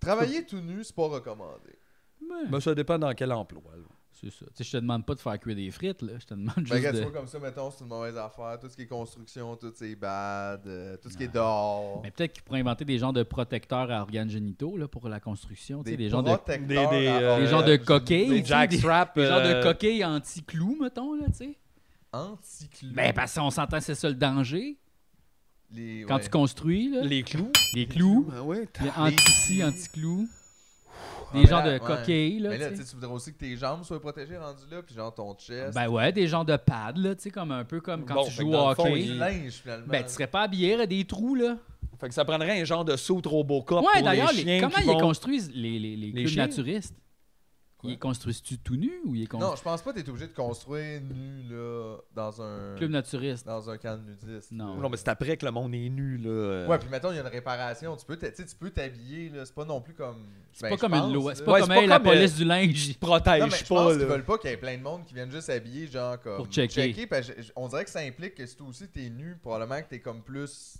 Speaker 1: Travailler tout nu, c'est pas recommandé.
Speaker 3: Mais Ben, ça dépend dans quel emploi. là.
Speaker 2: C'est ça. Tu sais, je te demande pas de faire cuire des frites, là. Je te
Speaker 3: Ben,
Speaker 2: demande
Speaker 1: Fait
Speaker 2: juste
Speaker 1: que Ben, tu
Speaker 2: de...
Speaker 1: vois comme ça, mettons, c'est une mauvaise affaire. Tout ce qui est construction, tout c'est bad. euh, tout ce qui est dehors.
Speaker 2: Ah. Mais peut-être qu'ils pourraient inventer des genres de protecteurs à organes génitaux, là, pour la construction, tu sais, des, gens de...
Speaker 1: protecteurs
Speaker 3: des- des,
Speaker 1: à
Speaker 3: euh,
Speaker 2: Des gens
Speaker 1: organes
Speaker 2: de
Speaker 1: génitaux.
Speaker 2: coquilles.
Speaker 3: Des
Speaker 2: tu sais, des-
Speaker 3: jackstraps.
Speaker 2: Des genres de
Speaker 3: euh,
Speaker 2: coquilles anti-clous, mettons, là, tu sais.
Speaker 1: Anti-clous.
Speaker 2: Ben, parce qu'on s'entend, c'est ça le danger.
Speaker 1: Les-
Speaker 2: Quand
Speaker 1: ouais.
Speaker 2: tu construis, là,
Speaker 3: Les clous.
Speaker 2: les clous,
Speaker 1: Ben
Speaker 3: Ah ouais.
Speaker 2: les anti-ci,
Speaker 1: clous.
Speaker 2: anti-clous,
Speaker 1: Ah,
Speaker 2: des
Speaker 3: ben
Speaker 1: mais
Speaker 2: genres
Speaker 1: là,
Speaker 2: de
Speaker 1: ouais.
Speaker 2: coquilles, là,
Speaker 1: Mais là,
Speaker 2: tu
Speaker 1: tu
Speaker 2: sais.
Speaker 1: sais, tu voudrais aussi que tes jambes soient protégées rendues là, puis genre ton chest.
Speaker 2: Ben ouais, des genres de pads, là, tu sais, comme un peu comme quand
Speaker 3: Bon,
Speaker 2: tu
Speaker 3: fait que
Speaker 2: joues au
Speaker 3: dans le fond,
Speaker 2: hockey.
Speaker 1: du linge finalement.
Speaker 2: Ben, tu serais pas habillé à des trous, là.
Speaker 3: Fait que ça prendrait un genre de saut Robocop
Speaker 2: ouais,
Speaker 3: pour les
Speaker 2: d'ailleurs, les-
Speaker 3: chiens
Speaker 2: comment
Speaker 3: qui
Speaker 2: ils
Speaker 3: vont-
Speaker 2: construisent les, les, les,
Speaker 3: Les
Speaker 2: clubs
Speaker 3: chiens?
Speaker 2: naturistes?
Speaker 1: Quoi?
Speaker 2: Ils construisent-tu tout nu ou ils construisent
Speaker 1: Non, je pense pas que t'es obligé de construire nu là dans
Speaker 3: euh,
Speaker 1: un
Speaker 2: club naturiste?
Speaker 1: dans un camp de nudistes.
Speaker 2: Non.
Speaker 1: là.
Speaker 3: Non, mais c'est euh, après que le monde est nu, là.
Speaker 1: Ouais, puis mettons, il y a une réparation, tu peux t'a- tu sais, tu peux t'habiller là, c'est pas non plus comme ben,
Speaker 3: ben,
Speaker 2: C'est pas comme une loi. C'est pas
Speaker 3: Ouais,
Speaker 2: comme,
Speaker 3: c'est pas
Speaker 2: hey, la
Speaker 3: comme, euh,
Speaker 2: police du linge.
Speaker 3: Ils protègent
Speaker 1: non, mais je
Speaker 3: pas,
Speaker 1: pense qu'ils
Speaker 3: là.
Speaker 1: veulent pas qu'il y ait plein de monde qui viennent juste habiller genre comme
Speaker 2: Pour checker.
Speaker 1: parce que je- on dirait que ça implique que si toi aussi t'es nu, probablement que t'es comme plus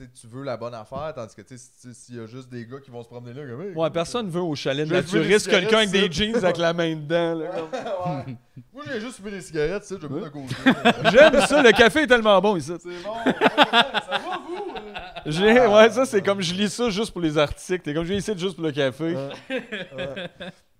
Speaker 1: tu sais, tu veux la bonne affaire tandis que tu sais, si- s'il y a juste des gars qui vont se promener là comme Hey,
Speaker 3: Ouais, personne veut au chalet de
Speaker 1: Je veux
Speaker 3: naturiste
Speaker 1: des cigarettes,
Speaker 3: quelqu'un avec
Speaker 1: ça.
Speaker 3: des jeans avec la main dedans, là.
Speaker 1: Ouais. Moi, j'ai juste fumé des cigarettes, tu sais, je vais pas de côté. euh,
Speaker 3: J'aime ça, le café est tellement bon ici.
Speaker 1: C'est bon, ouais, ça va, vous?
Speaker 3: J'ai-
Speaker 1: Ah.
Speaker 3: Ouais, ça, c'est comme je lis ça juste pour les articles. T'es comme je lis ici juste pour le café.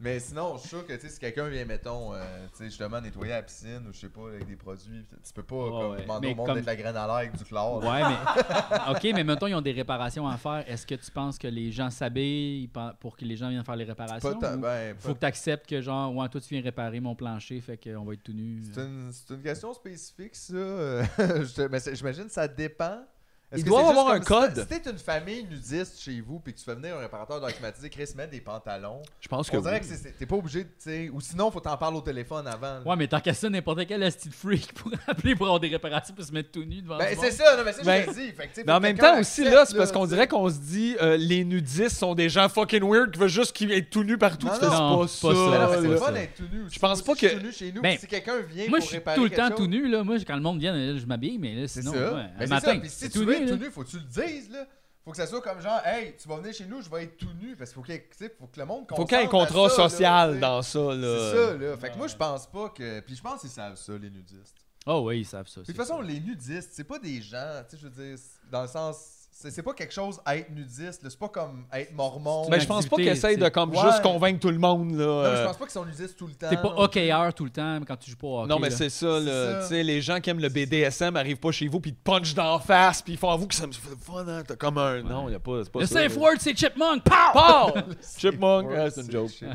Speaker 1: Mais sinon, je suis sûr que, tu sais, si quelqu'un vient, mettons, euh, tu sais, justement, nettoyer la piscine ou je sais pas, avec des produits, tu peux pas comme,
Speaker 2: ouais.
Speaker 1: demander
Speaker 2: Mais
Speaker 1: au monde
Speaker 2: comme-
Speaker 1: d'être la graine à l'air avec du chlore.
Speaker 2: Ouais, mais. OK, mais mettons, ils ont des réparations à faire. Est-ce que tu penses que les gens s'habillent pa- pour que les gens viennent faire les
Speaker 1: Pas
Speaker 2: réparations?
Speaker 1: tant-
Speaker 2: ou
Speaker 1: ben, pas-
Speaker 2: Faut que tu acceptes que, genre, ouais, toi, tu viens réparer mon plancher, fait qu'on va être tout nu. euh.
Speaker 1: C'est une, c'est une question spécifique, ça. Euh, Je te- mais c'est- J'imagine que ça dépend. Est-ce
Speaker 3: Il
Speaker 1: que
Speaker 3: doit
Speaker 1: c'est juste
Speaker 3: avoir
Speaker 1: comme
Speaker 3: un
Speaker 1: si-
Speaker 3: code.
Speaker 1: Si t'es une famille nudiste chez vous puis que tu fais venir un réparateur d'automatisé, Chris, mets des pantalons.
Speaker 3: Je pense que.
Speaker 1: On dirait
Speaker 3: oui.
Speaker 1: que c'est- c'est- t'es pas obligé, de- tu sais. Ou sinon, faut t'en parler au téléphone avant. là.
Speaker 2: Ouais, mais tant qu'à ça, n'importe quel esti de freak pourrait appeler pour avoir des réparations pour se mettre tout nu devant
Speaker 1: Ben,
Speaker 2: du
Speaker 1: c'est
Speaker 2: monde.
Speaker 1: ça, non, mais c'est ça
Speaker 3: Ben,
Speaker 1: que je te dis. Fait que, tu sais,
Speaker 3: Mais
Speaker 1: faut
Speaker 3: en
Speaker 1: que
Speaker 3: même
Speaker 1: quelqu'un
Speaker 3: temps aussi,
Speaker 1: accepte,
Speaker 3: là, c'est parce
Speaker 1: là,
Speaker 3: qu'on
Speaker 1: tu sais.
Speaker 3: dirait qu'on se dit euh, les nudistes sont des gens fucking weird qui veulent juste qu'ils aient tout nu partout.
Speaker 1: Non,
Speaker 3: C'est
Speaker 1: non,
Speaker 2: non,
Speaker 3: pas
Speaker 2: c'est pas ça.
Speaker 3: ça.
Speaker 1: Mais non, mais
Speaker 3: là.
Speaker 1: c'est le
Speaker 2: là.
Speaker 1: fun d'être tout nu. aussi.
Speaker 3: Je pense
Speaker 1: Moi,
Speaker 3: pas
Speaker 1: si
Speaker 3: que-
Speaker 1: suis tout nu chez nous.
Speaker 2: Ben,
Speaker 1: puis si quelqu'un vient
Speaker 2: Moi, je
Speaker 1: pour
Speaker 2: suis
Speaker 1: réparer
Speaker 2: tout le
Speaker 1: quelque
Speaker 2: temps
Speaker 1: chose,
Speaker 2: tout nu, là. Moi, quand le monde vient, je m'habille, mais là,
Speaker 1: C'est
Speaker 2: sinon,
Speaker 1: ça.
Speaker 2: ouais,
Speaker 1: Mais
Speaker 2: le
Speaker 1: c'est ça.
Speaker 2: matin,
Speaker 1: Puis si
Speaker 2: c'est
Speaker 1: tu
Speaker 2: tout
Speaker 1: veux
Speaker 2: nu.
Speaker 1: être
Speaker 2: là.
Speaker 1: tout nu, faut que tu le dises, là. Faut que ça soit comme genre, hey, tu vas venir chez nous, je vais être tout nu. Parce qu'il faut, qu'il y ait- tu sais, faut que le monde
Speaker 3: Faut qu'il y ait un
Speaker 1: consente à
Speaker 3: contrat
Speaker 1: ça, là,
Speaker 3: social
Speaker 1: tu sais.
Speaker 3: dans ça, là.
Speaker 1: C'est ça, là. Fait que moi,
Speaker 2: Ouais.
Speaker 1: je pense pas que. Puis je pense qu'ils savent ça, les nudistes.
Speaker 2: Oh oui, ils savent ça.
Speaker 1: Puis de toute façon, les nudistes, c'est pas des gens, tu sais, je veux dire, c'est- dans le sens. C'est c'est pas quelque chose à être nudiste, là. c'est pas comme être mormon.
Speaker 3: Mais Ben, je pense pas
Speaker 2: Activité,
Speaker 3: qu'ils essayent de comme
Speaker 1: Ouais.
Speaker 3: juste convaincre tout le monde, là.
Speaker 1: Non, mais je
Speaker 3: euh,
Speaker 1: pense pas qu'ils sont nudistes tout le temps.
Speaker 2: T'es pas
Speaker 1: non.
Speaker 2: hockeyeur tout le temps mais quand tu joues pas au hockey.
Speaker 3: Non, mais
Speaker 2: là.
Speaker 3: c'est ça,
Speaker 1: C'est ça.
Speaker 3: là. Tu sais, les gens qui aiment le BDSM arrivent pas chez vous, puis ils te punchent d'en face, puis ils font avouer que ça me fait le fun, hein. T'as comme un. Non, y a pas. C'est pas
Speaker 2: Le
Speaker 3: ça.
Speaker 2: safe
Speaker 3: là.
Speaker 2: word, c'est chipmunk. Pow!
Speaker 3: Paul! Chipmunk,
Speaker 1: Ouais,
Speaker 3: ah, c'est une joke.
Speaker 1: shit.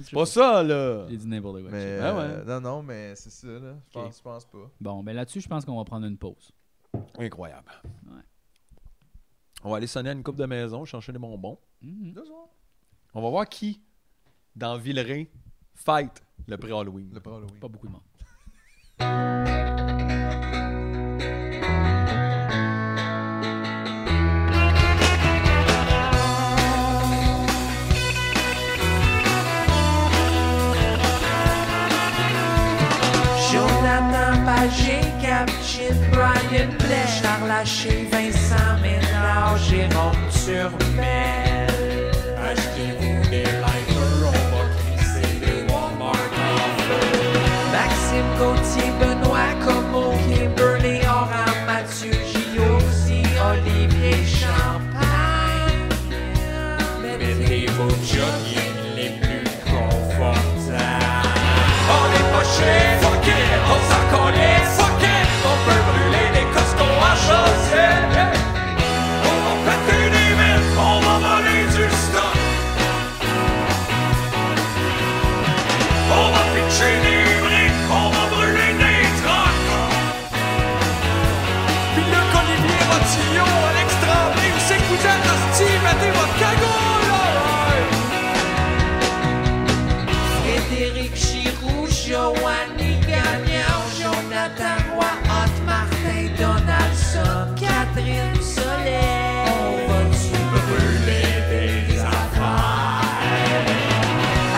Speaker 3: C'est pas ça, là.
Speaker 2: J'ai dit n'importe quoi.
Speaker 1: Mais
Speaker 3: Ah ouais.
Speaker 1: euh, non, non, mais c'est ça, là. Je pense, je pense pas.
Speaker 2: Bon, ben là-dessus, je pense qu'on va prendre une pause.
Speaker 3: Incroyable.
Speaker 2: Ouais.
Speaker 3: On va aller sonner à une coupe de maison, chercher des bonbons. Hmm.
Speaker 2: Mhm.
Speaker 1: Deux secondes.
Speaker 3: On va voir qui, dans Villeray, fight le pré-Halloween.
Speaker 1: Le bras, là, oui.
Speaker 2: Pas beaucoup de monde.
Speaker 5: Jonathan Pagé, Captain Brian Blais, Charles Laché, Vincent Ménard, Jérôme Turmel. Achetez-vous des lighters, on va crisser des Walmart en Maxime Gauthier, Benoît Como, Kimberly Oran, Mathieu Giozzi, Olivier Champagne. Mettez vos jogging les plus confortables. On est pas chez fuck it, on s'en connaît, fuck it, on peut brûler des costauds à chaussée. On va péter des mètres, on va voler du stock. On va pitcher des briques, on va brûler des trucks. Puis là, qu'Olivier Rotillon, Alex Tremblay, où c'est que vous êtes, hostie, mettez votre cagoule, là! Frédéric Giroux, Joanny Gagnon, Jonathan Roy, Hot Martin, Donaldson, Catherine Soleil. On va-tu brûler des affaires?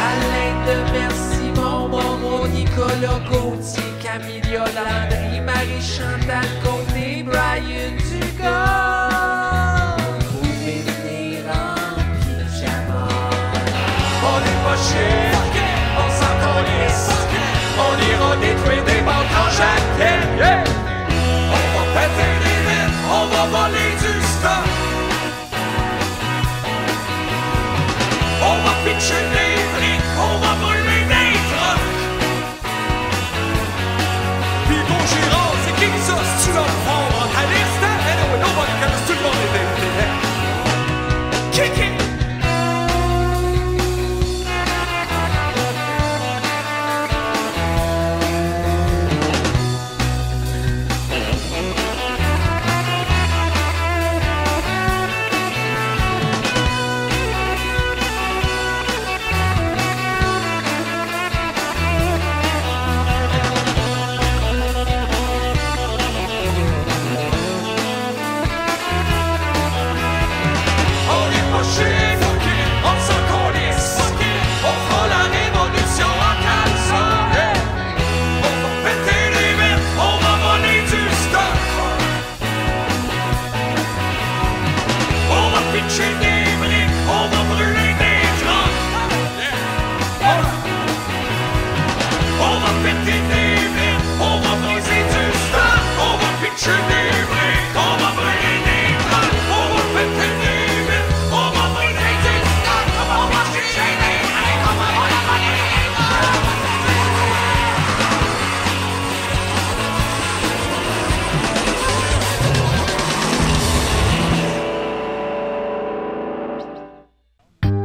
Speaker 5: Alain de Mercimon, Moreau, Nicolas Gauthier, Camilla Landry, Marie-Chantal Côté, Brian Dugas. Vous pouvez venir en pyjama. On est pas chier, on s'en calisse. On ira détruire des banques en jaquette. On va péter des vitres, on va voler du stock. On va pitcher des briques, on va brûler des trucks. Puis bon, Gérard, c'est qui ça, si tu vas le prendre à l'instant? Eh non, non, on va le tout le monde est invité. Kick it! On est pas chez nous, on s'en calisse. On fera la révolution en caleçon. On va péter les mètres, on va voler du stock. On va pitcher des briques, on va brûler des trucks. On va péter des mètres, on va briser du stock. On va pitcher des briques, on va brûler des trucks. On va péter des mètres, on va briser du stock. On va pitcher des briques, on va brûler des trucks.
Speaker 6: Hey!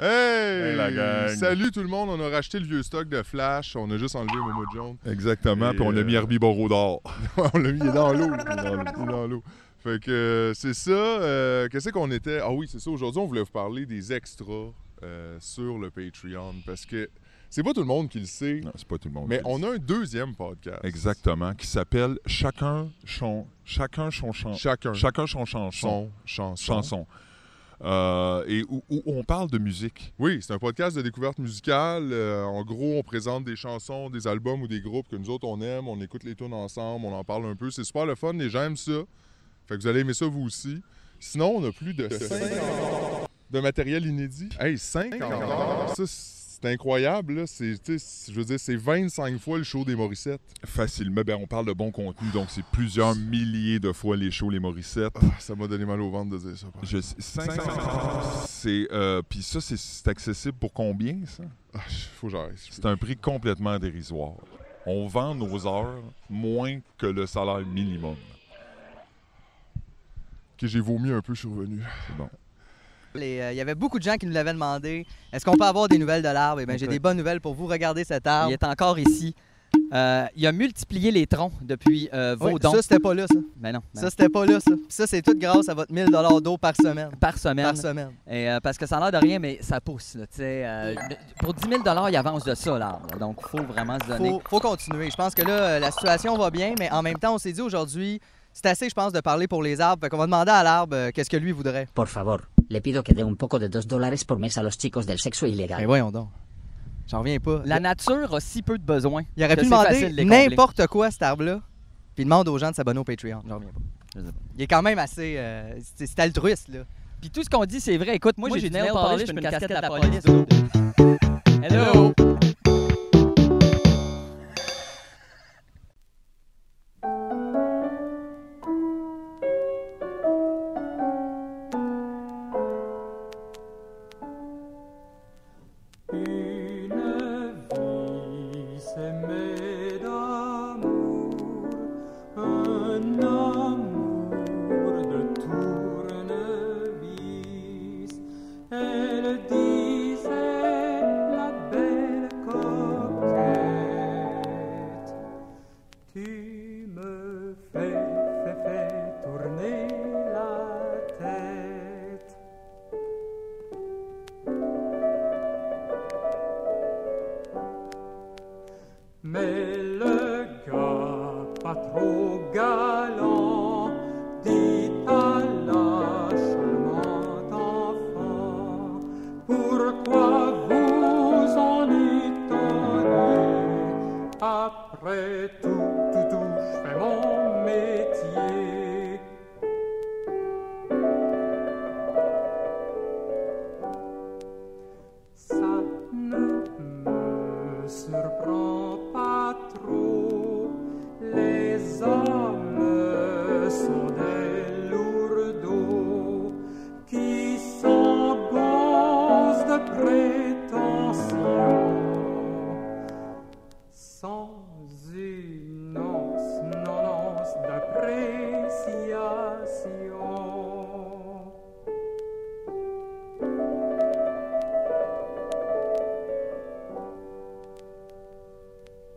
Speaker 7: Hey, la gang.
Speaker 6: Salut tout le monde, on a racheté le vieux stock de Flash, on a juste enlevé Momo Jones.
Speaker 7: Exactement,
Speaker 6: Et,
Speaker 7: puis on a mis
Speaker 6: euh,
Speaker 7: Herbie Borodor.
Speaker 6: on l'a mis il est dans l'eau. Il est dans l'eau, il est dans l'eau. Fait que euh, c'est ça. euh, Qu'est-ce qu'on était? Ah oui, c'est ça. Aujourd'hui, on voulait vous parler des extras euh, sur le Patreon parce que c'est pas tout le monde qui le sait,
Speaker 7: Non, C'est pas tout le monde.
Speaker 6: mais
Speaker 7: qui le
Speaker 6: on a un deuxième podcast.
Speaker 7: sait. Exactement, qui s'appelle Chacun son... Chacun son chan-
Speaker 6: Chacun.
Speaker 7: Chacun son chanson.
Speaker 6: Son chanson.
Speaker 7: Chanson.
Speaker 8: euh, et où, où on parle de musique.
Speaker 6: Oui, c'est un podcast de découverte musicale. Euh, en gros, on présente des chansons, des albums ou des groupes que nous autres on aime. On écoute les tunes ensemble, on en parle un peu. C'est super le fun. Les gens aiment ça. Fait que vous allez aimer ça vous aussi. Sinon, on a plus de 50 de matériel inédit. Hey, 50 heures! Ça, c'est incroyable. là. C'est, tu sais, je veux dire, c'est 25 fois le show des Morissettes.
Speaker 8: Facilement, ben, on parle de bon contenu, donc c'est plusieurs milliers de fois les shows, les Morissettes.
Speaker 6: Ah, ça m'a donné mal au ventre de dire ça. par
Speaker 8: Je sais, 500. C'est, euh, puis ça, c'est- c'est accessible pour combien, ça?
Speaker 6: Ah, faut que j'arrête.
Speaker 8: C'est un prix complètement dérisoire. On vend nos heures moins que le salaire minimum.
Speaker 6: Ok, j'ai vomi un peu, je suis revenu.
Speaker 9: Et, euh, Il y avait beaucoup de gens qui nous l'avaient demandé. Est-ce qu'on peut avoir des nouvelles de l'arbre? Eh bien, j'ai des bonnes nouvelles pour vous. Regardez cet arbre. Il est encore ici. Euh, il a multiplié les troncs depuis euh, vos dons.
Speaker 10: Ça, c'était pas là, ça.
Speaker 9: Ben non, ben
Speaker 10: Ça, c'était pas là, ça. Puis ça, c'est tout grâce à votre 1000 d'eau par semaine.
Speaker 9: non. par semaine.
Speaker 10: Par semaine.
Speaker 9: Et, euh, parce que ça a l'air de rien, mais ça pousse. là, tu sais, euh, pour 10 000 il avance de ça, l'arbre. là. Donc, il faut vraiment se donner.
Speaker 10: Faut, faut continuer. Je pense que là, euh, la situation va bien, mais en même temps, on s'est dit aujourd'hui, c'est assez, je pense, de parler pour les arbres. Fait qu'on va demander à l'arbre euh, qu'est-ce que lui voudrait.
Speaker 11: Por favor, le pido que dé un poco de 2 dólares por mes a los chicos del sexo
Speaker 10: Ben
Speaker 11: ilegal.
Speaker 10: voyons donc. J'en reviens pas.
Speaker 9: La nature a si peu de besoins.
Speaker 10: Il aurait
Speaker 9: que
Speaker 10: pu
Speaker 9: c'est
Speaker 10: demander
Speaker 9: facile de les combler.
Speaker 10: n'importe quoi, cet arbre-là, puis il demande aux gens de s'abonner au Patreon. J'en reviens pas.
Speaker 9: Je sais pas.
Speaker 10: Il est quand même assez... euh, c'est c'est altruiste, là.
Speaker 9: Puis tout ce qu'on dit, c'est vrai. Écoute, moi, j'ai du nail polish, puis une casquette de la police. Hello!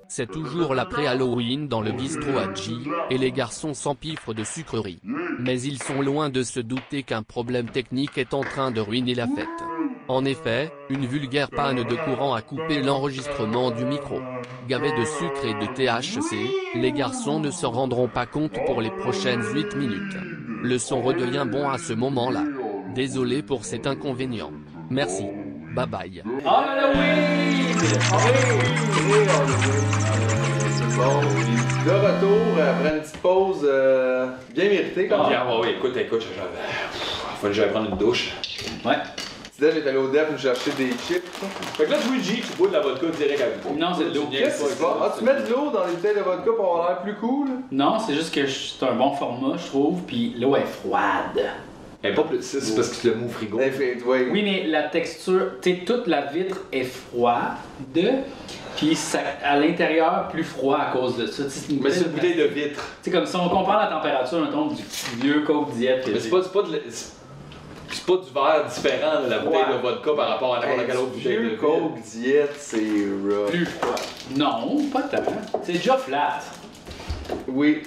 Speaker 12: C'est toujours l'après-Halloween dans le bistrot à G, et les garçons s'empiffrent de sucreries. Mais ils sont loin de se douter qu'un problème technique est en train de ruiner la fête. En effet, une vulgaire panne de courant a coupé l'enregistrement du micro. Gavés de sucre et de THC, les garçons ne s'en rendront pas compte pour les prochaines 8 minutes. Le son redevient bon à ce moment-là. Désolé pour cet inconvénient. Merci. Bye bye.
Speaker 1: Bon, puis de retour après une petite pause euh, bien méritée quand même.
Speaker 3: Ah, ouais, ouais, écoute, écoute, j'avais. Faut que j'aille prendre une douche.
Speaker 1: Tu disais, j'étais allé au DEP nous chercher des chips.
Speaker 3: Fait que là, Luigi, tu bois de la vodka direct avec moi.
Speaker 2: Non, c'est de l'eau.
Speaker 1: Qu'est-ce qui se passe? Ah, tu mets de l'eau dans les bouteilles de vodka pour avoir l'air plus cool?
Speaker 2: Non, c'est juste que je- c'est un bon format, je trouve, puis l'eau est froide.
Speaker 3: Mais pas plus, c'est parce que tu l'as mis au frigo.
Speaker 1: Eh, fait, ouais.
Speaker 2: Oui, mais la texture, tu sais, toute la vitre est froide, puis ça- à l'intérieur, plus froid à cause de ça. Tu sais, c'est une
Speaker 3: Mais c'est une
Speaker 2: bouteille-
Speaker 3: bouteille de vitre.
Speaker 2: Tu sais, comme si on compare la température, mettons, du vieux Coke Diet. que
Speaker 3: Mais
Speaker 2: j'ai.
Speaker 3: c'est pas, c'est pas de la- c'est- c'est pas du verre différent de la bouteille de vodka par rapport à n'importe quelle autre bouteille de
Speaker 1: Vieux
Speaker 3: vitre.
Speaker 1: Coke Diet, c'est rough.
Speaker 2: plus froid. Non, pas tant. C'est déjà flat.
Speaker 1: Oui.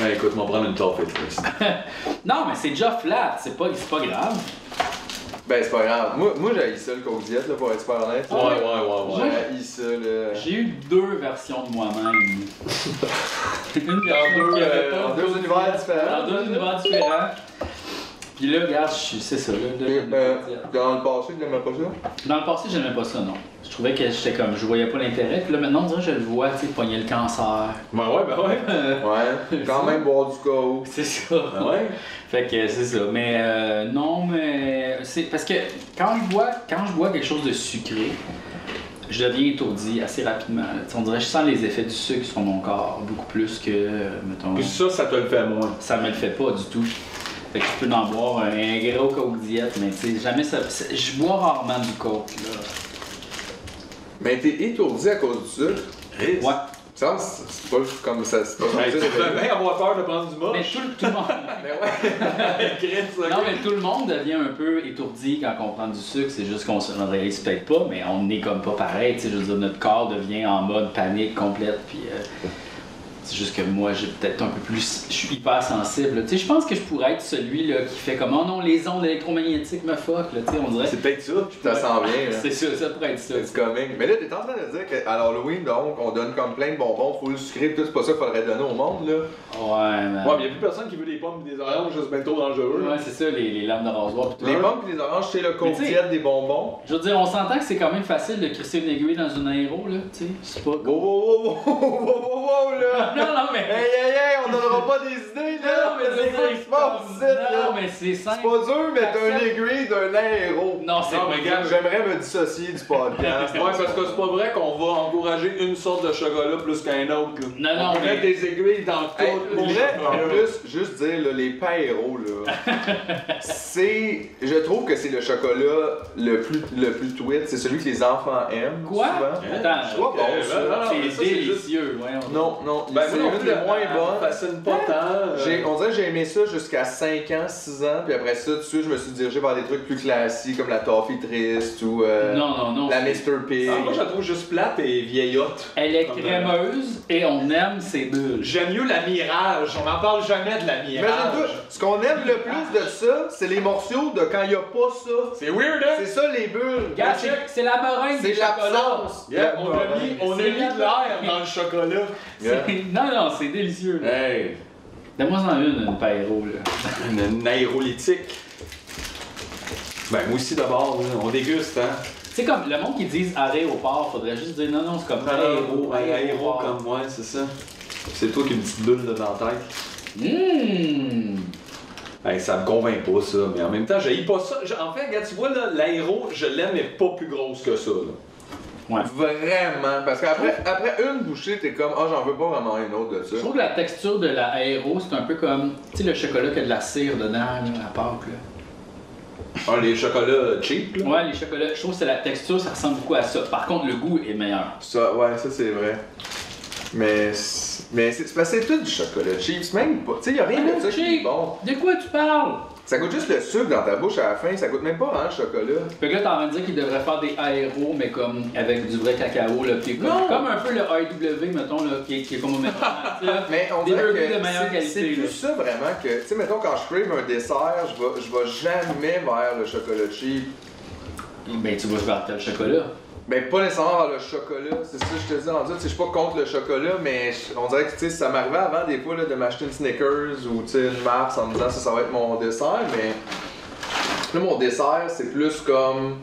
Speaker 3: Ouais, écoute, on va prendre une torpille.
Speaker 2: Non, mais c'est déjà flat, c'est pas, c'est pas grave.
Speaker 1: Ben, c'est pas grave. Moi, moi j'ai ça le Coke Diet, là, pour être super honnête.
Speaker 3: Ouais, ouais, ouais, ouais.
Speaker 1: J'ai haï ça, là.
Speaker 2: Ah, J'ai eu deux versions de moi-même. une version
Speaker 1: En deux,
Speaker 2: qui avait
Speaker 1: euh,
Speaker 2: pas
Speaker 1: en
Speaker 2: de
Speaker 1: deux
Speaker 2: Coke
Speaker 1: univers
Speaker 2: Diet,
Speaker 1: différents.
Speaker 2: Dans deux univers différents.
Speaker 13: Puis là, regarde, je suis- c'est ça. là, là,
Speaker 1: Euh, dans le passé, tu n'aimais pas ça?
Speaker 2: Dans le passé, j'aimais pas ça, non. Je trouvais que j'étais comme, je voyais pas l'intérêt. Puis là, maintenant, on dirait que je le vois, tu sais, pogner le cancer.
Speaker 13: Ben ouais, ben ouais.
Speaker 1: ouais, quand même boire du coke. Ben
Speaker 2: C'est ça.
Speaker 1: ouais.
Speaker 2: Fait que c'est ça. Mais euh, non, mais c'est parce que quand je bois, quand je bois quelque chose de sucré, je deviens étourdi assez rapidement. Tu sais, on dirait que je sens les effets du sucre sur mon corps beaucoup plus que, euh, mettons.
Speaker 13: Puis ça, ça te le fait moins.
Speaker 2: Ça me le fait pas du tout. Fait que je peux en boire un gros coke diète, mais tu sais, jamais ça. c'est- Je bois rarement du coke, là.
Speaker 1: Mais t'es étourdi à cause du sucre. Ouais. Ça, c'est c'est pas comme ça. C'est pas comme
Speaker 2: Hey,
Speaker 1: ça.
Speaker 2: tu devais
Speaker 1: avoir peur de prendre du moche.
Speaker 2: Mais tout, le- tout le monde. non, mais tout le monde devient un peu étourdi quand on prend du sucre. C'est juste qu'on se le réalise peut-être pas, mais on n'est comme pas pareil. tu sais. Je veux dire, notre corps devient en mode panique complète. Puis euh, c'est juste que moi, j'ai peut-être un peu plus. Je suis hyper sensible. Tu sais, je pense que je pourrais être celui là, qui fait comme Oh non, les ondes électromagnétiques me fuck. Là, tu sais, on dirait.
Speaker 1: C'est hein. peut-être ça, ça
Speaker 2: pourrais-
Speaker 1: s'en vient.
Speaker 2: C'est ça, ça pourrait être ça.
Speaker 1: C'est coming. Mais là, t'es en train de dire qu'à l'Halloween, donc, on donne comme plein de bonbons, faut le sucrer, tout, c'est pas ça qu'il faudrait donner au monde, là.
Speaker 2: Ouais, mais.
Speaker 1: Ouais, mais y a plus personne qui veut des pommes et des oranges, c'est bien trop dangereux.
Speaker 2: Ouais, c'est ça, les, les lames de rasoir. pis tout.
Speaker 1: Les pommes et les oranges, c'est le
Speaker 2: Mais tu sais-
Speaker 1: diète des bonbons.
Speaker 2: Je veux dire, on s'entend que c'est quand même facile de crisser une aiguille dans une aéro, là, tu sais. C'est pas.
Speaker 1: Wow, wow, wow, wow, wow, wow, wow, là!
Speaker 2: Non, non, mais-
Speaker 1: Hey, hey, hey, on donnera pas des idées, là!
Speaker 2: Non, mais
Speaker 1: c'est
Speaker 2: c'est
Speaker 1: quoi qui se passe ici, là?
Speaker 2: Non, mais c'est simple.
Speaker 1: C'est pas dur, mais t'as une
Speaker 2: Accepte.
Speaker 1: aiguille d'un aéro.
Speaker 2: Non, c'est
Speaker 1: Non,
Speaker 2: pas
Speaker 1: mais regarde,
Speaker 2: dur.
Speaker 1: J'aimerais me dissocier du podcast.
Speaker 3: Euh, Ouais, parce que c'est pas vrai qu'on va encourager une sorte de chocolat plus qu'un autre.
Speaker 2: Non, non,
Speaker 3: On
Speaker 2: mais-
Speaker 3: met des aiguilles dans tout.
Speaker 1: Hey, pour vrai, en plus, juste dire, là, les pains héros, là, c'est. Je trouve que c'est le chocolat le plus, le plus tweet, c'est celui que les enfants aiment.
Speaker 2: Quoi?
Speaker 1: Souvent.
Speaker 2: Attends,
Speaker 1: Je vois
Speaker 2: euh,
Speaker 1: bon, ça.
Speaker 2: non, non, mais ça, c'est délicieux,
Speaker 1: Non, non,
Speaker 3: Ben,
Speaker 1: c'est
Speaker 3: moi non
Speaker 1: une
Speaker 3: plus,
Speaker 1: des
Speaker 3: elle-
Speaker 1: moins
Speaker 3: elle me
Speaker 1: bonnes.
Speaker 3: fascine pas tant, euh.
Speaker 1: J'ai- On dirait que j'ai aimé ça jusqu'à 5 ans, 6 ans, puis après ça, tout de suite, je me suis dirigé vers des trucs plus classiques comme la toffee triste ou euh,
Speaker 2: Non, non, non,
Speaker 1: la
Speaker 2: c'est-
Speaker 1: Mr. Pig.
Speaker 3: Ah, moi, je la trouve juste plate et vieillotte.
Speaker 2: Elle est crémeuse et on aime ses bulles.
Speaker 3: J'aime mieux la Mirage. On n'en parle jamais de la Mirage.
Speaker 1: Imagine-toi, ce qu'on aime le plus de ça, c'est les morceaux de quand il n'y a pas ça.
Speaker 3: C'est weird, hein?
Speaker 1: C'est ça les bulles.
Speaker 2: Regarde, check, c'est la meringue
Speaker 1: C'est
Speaker 2: du chocolat.
Speaker 1: l'absence.
Speaker 3: Yeah, hein? on a mis, on a
Speaker 2: C'est
Speaker 3: mis
Speaker 2: la-
Speaker 3: de l'air dans le chocolat.
Speaker 2: C'est- Non, non, c'est délicieux. là.
Speaker 3: Hey,
Speaker 2: Donne-moi en une, une paéro, là.
Speaker 3: une aérolytique. Ben, moi aussi d'abord, là, on déguste, hein?
Speaker 2: C'est comme le monde qui disent aéroport, faudrait juste dire non, non, c'est comme aéro,
Speaker 3: Aéro, aéro
Speaker 2: aéroport.
Speaker 3: comme moi, c'est ça. C'est toi qui as une petite bulle là, dans la tête.
Speaker 2: Mmh.
Speaker 3: Hey, ça me convainc pas, ça. Mais en même temps, j'ai pas ça. J'ai- En fait, regarde, tu vois, là, l'aéro, je l'aime, mais pas plus grosse que ça. là.
Speaker 1: Vraiment, parce qu'après après une bouchée, t'es comme, ah, j'en veux pas vraiment une autre de ça.
Speaker 2: Je trouve que la texture de la aéro, c'est un peu comme, tu sais, le chocolat qui a de la cire dedans, là, à Pâques, là.
Speaker 3: Ah, les chocolats cheap, là.
Speaker 2: Ouais, les chocolats, je trouve que la texture, ça ressemble beaucoup à ça. Par contre, le goût est meilleur.
Speaker 1: Ça, ouais, ça c'est vrai. Mais, c'est- mais c'est c'est parce que c'est tout du chocolat chips, même pas. Tu sais, y a rien de Ah, ça qui est bon.
Speaker 2: De quoi tu parles?
Speaker 1: Ça goûte juste le sucre dans ta bouche à la fin, ça goûte même pas vraiment le chocolat.
Speaker 2: Fait que là, t'es en train de dire qu'ils devraient faire des aéros, mais comme avec du vrai cacao, là, puis comme, comme un peu le AEW, mettons, là, qui est, qui est comme au même
Speaker 1: Mais on
Speaker 2: Des
Speaker 1: dirait
Speaker 2: burgers
Speaker 1: que
Speaker 2: de meilleure
Speaker 1: c'est- c'est
Speaker 2: qualité,
Speaker 1: plus
Speaker 2: là.
Speaker 1: ça vraiment que. Tu sais, mettons, quand je crave un dessert, je vais, je vais jamais vers le chocolat cheap.
Speaker 2: Ben, tu vas faire le chocolat.
Speaker 1: Ben, pas nécessairement vers le chocolat, c'est ça que je te dis en disant. Tu sais, je suis pas contre le chocolat, mais je- on dirait que tu sais, ça m'arrivait avant des fois là, de m'acheter une Snickers ou tu sais, une Mars en me disant ça, ça va être mon dessert, mais. Là, mon dessert, c'est plus comme.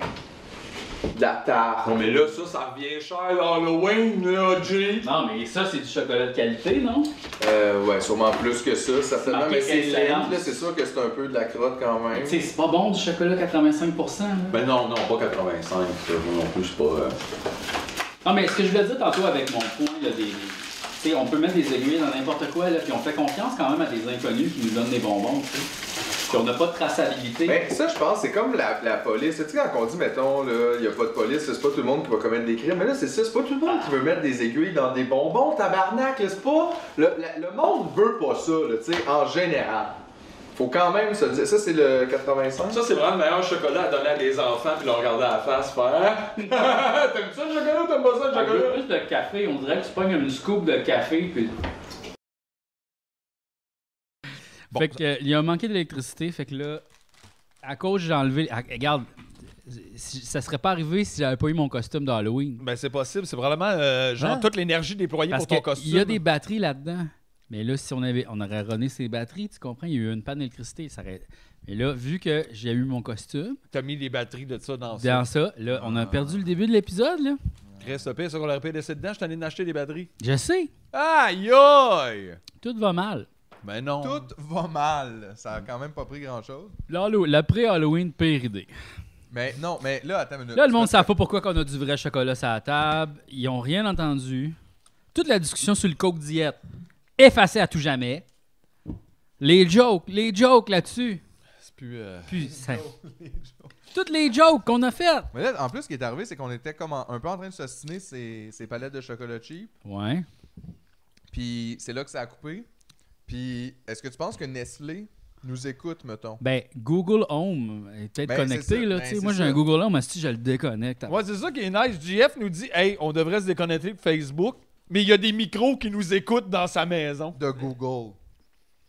Speaker 1: de la tarte.
Speaker 3: Non, mais là, ça, ça revient cher, l'Halloween, là, G.
Speaker 2: Non, mais ça, c'est du chocolat de qualité, non?
Speaker 1: Euh, ouais, sûrement plus que ça, certainement.
Speaker 2: marqué
Speaker 1: Mais c'est
Speaker 2: excellence.
Speaker 1: lent, là, c'est sûr que c'est un peu de la crotte quand même.
Speaker 2: Tu sais, c'est pas bon du chocolat 85%, là.
Speaker 3: Ben non, non, pas 85, là, moi non plus, c'est pas... euh,
Speaker 2: Non, mais ce que je voulais dire tantôt avec mon point, là, des. des- Tu sais, on peut mettre des aiguilles dans n'importe quoi, là, puis on fait confiance quand même à des inconnus qui nous donnent des bonbons, tu sais. Puis on n'a pas de traçabilité.
Speaker 1: Ben, ça, je pense, c'est comme la, la police. Tu sais, quand on dit, mettons, là, il n'y a pas de police, c'est pas tout le monde qui va commettre des crimes. Mais là, c'est ça, c'est pas tout le monde qui veut mettre des aiguilles dans des bonbons, tabarnak. là, C'est pas. Le, la- le monde veut pas ça, là, tu sais, en général. Faut quand même se le dire. Ça, c'est le 85.
Speaker 3: Ça, c'est vraiment le meilleur chocolat à donner à des enfants, puis leur regarder à la face, faire... T'aimes ça, le chocolat, ou t'aimes pas ça, le
Speaker 2: Un
Speaker 3: chocolat?
Speaker 2: peu plus de café, on dirait que tu pognes une scoop de café, puis. fait que, euh, il a manqué d'électricité, fait que là, à cause j'ai enlevé. ah, regarde, si- ça serait pas arrivé si j'avais pas eu mon costume d'Halloween.
Speaker 3: Ben, c'est possible. C'est probablement, euh, genre,
Speaker 2: Hein?
Speaker 3: toute l'énergie déployée
Speaker 2: Parce
Speaker 3: pour ton
Speaker 2: que
Speaker 3: costume.
Speaker 2: il y a des batteries là-dedans. Mais là, si on avait, on aurait runné ses batteries, tu comprends, il y a eu une panne d'électricité. Ça aurait... Mais là, vu que j'ai eu mon costume,
Speaker 3: T'as mis les batteries de ça dans,
Speaker 2: dans ça, là, on a perdu le début de l'épisode, là.
Speaker 3: Reste ça pire, ça qu'on aurait pu laisser dedans, je t'en ai acheté des batteries.
Speaker 2: Je sais,
Speaker 3: Aïe aïe!
Speaker 2: tout va mal.
Speaker 3: Ben non.
Speaker 1: Tout va mal. Ça a quand même pas pris grand-chose.
Speaker 2: L'Hallo- L'après-Halloween, pire idée.
Speaker 1: Mais non, mais là, attends une minute.
Speaker 2: Là, le monde ne savent pas pourquoi qu'on a du vrai chocolat sur la table. Ils ont rien entendu. Toute la discussion sur le Coke diète, effacée à tout jamais. Les jokes, les jokes là-dessus.
Speaker 3: C'est plus. euh,
Speaker 2: Puis, ça- Toutes les jokes qu'on a faites.
Speaker 1: Mais là, en plus, ce qui est arrivé, c'est qu'on était comme en- un peu en train de s'ostiner ces, ces palettes de chocolat cheap.
Speaker 2: Ouais.
Speaker 1: Puis c'est là que ça a coupé. Puis est-ce que tu penses que Nestlé nous écoute, mettons?
Speaker 2: Ben, Google Home est peut-être
Speaker 1: Ben, c'est
Speaker 2: connecté,
Speaker 1: ça.
Speaker 2: là.
Speaker 1: Ben,
Speaker 2: tu sais.
Speaker 1: c'est
Speaker 2: moi, j'ai
Speaker 1: ça.
Speaker 2: un Google Home, mais si je le déconnecte.
Speaker 3: Ouais, c'est ça qui est nice. JF nous dit, hey, on devrait se déconnecter de Facebook, mais il y a des micros qui nous écoutent dans sa maison.
Speaker 1: De Google.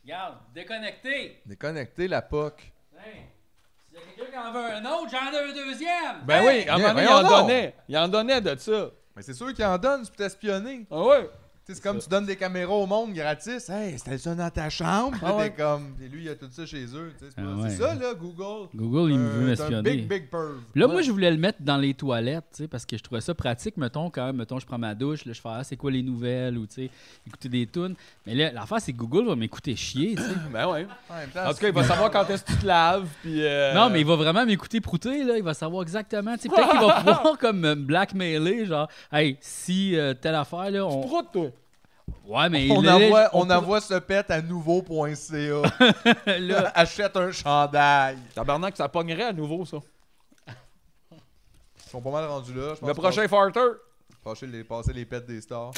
Speaker 2: Regarde, déconnecté.
Speaker 1: Déconnecter la POC.
Speaker 2: Si y a quelqu'un qui en veut un autre, j'en ai un deuxième.
Speaker 3: Ben oui, à un
Speaker 1: Bien,
Speaker 3: moment donné, il
Speaker 1: voyons
Speaker 3: en
Speaker 1: donc.
Speaker 3: donnait. Il en donnait de ça.
Speaker 1: Mais c'est sûr qu'ils en donnent, tu peux t'espionner.
Speaker 3: Ah ouais?
Speaker 1: Tu sais, C'est comme tu donnes des caméras au monde gratis. Hey, c'était ça dans ta chambre.
Speaker 3: Ah ouais.
Speaker 1: T'es comme. Et lui, il a tout ça chez eux. tu sais, C'est
Speaker 2: Ah
Speaker 1: pas-
Speaker 2: ouais.
Speaker 1: c'est ça, là, Google.
Speaker 2: Google, il
Speaker 1: Euh,
Speaker 2: me veut
Speaker 1: c'est un
Speaker 2: m'espionner.
Speaker 1: big, big perv.
Speaker 2: Là, moi, je voulais le mettre dans les toilettes, tu sais, parce que je trouvais ça pratique. Mettons, quand mettons, je prends ma douche, là, je fais ah, c'est quoi les nouvelles ou tu sais, écouter des tunes. Mais là, l'affaire, c'est que Google va m'écouter chier. tu sais.
Speaker 1: Euh.
Speaker 3: Ben ouais.
Speaker 1: En même temps,
Speaker 3: En tout cas, il va savoir quand est-ce que tu te laves, puis... euh,
Speaker 2: Non, mais il va vraiment m'écouter prouter, là. Il va savoir exactement. tu sais, Peut-être qu'il va pouvoir comme me blackmailer, genre, hey, si euh, telle affaire, là, on.
Speaker 3: Prout, toi.
Speaker 2: Ouais, mais
Speaker 1: on
Speaker 2: là,
Speaker 1: envoie,
Speaker 2: on
Speaker 1: on envoie ce pet à nouveau.ca.
Speaker 2: Là.
Speaker 1: Achète un chandail.
Speaker 3: Tabarnak, ça pognerait à nouveau, ça.
Speaker 1: Ils sont pas mal rendus là. Je pense
Speaker 3: Le
Speaker 1: qu'ils
Speaker 3: prochain farter.
Speaker 1: vont Passer les, passer les pets des stars.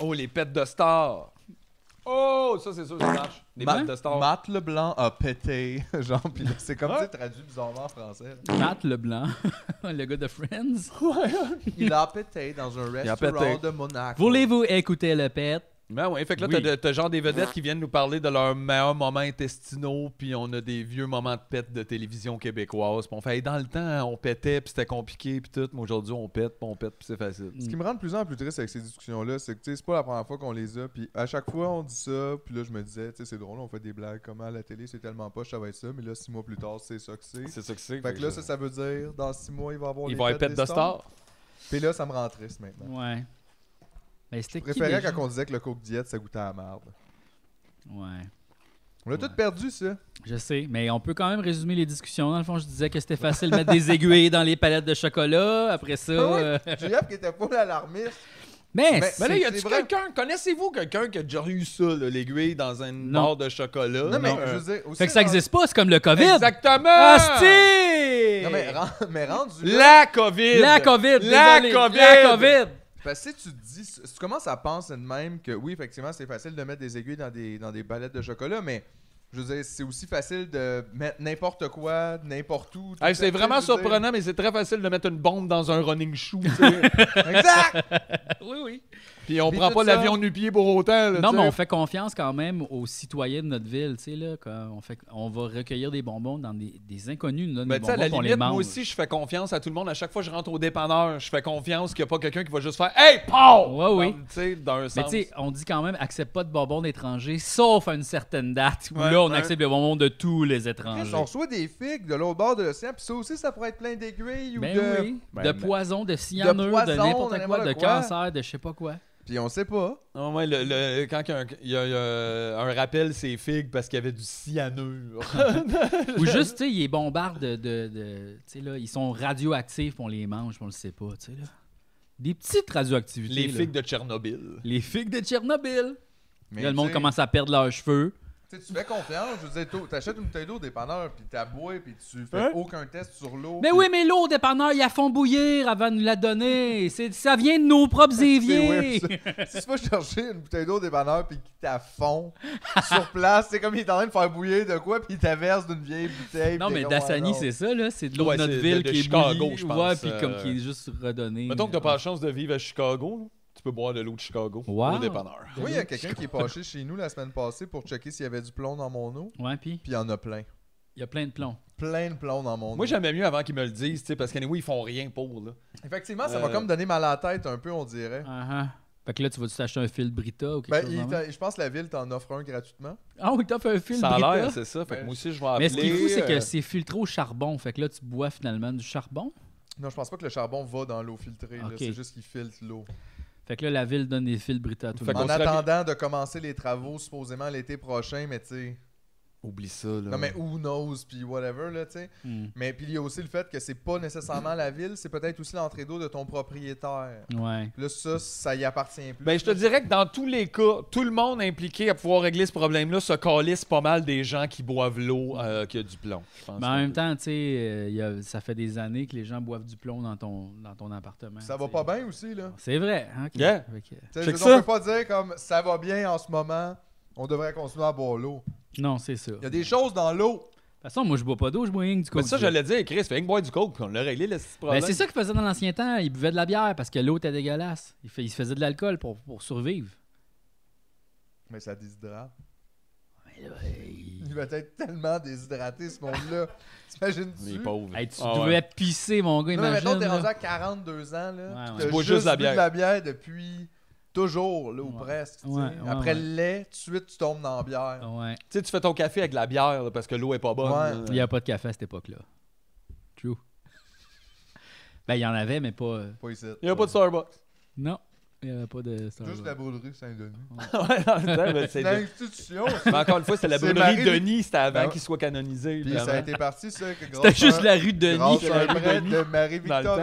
Speaker 3: Oh, les pets de star. Oh, ça, c'est sûr, ça marche. Des
Speaker 1: Ma-
Speaker 3: pets de star.
Speaker 1: Matt Leblanc a pété. Genre, pis là, c'est comme, tu sais, traduit bizarrement en français. là.
Speaker 2: Matt Leblanc, le gars de Friends.
Speaker 1: Il a pété dans un
Speaker 3: a
Speaker 1: restaurant
Speaker 3: pété.
Speaker 1: de Monaco.
Speaker 2: Voulez-vous écouter le pet?
Speaker 3: Ben ouais, fait que là,
Speaker 2: Oui.
Speaker 3: t'as de- t'as genre des vedettes qui viennent nous parler de leurs meilleurs moments intestinaux, puis on a des vieux moments de pète de télévision québécoise. Puis on fait, Hey, dans le temps, on pétait, puis c'était compliqué, puis tout. Mais aujourd'hui, on pète, puis on pète, puis c'est facile.
Speaker 1: Ce qui me rend de plus en plus triste avec ces discussions-là, c'est que tu sais, c'est pas la première fois qu'on les a, puis à chaque fois on dit ça, puis là je me disais, tu sais, c'est drôle, on fait des blagues, comment la télé c'est tellement poche, ça va être ça, mais là six mois plus tard, c'est ça que c'est.
Speaker 3: C'est ça que c'est.
Speaker 1: Fait que là, ça, ça veut dire, dans six mois, il va avoir
Speaker 3: Ils
Speaker 1: les
Speaker 3: vont être
Speaker 1: fêtes
Speaker 3: pète
Speaker 1: des
Speaker 3: de star.
Speaker 1: Puis là, ça me rend triste maintenant.
Speaker 2: Ouais. Ben, c'était
Speaker 1: Je
Speaker 2: qui
Speaker 1: préférais
Speaker 2: déjà?
Speaker 1: quand on disait que le coke diète, ça goûtait à la merde.
Speaker 2: Ouais.
Speaker 1: On a tout perdu, ça.
Speaker 2: Je sais, mais on peut quand même résumer les discussions. Dans le fond, je disais que c'était facile de mettre des aiguilles dans les palettes de chocolat. Après ça.
Speaker 1: Ah oui?
Speaker 2: euh,
Speaker 1: JF qui était pas l'alarmiste.
Speaker 2: Mais,
Speaker 1: Mais-
Speaker 3: Mais là,
Speaker 2: c'est-
Speaker 3: y a-tu
Speaker 1: c'est vrai.
Speaker 3: quelqu'un, connaissez-vous quelqu'un qui a déjà eu ça, là, l'aiguille dans un
Speaker 2: Non.
Speaker 3: mort de chocolat?
Speaker 1: Non, mais
Speaker 3: Euh,
Speaker 1: je veux dire, aussi.
Speaker 2: fait que ça
Speaker 1: dans-
Speaker 2: n'existe pas, c'est comme le COVID.
Speaker 3: Exactement!
Speaker 2: Asti!
Speaker 1: Non, mais, ren- mais rendu là.
Speaker 3: La COVID!
Speaker 2: La COVID!
Speaker 3: La
Speaker 2: désolé,
Speaker 3: COVID!
Speaker 2: La COVID!
Speaker 1: Parce que si tu te dis, si tu commences à penser de même que oui, effectivement, c'est facile de mettre des aiguilles dans des, dans des palettes de chocolat, mais je veux dire, c'est aussi facile de mettre n'importe quoi, n'importe où. tout
Speaker 3: Hey, c'est
Speaker 1: à fait, je
Speaker 3: vraiment
Speaker 1: veux dire.
Speaker 3: surprenant, mais c'est très facile de mettre une bombe dans un running shoe. tu sais.
Speaker 2: Ah,
Speaker 1: Exact!
Speaker 2: Oui, oui.
Speaker 3: Puis on
Speaker 1: Puis
Speaker 3: prend
Speaker 1: tout
Speaker 3: pas
Speaker 1: ça.
Speaker 3: l'avion nu pied pour autant. là,
Speaker 2: Non,
Speaker 3: tu
Speaker 2: mais
Speaker 3: sais.
Speaker 2: on fait confiance quand même aux citoyens de notre ville. Tu sais, là, quand on, fait, on va recueillir des bonbons dans des, des inconnus, nous donnent
Speaker 3: Ben,
Speaker 2: des
Speaker 3: tu sais, à
Speaker 2: bonbons,
Speaker 3: la
Speaker 2: puis on les
Speaker 3: limite,
Speaker 2: mange.
Speaker 3: moi aussi, je fais confiance à tout le monde. À chaque fois que je rentre au dépanneur, je fais confiance qu'il n'y a pas quelqu'un qui va juste faire Hey, pow!
Speaker 2: Ouais,
Speaker 3: Dans-
Speaker 2: oui.
Speaker 3: Tu sais, dans un
Speaker 2: Mais
Speaker 3: sens.
Speaker 2: tu sais, on dit quand même, accepte pas de bonbons d'étrangers, sauf à une certaine date, où
Speaker 3: Ouais,
Speaker 2: là, on
Speaker 3: ouais.
Speaker 2: accepte les bonbons de tous les
Speaker 1: Chris,
Speaker 2: étrangers.
Speaker 1: on reçoit des figues de l'autre bord de l'océan, puis ça aussi, ça pourrait être plein d'aiguilles ou
Speaker 2: Ben
Speaker 1: de.
Speaker 2: oui,
Speaker 3: ben,
Speaker 2: de
Speaker 3: ben,
Speaker 2: poison, de cyanure, de,
Speaker 1: poison, de
Speaker 2: n'importe quoi, de
Speaker 1: n'importe quoi.
Speaker 2: cancer, de je sais pas quoi.
Speaker 1: Puis on sait pas.
Speaker 3: Ah ouais, le- le- quand il y a un, il y a, euh, un rappel, c'est figue parce qu'il y avait du cyanure.
Speaker 2: Ou juste, tu sais, ils les bombardent de. de, de- tu sais, là, ils sont radioactifs, puis on les mange, puis on le sait pas, tu sais, là. Des petites radioactivités.
Speaker 3: Les
Speaker 2: là.
Speaker 3: figues de Tchernobyl.
Speaker 2: Les figues de Tchernobyl.
Speaker 1: Mais
Speaker 2: là, le monde
Speaker 1: tu sais,
Speaker 2: commence à perdre leurs cheveux.
Speaker 1: tu sais, Tu fais confiance, je veux dire, t'au- t'achètes une bouteille d'eau au dépanneur, puis t'aboies, puis tu fais
Speaker 3: Hein?
Speaker 1: aucun test sur l'eau. puis-
Speaker 2: Mais Ben oui, mais l'eau, dépanneur, ils la font bouillir avant de nous la donner. C'est- Ça vient de nos propres éviers.
Speaker 1: weird, Si tu vas chercher une bouteille d'eau au dépanneur puis qu'il t'a fond sur place, c'est comme il est en train de faire bouillir de quoi puis il t'averse d'une vieille bouteille.
Speaker 2: non,
Speaker 1: puis
Speaker 2: mais
Speaker 1: t'es comme,
Speaker 2: Dasani,
Speaker 1: ah non.
Speaker 2: c'est ça, là. C'est de l'eau
Speaker 3: Ouais,
Speaker 2: de notre
Speaker 3: c'est de-
Speaker 2: ville
Speaker 3: de
Speaker 2: qui est
Speaker 3: Chicago,
Speaker 2: bouillie.
Speaker 3: je pense,
Speaker 2: Ouais, puis comme
Speaker 3: euh,
Speaker 2: qui est juste redonnée.
Speaker 3: Mettons que t'as pas la chance de vivre à Chicago, là. tu peux boire de l'eau de Chicago
Speaker 2: Wow.
Speaker 3: au dépanneur.
Speaker 1: Moi, il y a quelqu'un qui est passé chez nous la semaine passée pour checker s'il y avait du plomb dans mon eau,
Speaker 2: Ouais, puis
Speaker 1: puis il y en a plein.
Speaker 2: il y a plein de plombs.
Speaker 1: Plein de plomb dans mon
Speaker 3: Moi,
Speaker 1: eau.
Speaker 3: j'aimais mieux avant qu'ils me le disent, tu sais, parce qu'anyway, ils font rien pour. Là.
Speaker 1: Effectivement, ça
Speaker 3: Euh,
Speaker 1: m'a comme donné mal à la tête un peu, on dirait.
Speaker 2: Ah, ah. Fait que là, tu vas-tu t'acheter un fil Brita ou Ah, quelque
Speaker 1: Ben,
Speaker 2: chose?
Speaker 1: il
Speaker 2: dans le
Speaker 1: t'a- je pense que la ville t'en offre un gratuitement.
Speaker 2: Ah oui, t'as fait un fil
Speaker 3: Ça a
Speaker 2: Brita.
Speaker 3: l'air, c'est ça. Fait que moi aussi, je vais appeler.
Speaker 2: Mais ce qui est fou, c'est que
Speaker 3: euh,
Speaker 2: c'est filtré au charbon. Fait que là, tu bois finalement du charbon.
Speaker 1: Non, je pense pas que le charbon va dans l'eau filtrée. là.
Speaker 2: Ok.
Speaker 1: C'est juste qu'il filtre l'eau.
Speaker 2: Fait que là, la ville donne des fils Brita à tout le
Speaker 1: En
Speaker 2: monde.
Speaker 1: attendant de commencer les travaux supposément l'été prochain, mais tu sais.
Speaker 3: Oublie ça, là.
Speaker 1: Non, mais who knows, puis whatever, là, tu sais.
Speaker 2: Hmm.
Speaker 1: Mais puis il y a aussi le fait que c'est pas nécessairement la ville, c'est peut-être aussi l'entrée d'eau de ton propriétaire.
Speaker 2: Ouais.
Speaker 1: Là, ça, ça y appartient plus.
Speaker 3: Ben, je te dirais que dans tous les cas, tout le monde impliqué à pouvoir régler ce problème-là se calisse pas mal des gens qui boivent l'eau euh, qui a du plomb. je pense.
Speaker 2: Mais Ben, en même temps, tu sais, euh, il y a- ça fait des années que les gens boivent du plomb dans ton, dans ton appartement.
Speaker 1: Ça
Speaker 2: tu
Speaker 1: va
Speaker 2: sais.
Speaker 1: pas bien aussi, là.
Speaker 2: C'est vrai. hein, ok.
Speaker 3: Yeah.
Speaker 2: Fait que-
Speaker 1: Tu sais,
Speaker 3: Check
Speaker 1: je-
Speaker 3: ça.
Speaker 1: on peut pas dire comme ça va bien en ce moment, on devrait continuer à boire l'eau.
Speaker 2: Non, c'est ça. De
Speaker 1: Il y a des choses dans l'eau.
Speaker 2: toute façon, moi, je bois pas d'eau, je bois rien que du
Speaker 3: Mais
Speaker 2: coke.
Speaker 3: ça, j'allais dire, Chris, fait une boire du coke, on l'a réglé, le petit
Speaker 2: Ben,
Speaker 3: problème.
Speaker 2: c'est ça qu'ils faisaient dans l'ancien temps. Ils buvaient de la bière parce que l'eau était dégueulasse. Ils, fa- ils se faisaient de l'alcool pour, pour survivre.
Speaker 1: Mais ça déshydrate.
Speaker 2: Mais là,
Speaker 1: Il va être tellement déshydraté, ce monde-là. T'imagines-tu?
Speaker 3: Les pauvres.
Speaker 2: Hey, tu
Speaker 3: Ah
Speaker 2: devais
Speaker 3: ouais.
Speaker 2: pisser, mon gars,
Speaker 1: Non, mais
Speaker 2: imagine.
Speaker 1: mettons, t'es
Speaker 2: là.
Speaker 1: rendu à 42 ans, là.
Speaker 2: Ouais,
Speaker 1: pis
Speaker 2: ouais.
Speaker 1: t'as
Speaker 3: Tu bois
Speaker 1: juste
Speaker 3: juste de la
Speaker 1: bu de
Speaker 3: bière.
Speaker 1: la bière depuis toujours, là, ou presque. tu sais.
Speaker 2: Ouais, ouais,
Speaker 1: Après
Speaker 2: ouais.
Speaker 1: le lait, tout de suite, tu tombes dans la bière.
Speaker 2: Ah Ouais.
Speaker 3: Tu sais, tu fais ton café avec de la bière là, parce que l'eau est pas bonne.
Speaker 1: Ouais.
Speaker 3: là.
Speaker 2: Il n'y a pas de café à cette époque-là. True. Ben, il y en avait, mais pas. euh,
Speaker 1: Pas ici.
Speaker 3: Il n'y a pas de Starbucks.
Speaker 2: Non, il n'y avait pas de. Starbucks.
Speaker 1: Juste la brûlerie Saint-Denis.
Speaker 3: Ouais, dans le temps, mais c'est de-
Speaker 1: L'institution, ça.
Speaker 3: Mais encore une fois, c'était la
Speaker 1: C'est
Speaker 3: brûlerie
Speaker 1: Marie-
Speaker 3: Denis, c'était avant
Speaker 1: Ben ouais.
Speaker 3: qu'il soit canonisé.
Speaker 1: Puis
Speaker 3: là,
Speaker 1: ça a
Speaker 3: avant.
Speaker 1: été parti, ça. que
Speaker 2: C'était
Speaker 1: grâce à-
Speaker 2: juste la rue
Speaker 1: grâce
Speaker 2: Denis.
Speaker 1: à un prêt de Marie-Victorin.
Speaker 3: Dans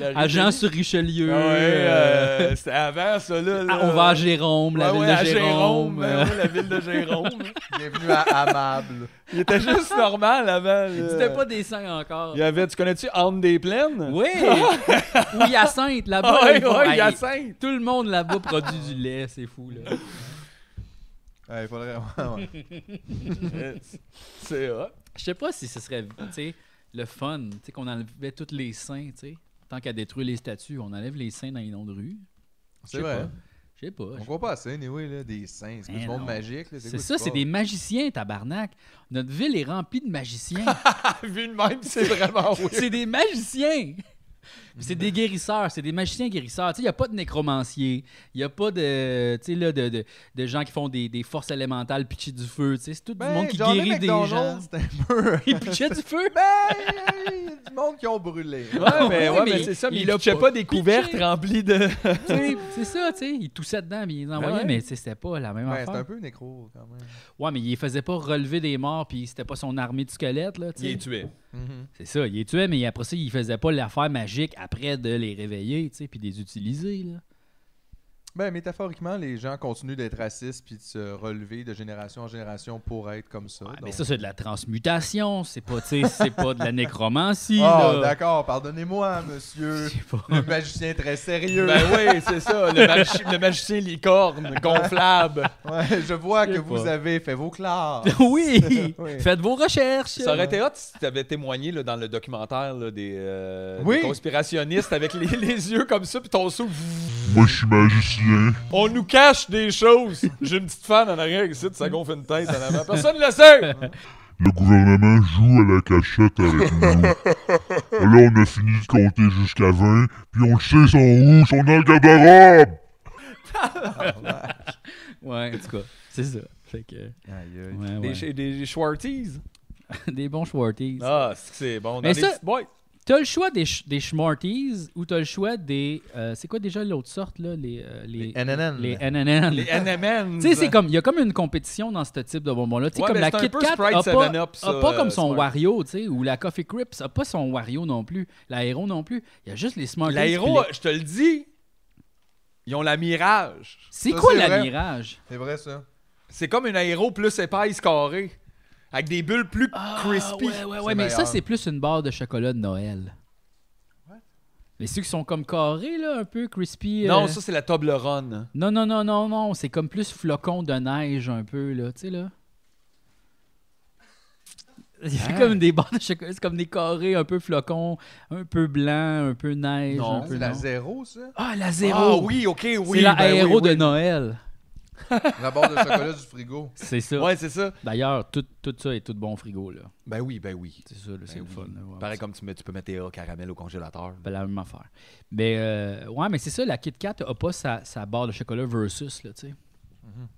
Speaker 3: La rue
Speaker 2: Agent
Speaker 3: Denis.
Speaker 2: sur Richelieu.
Speaker 3: Ah ouais,
Speaker 2: euh,
Speaker 3: euh, c'était avant ça, là.
Speaker 2: ah,
Speaker 3: là.
Speaker 2: on va à Jérôme, la
Speaker 3: Ouais,
Speaker 2: ville
Speaker 3: ouais,
Speaker 2: de
Speaker 3: à
Speaker 2: Jérôme.
Speaker 3: ben
Speaker 2: euh.
Speaker 3: ouais, la ville de Jérôme.
Speaker 1: Bienvenue à Amable.
Speaker 3: Il était juste normal avant. là.
Speaker 2: C'était pas des saints encore.
Speaker 3: Il y avait, tu connais-tu Anne des Plaines?
Speaker 2: Oui! Ou Hyacinthe, là-bas.
Speaker 3: Ah, ouais,
Speaker 2: ils vont-
Speaker 3: ouais,
Speaker 2: Hey,
Speaker 3: Hyacinthe.
Speaker 2: Tout le monde là-bas produit du lait, c'est fou, là.
Speaker 1: Ouais, il faudrait vraiment. ouais.
Speaker 3: C'est hot.
Speaker 2: Je sais pas si ce serait tu sais, le fun, tu sais, qu'on enlevait tous les seins, tu sais. Tant qu'à détruire les statues, on enlève les seins dans les noms de rue.
Speaker 1: C'est
Speaker 2: Je sais
Speaker 1: vrai.
Speaker 2: pas. Je sais pas.
Speaker 1: On voit pas assez, anyway, là, des saints. C'est pas
Speaker 2: Ben
Speaker 1: du monde
Speaker 2: non.
Speaker 1: magique. là, quoi
Speaker 2: C'est ça,
Speaker 1: qui
Speaker 2: c'est
Speaker 1: passe?
Speaker 2: des magiciens, tabarnak. Notre ville est remplie de magiciens.
Speaker 1: Ah
Speaker 3: Vu de même, c'est vraiment oui.
Speaker 2: c'est des magiciens! Puis C'est des guérisseurs, c'est des magiciens guérisseurs. Tu sais, il n'y a pas de nécromancier, il n'y a pas de, tu sais, là, de, de, de gens qui font des, des forces élémentales pitcher du feu. Tu sais, c'est tout
Speaker 1: Ben,
Speaker 2: du monde qui
Speaker 1: Johnny
Speaker 2: guérit des
Speaker 1: McDonald's,
Speaker 2: gens.
Speaker 1: c'était un peu.
Speaker 2: Ils pitchaient du feu?
Speaker 1: Ben, il y a du monde qui ont brûlé.
Speaker 3: Ouais, mais,
Speaker 2: Oui,
Speaker 3: ouais, mais
Speaker 2: mais
Speaker 3: c'est ça, mais
Speaker 2: il
Speaker 3: il
Speaker 2: l'a
Speaker 3: ne
Speaker 2: pas
Speaker 3: pas des couvertes
Speaker 2: pitché.
Speaker 3: remplies de.
Speaker 2: Tu sais, c'est ça, tu sais. Ils toussaient dedans, mais ils les envoyaient,
Speaker 3: ouais.
Speaker 2: mais tu sais, c'était pas la même
Speaker 1: Ouais,
Speaker 2: affaire.
Speaker 1: c'est un peu nécro quand même.
Speaker 2: Ouais, mais il les faisait pas relever des morts, puis c'était pas son armée de squelettes, là, tu sais.
Speaker 3: Il est tué.
Speaker 1: Mhm.
Speaker 2: C'est ça, il les tuait, mais après ça, il faisait pas l'affaire magique après de les réveiller, tu sais, puis de les utiliser, là.
Speaker 1: Ben, métaphoriquement, les gens continuent d'être racistes puis de se relever de génération en génération pour être comme ça.
Speaker 2: Ouais,
Speaker 1: donc-
Speaker 2: mais ça, c'est de la transmutation, c'est pas, tu sais, c'est pas de la nécromancie,
Speaker 1: Ah,
Speaker 2: là.
Speaker 1: d'accord, pardonnez-moi, monsieur.
Speaker 2: Je sais pas.
Speaker 1: Le magicien très sérieux.
Speaker 3: Ben oui, c'est ça, le, magi- le magicien licorne, gonflable.
Speaker 1: Ouais, je vois que
Speaker 2: sais
Speaker 1: vous
Speaker 2: pas.
Speaker 1: avez fait vos classes.
Speaker 2: oui!
Speaker 1: Ah, Oui.
Speaker 2: Faites vos recherches!
Speaker 3: Ça aurait été hot si tu avais témoigné là, dans le documentaire là, des, euh,
Speaker 1: Oui.
Speaker 3: des conspirationnistes avec les, les yeux comme ça, puis ton sou.
Speaker 7: Moi, je suis magicien.
Speaker 3: On nous cache des choses. J'ai une petite fan en arrière ici, ça gonfle une tête en avant. Personne ne le sait.
Speaker 7: Le gouvernement joue à la cachette avec nous. Là, on a fini de compter jusqu'à 20, puis on le sait, son où, son dans le garde-robe.
Speaker 2: Ouais, en tout cas, c'est ça. Fait que,
Speaker 1: Aïe, aïe.
Speaker 2: ouais,
Speaker 3: Des,
Speaker 2: ouais.
Speaker 3: ch- des, des Schwarties.
Speaker 2: Des bons Schwarties.
Speaker 3: Ah, c'est que c'est bon. Dans
Speaker 2: Mais
Speaker 3: les
Speaker 2: ça-
Speaker 3: petites boîtes.
Speaker 2: T'as le choix des, sh- des Schmarties ou t'as le choix des. euh, c'est quoi déjà l'autre sorte, là? Les, euh, les,
Speaker 1: Les NNN.
Speaker 2: Les NNN.
Speaker 3: Les NMN.
Speaker 2: Tu sais, c'est comme. Il y a comme une compétition dans ce type de bonbons-là. Tu sais,
Speaker 3: Ouais,
Speaker 2: comme
Speaker 3: mais
Speaker 2: la
Speaker 3: c'est un
Speaker 2: Kit
Speaker 3: peu
Speaker 2: Kat
Speaker 3: Sprite
Speaker 2: a pas,
Speaker 3: 7-Up, ça,
Speaker 2: a pas
Speaker 3: euh,
Speaker 2: comme son
Speaker 3: Smart.
Speaker 2: Wario, tu sais, ou la Coffee Crips a pas son Wario non plus. L'aéro non plus. Il y a juste les Smarties.
Speaker 3: L'aéro,
Speaker 2: puis les-
Speaker 3: je te le dis, ils ont la Mirage.
Speaker 2: C'est
Speaker 1: Ça,
Speaker 2: quoi
Speaker 1: c'est vrai.
Speaker 2: la Mirage?
Speaker 1: C'est vrai, ça.
Speaker 3: C'est comme une aéro plus épaisse carrée. Avec des bulles plus crispy.
Speaker 2: Ah, ouais, ouais,
Speaker 1: C'est
Speaker 2: ouais, mais ça,
Speaker 1: meilleur.
Speaker 2: c'est plus une barre de chocolat de Noël. Mais ceux qui sont comme carrés, là, un peu crispy.
Speaker 3: Non,
Speaker 2: euh,
Speaker 3: ça, c'est la Toblerone.
Speaker 2: Non, non, non, non, non. C'est comme plus flocon de neige un peu, là. Tu sais, là. C'est
Speaker 3: Hein?
Speaker 2: comme des barres de chocolat. C'est comme des carrés un peu flocons, un peu blanc, un peu neige,
Speaker 3: Non,
Speaker 2: un peu
Speaker 1: C'est la
Speaker 2: non.
Speaker 1: zéro, ça.
Speaker 2: Ah, la
Speaker 3: Ah
Speaker 2: zéro!
Speaker 3: oui, ok, oui.
Speaker 2: c'est la
Speaker 3: ben oui,
Speaker 2: aéro
Speaker 3: oui.
Speaker 2: de Noël.
Speaker 1: La barre de chocolat du frigo.
Speaker 2: C'est ça.
Speaker 3: Ouais, c'est ça.
Speaker 2: D'ailleurs, tout, tout ça est tout bon au frigo, là.
Speaker 3: Ben oui, ben oui.
Speaker 2: C'est ça, là, c'est le
Speaker 3: oui.
Speaker 2: fun. là, ouais.
Speaker 3: Pareil comme tu, mets- tu peux mettre tes A caramel au congélateur.
Speaker 2: Ben, la même affaire. Mais, euh, ouais, mais c'est ça, la Kit Kat n'a pas sa, sa barre de chocolat versus, là, tu sais.
Speaker 3: Mhm.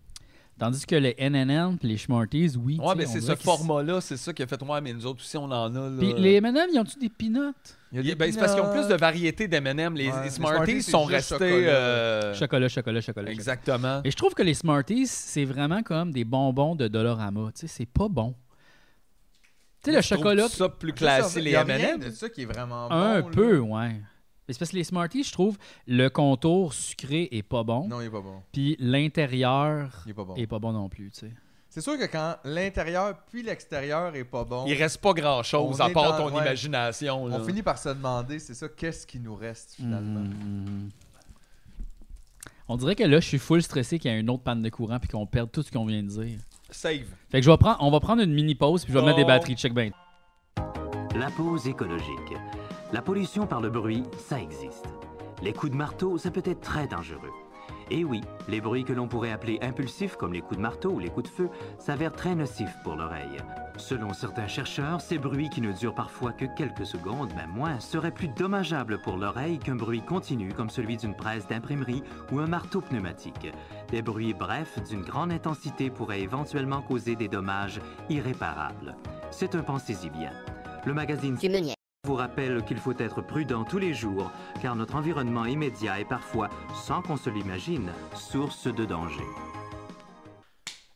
Speaker 2: Tandis que les NNN puis les Schmarties, oui. tu
Speaker 3: Ouais,
Speaker 2: sais,
Speaker 3: mais
Speaker 2: on
Speaker 3: c'est ce
Speaker 2: dirait qu'ils-
Speaker 3: format-là, c'est ça qui a fait moi, mais nous autres aussi, on en a. Là.
Speaker 2: Puis les M&M, ils ont-tu des peanuts?
Speaker 3: Il y a des- ben, c'est parce qu'ils ont plus de variétés d'M&M. Les,
Speaker 1: Ouais,
Speaker 3: les
Speaker 1: les
Speaker 3: Smarties,
Speaker 1: Smarties, c'est
Speaker 3: sont
Speaker 1: juste
Speaker 3: restés.
Speaker 1: chocolat.
Speaker 3: euh,
Speaker 2: Chocolat, chocolat, chocolat.
Speaker 3: Exactement.
Speaker 2: Et je trouve que les Smarties, c'est vraiment comme des bonbons de Dolorama. Tu sais, c'est pas bon. Tu sais, le
Speaker 3: Je trouve
Speaker 2: chocolat,
Speaker 3: ça plus
Speaker 1: Ça,
Speaker 3: classé,
Speaker 1: il
Speaker 3: les
Speaker 1: y a rien
Speaker 3: M&M.
Speaker 1: de ça qui est vraiment
Speaker 2: un
Speaker 1: bon, là.
Speaker 2: peu, ouais. Mais c'est parce que les Smarties, je trouve, le contour sucré est pas bon.
Speaker 1: Non, il est pas bon.
Speaker 2: Puis l'intérieur
Speaker 1: Il est pas bon.
Speaker 2: est pas bon non plus, tu sais.
Speaker 1: C'est sûr que quand l'intérieur puis l'extérieur est pas bon,
Speaker 3: Il reste pas grand-chose
Speaker 1: On
Speaker 3: à
Speaker 1: est
Speaker 3: part
Speaker 1: dans-
Speaker 3: ton
Speaker 1: ouais.
Speaker 3: imagination. là. Mm.
Speaker 1: on finit par se demander, c'est ça, qu'est-ce qui nous reste finalement?
Speaker 2: Mhm. On dirait que là, je suis full stressé qu'il y a une autre panne de courant puis qu'on perde tout ce qu'on vient de dire.
Speaker 3: Save.
Speaker 2: Fait que je vais prendre, on va prendre une mini pause puis je vais mettre des
Speaker 3: Oh.
Speaker 2: batteries. Check bien.
Speaker 12: La pause écologique. La pollution par le bruit, ça existe. Les coups de marteau, ça peut être très dangereux. Et oui, les bruits que l'on pourrait appeler impulsifs, comme les coups de marteau ou les coups de feu, s'avèrent très nocifs pour l'oreille. Selon certains chercheurs, ces bruits qui ne durent parfois que quelques secondes, même moins, seraient plus dommageables pour l'oreille qu'un bruit continu comme celui d'une presse d'imprimerie ou un marteau pneumatique. Des bruits brefs d'une grande intensité pourraient éventuellement causer des dommages irréparables. C'est un pensez-y bien. Le magazine vous rappelle qu'il faut être prudent tous les jours, car notre environnement immédiat est parfois, sans qu'on se l'imagine, source de danger.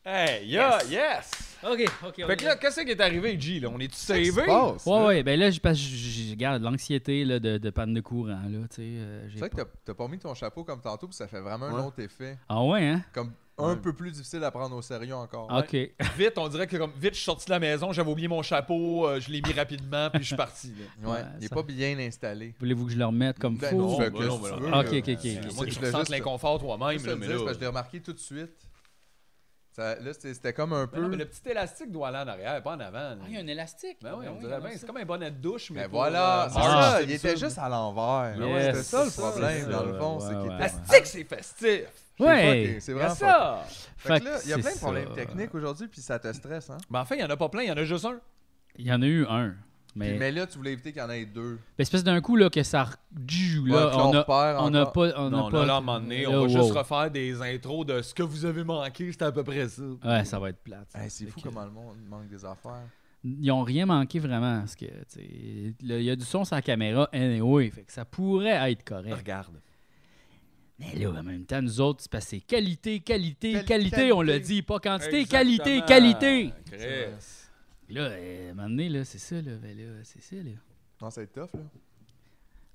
Speaker 3: Hey, yeah, yes!
Speaker 2: OK, OK.
Speaker 3: Fait que là, qu'est-ce qui est arrivé, G? Là? On est-tu savé?
Speaker 2: Ouais, ouais, ben là, je passe, je regarde l'anxiété là, de, de panne de courant, là, tu sais. euh, j'ai
Speaker 1: C'est vrai que
Speaker 2: pas-
Speaker 1: t'as- t'as pas mis ton chapeau comme tantôt, puis ça fait vraiment
Speaker 3: Ouais.
Speaker 1: un autre effet.
Speaker 2: Ah ouais, hein?
Speaker 1: Comme un peu plus difficile à prendre au sérieux encore.
Speaker 2: Ok.
Speaker 3: Vite, on dirait que comme vite, je suis sorti de la maison, j'avais oublié mon chapeau, euh, je l'ai mis rapidement, puis je suis parti. là.
Speaker 1: Ouais, il est
Speaker 2: ça-
Speaker 1: pas bien installé.
Speaker 2: Voulez-vous que je le remette comme
Speaker 1: Ben
Speaker 2: fou?
Speaker 1: non,
Speaker 3: ben
Speaker 1: fais que
Speaker 3: non,
Speaker 1: si
Speaker 3: ben
Speaker 1: tu veux,
Speaker 3: non.
Speaker 2: Ok,
Speaker 1: là.
Speaker 2: ok, ok.
Speaker 1: C'est-
Speaker 3: À moins que
Speaker 1: je
Speaker 3: tu
Speaker 1: voulais
Speaker 3: ressentes
Speaker 1: juste-
Speaker 3: l'inconfort
Speaker 1: juste
Speaker 3: toi-même.
Speaker 1: te
Speaker 3: là,
Speaker 1: le
Speaker 3: mais
Speaker 1: dire,
Speaker 3: là-
Speaker 1: parce que je l'ai remarqué tout de suite. Ça- là, c'était c'était comme un
Speaker 3: Ben non,
Speaker 1: peu.
Speaker 3: mais le petit élastique doit aller en arrière, pas en avant. là.
Speaker 2: Ah, il y a un élastique.
Speaker 3: Ben oui,
Speaker 2: Ben
Speaker 3: on
Speaker 2: oui,
Speaker 3: dirait
Speaker 2: on a
Speaker 3: bien,
Speaker 2: ça.
Speaker 3: c'est comme un bonnet de douche, mais
Speaker 1: Ben
Speaker 3: pour,
Speaker 1: voilà,
Speaker 3: euh,
Speaker 1: c'est
Speaker 3: Mars,
Speaker 1: ça,
Speaker 3: c'est
Speaker 1: il était juste à l'envers.
Speaker 2: Yes,
Speaker 1: Ouais, C'était ça le
Speaker 2: c'est
Speaker 1: problème,
Speaker 2: ça,
Speaker 1: dans le
Speaker 2: ouais,
Speaker 1: fond, c'est
Speaker 2: ouais,
Speaker 1: qu'il
Speaker 2: ouais.
Speaker 1: était
Speaker 3: Plastique, Ah. c'est festif.
Speaker 2: Ouais!
Speaker 1: fucké, C'est
Speaker 3: C'est
Speaker 1: vraiment fucké.
Speaker 3: ça.
Speaker 1: Fait que
Speaker 2: que
Speaker 1: là, il y a
Speaker 2: c'est
Speaker 1: plein de problèmes
Speaker 2: ça.
Speaker 1: techniques aujourd'hui, puis ça te stresse, hein?
Speaker 3: Mais enfin, il y en a pas plein, il y en a juste un.
Speaker 2: Il y en a eu un.
Speaker 1: Puis-
Speaker 2: Mais,
Speaker 1: Mais là, tu voulais éviter qu'il y en ait deux.
Speaker 2: l'espèce d'un coup, là, que ça. re- Djou, Là,
Speaker 1: Ouais,
Speaker 2: on
Speaker 1: qu'on
Speaker 2: a.
Speaker 1: repère
Speaker 2: On n'a
Speaker 1: encore.
Speaker 2: pas. On
Speaker 3: non,
Speaker 2: a
Speaker 3: là,
Speaker 2: pas...
Speaker 3: là, à un moment donné, on
Speaker 2: Là,
Speaker 3: va
Speaker 2: wow.
Speaker 3: juste refaire des intros de ce que vous avez manqué, c'était à peu près ça.
Speaker 2: Ouais, ça va être plate.
Speaker 1: Hey, c'est
Speaker 2: Fait
Speaker 1: fou
Speaker 2: que-
Speaker 1: comment le monde manque des affaires.
Speaker 2: Ils ont rien manqué vraiment. Parce que, tu sais, là, il y a du son sur la caméra, anyway. Fait que ça pourrait être correct.
Speaker 3: Regarde.
Speaker 2: Mais là, en même temps, nous autres, c'est parce que c'est qualité, qualité,
Speaker 1: Quel-
Speaker 2: qualité, on le
Speaker 1: qualité.
Speaker 2: dit. Pas quantité, qualité,
Speaker 3: Exactement. Ah,
Speaker 2: qualité.
Speaker 3: Chris.
Speaker 2: Puis Là, euh, à un moment donné, là, c'est ça, là. Ben là, c'est ça, là.
Speaker 1: Non, ça va être tough, là.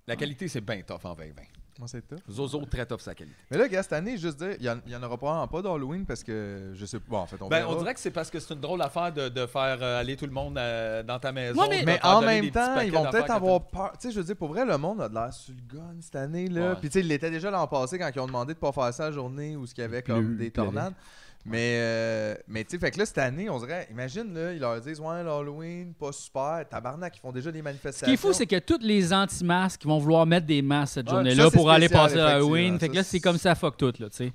Speaker 3: La qualité, c'est bien tough en 2020.
Speaker 1: Non, ça va être tough.
Speaker 3: Zozo, très tough sa qualité.
Speaker 1: Mais là, gars, cette année, juste dire, il y en- il y, en aura probablement pas d'Halloween parce que je sais pas. Bon, en fait, on
Speaker 3: Ben,
Speaker 1: verra.
Speaker 3: on dirait que c'est parce que c'est une drôle affaire de, de faire euh, aller tout le monde euh, dans ta maison.
Speaker 2: Ouais, mais-
Speaker 3: de
Speaker 1: Mais
Speaker 3: faire
Speaker 1: en
Speaker 3: donner des
Speaker 1: même
Speaker 3: petits
Speaker 1: temps,
Speaker 3: paquets
Speaker 1: ils vont
Speaker 3: d'affaires
Speaker 1: peut-être
Speaker 3: quand
Speaker 1: avoir peur. Tu sais, je veux dire, pour vrai, le monde a de l'air sur le gun cette année, là.
Speaker 3: Ouais.
Speaker 1: Puis, tu sais, il l'était déjà l'an passé quand ils ont demandé de pas faire ça la journée où ce qu'il y avait
Speaker 2: pleut-
Speaker 1: comme des
Speaker 2: il pleuvait.
Speaker 1: tornades. Mais, euh, mais tu sais, fait que là, cette année, on dirait, imagine, là, ils leur disent, ouais, l'Halloween, pas super, tabarnak, ils font déjà des
Speaker 2: Ce
Speaker 1: manifestations.
Speaker 2: qui est fou, c'est que tous les anti-masques vont vouloir mettre des masques cette
Speaker 1: Ouais,
Speaker 2: journée-là
Speaker 1: Ah, ça, c'est
Speaker 2: pour aller
Speaker 1: spécial,
Speaker 2: passer à Halloween.
Speaker 1: effectivement.
Speaker 2: Fait que
Speaker 1: Ça,
Speaker 2: là, c'est
Speaker 1: c'est-
Speaker 2: comme ça, fuck tout, là, tu sais.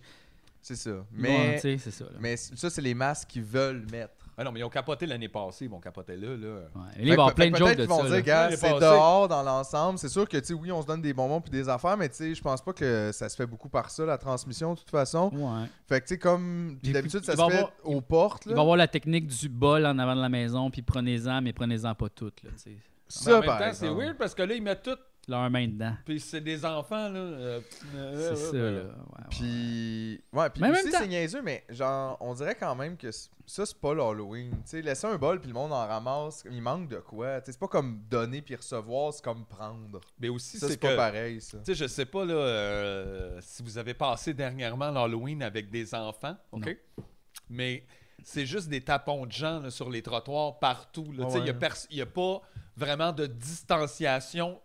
Speaker 1: C'est ça.
Speaker 2: Ouais,
Speaker 1: Mais,
Speaker 2: tu sais, c'est ça, là.
Speaker 1: mais ça, c'est les masques qu'ils veulent mettre.
Speaker 3: Ah non, mais ils ont capoté l'année passée, ils vont capoter là, là.
Speaker 2: Ouais. Mais là, il va y avoir
Speaker 1: Fait
Speaker 2: plein
Speaker 1: que peut-
Speaker 2: de jokes
Speaker 1: peut-être
Speaker 2: de
Speaker 1: qu'ils
Speaker 2: ça.
Speaker 1: vont
Speaker 2: là.
Speaker 1: dire, gars,
Speaker 3: Ouais,
Speaker 1: c'est
Speaker 3: passé.
Speaker 1: dehors dans l'ensemble. C'est sûr que, tu sais, oui, on se donne des bonbons puis des affaires, mais tu sais, je pense pas que ça se fait beaucoup par ça, la transmission, de toute façon.
Speaker 2: Ouais.
Speaker 1: Fait que, tu sais, comme
Speaker 2: Et puis,
Speaker 1: d'habitude, ça
Speaker 2: il
Speaker 1: se
Speaker 2: va
Speaker 1: fait
Speaker 2: avoir-
Speaker 1: aux portes.
Speaker 2: Il
Speaker 1: là.
Speaker 2: va avoir la technique du bol en avant de la maison, puis prenez-en, mais prenez-en pas toutes. Là, tu sais.
Speaker 3: Mais en
Speaker 1: Ça,
Speaker 3: même
Speaker 1: par
Speaker 3: temps, c'est
Speaker 1: exemple.
Speaker 3: weird parce que là, ils mettent tout,
Speaker 2: Leur main dedans.
Speaker 3: puis c'est des enfants, là. euh, euh,
Speaker 2: C'est ça, là.
Speaker 3: euh,
Speaker 2: Ouais, ouais.
Speaker 1: Puis, ouais, puis
Speaker 2: Mais en même
Speaker 1: aussi,
Speaker 2: temps-
Speaker 1: c'est niaiseux, mais genre, on dirait quand même que c- ça, c'est pas l'Halloween. Tu sais, laisser un bol, puis le monde en ramasse, il manque de quoi. Tu sais, c'est pas comme donner puis recevoir, c'est comme prendre.
Speaker 3: Mais aussi,
Speaker 1: ça,
Speaker 3: c'est
Speaker 1: c'est pas
Speaker 3: que-
Speaker 1: pareil, ça.
Speaker 3: Tu sais, je sais pas là, euh, si vous avez passé dernièrement l'Halloween avec des enfants, OK? Mais c'est juste des tapons de gens là, sur les trottoirs partout. là. Tu sais,
Speaker 1: Ouais.
Speaker 3: Il n'y a, pas vraiment de distanciation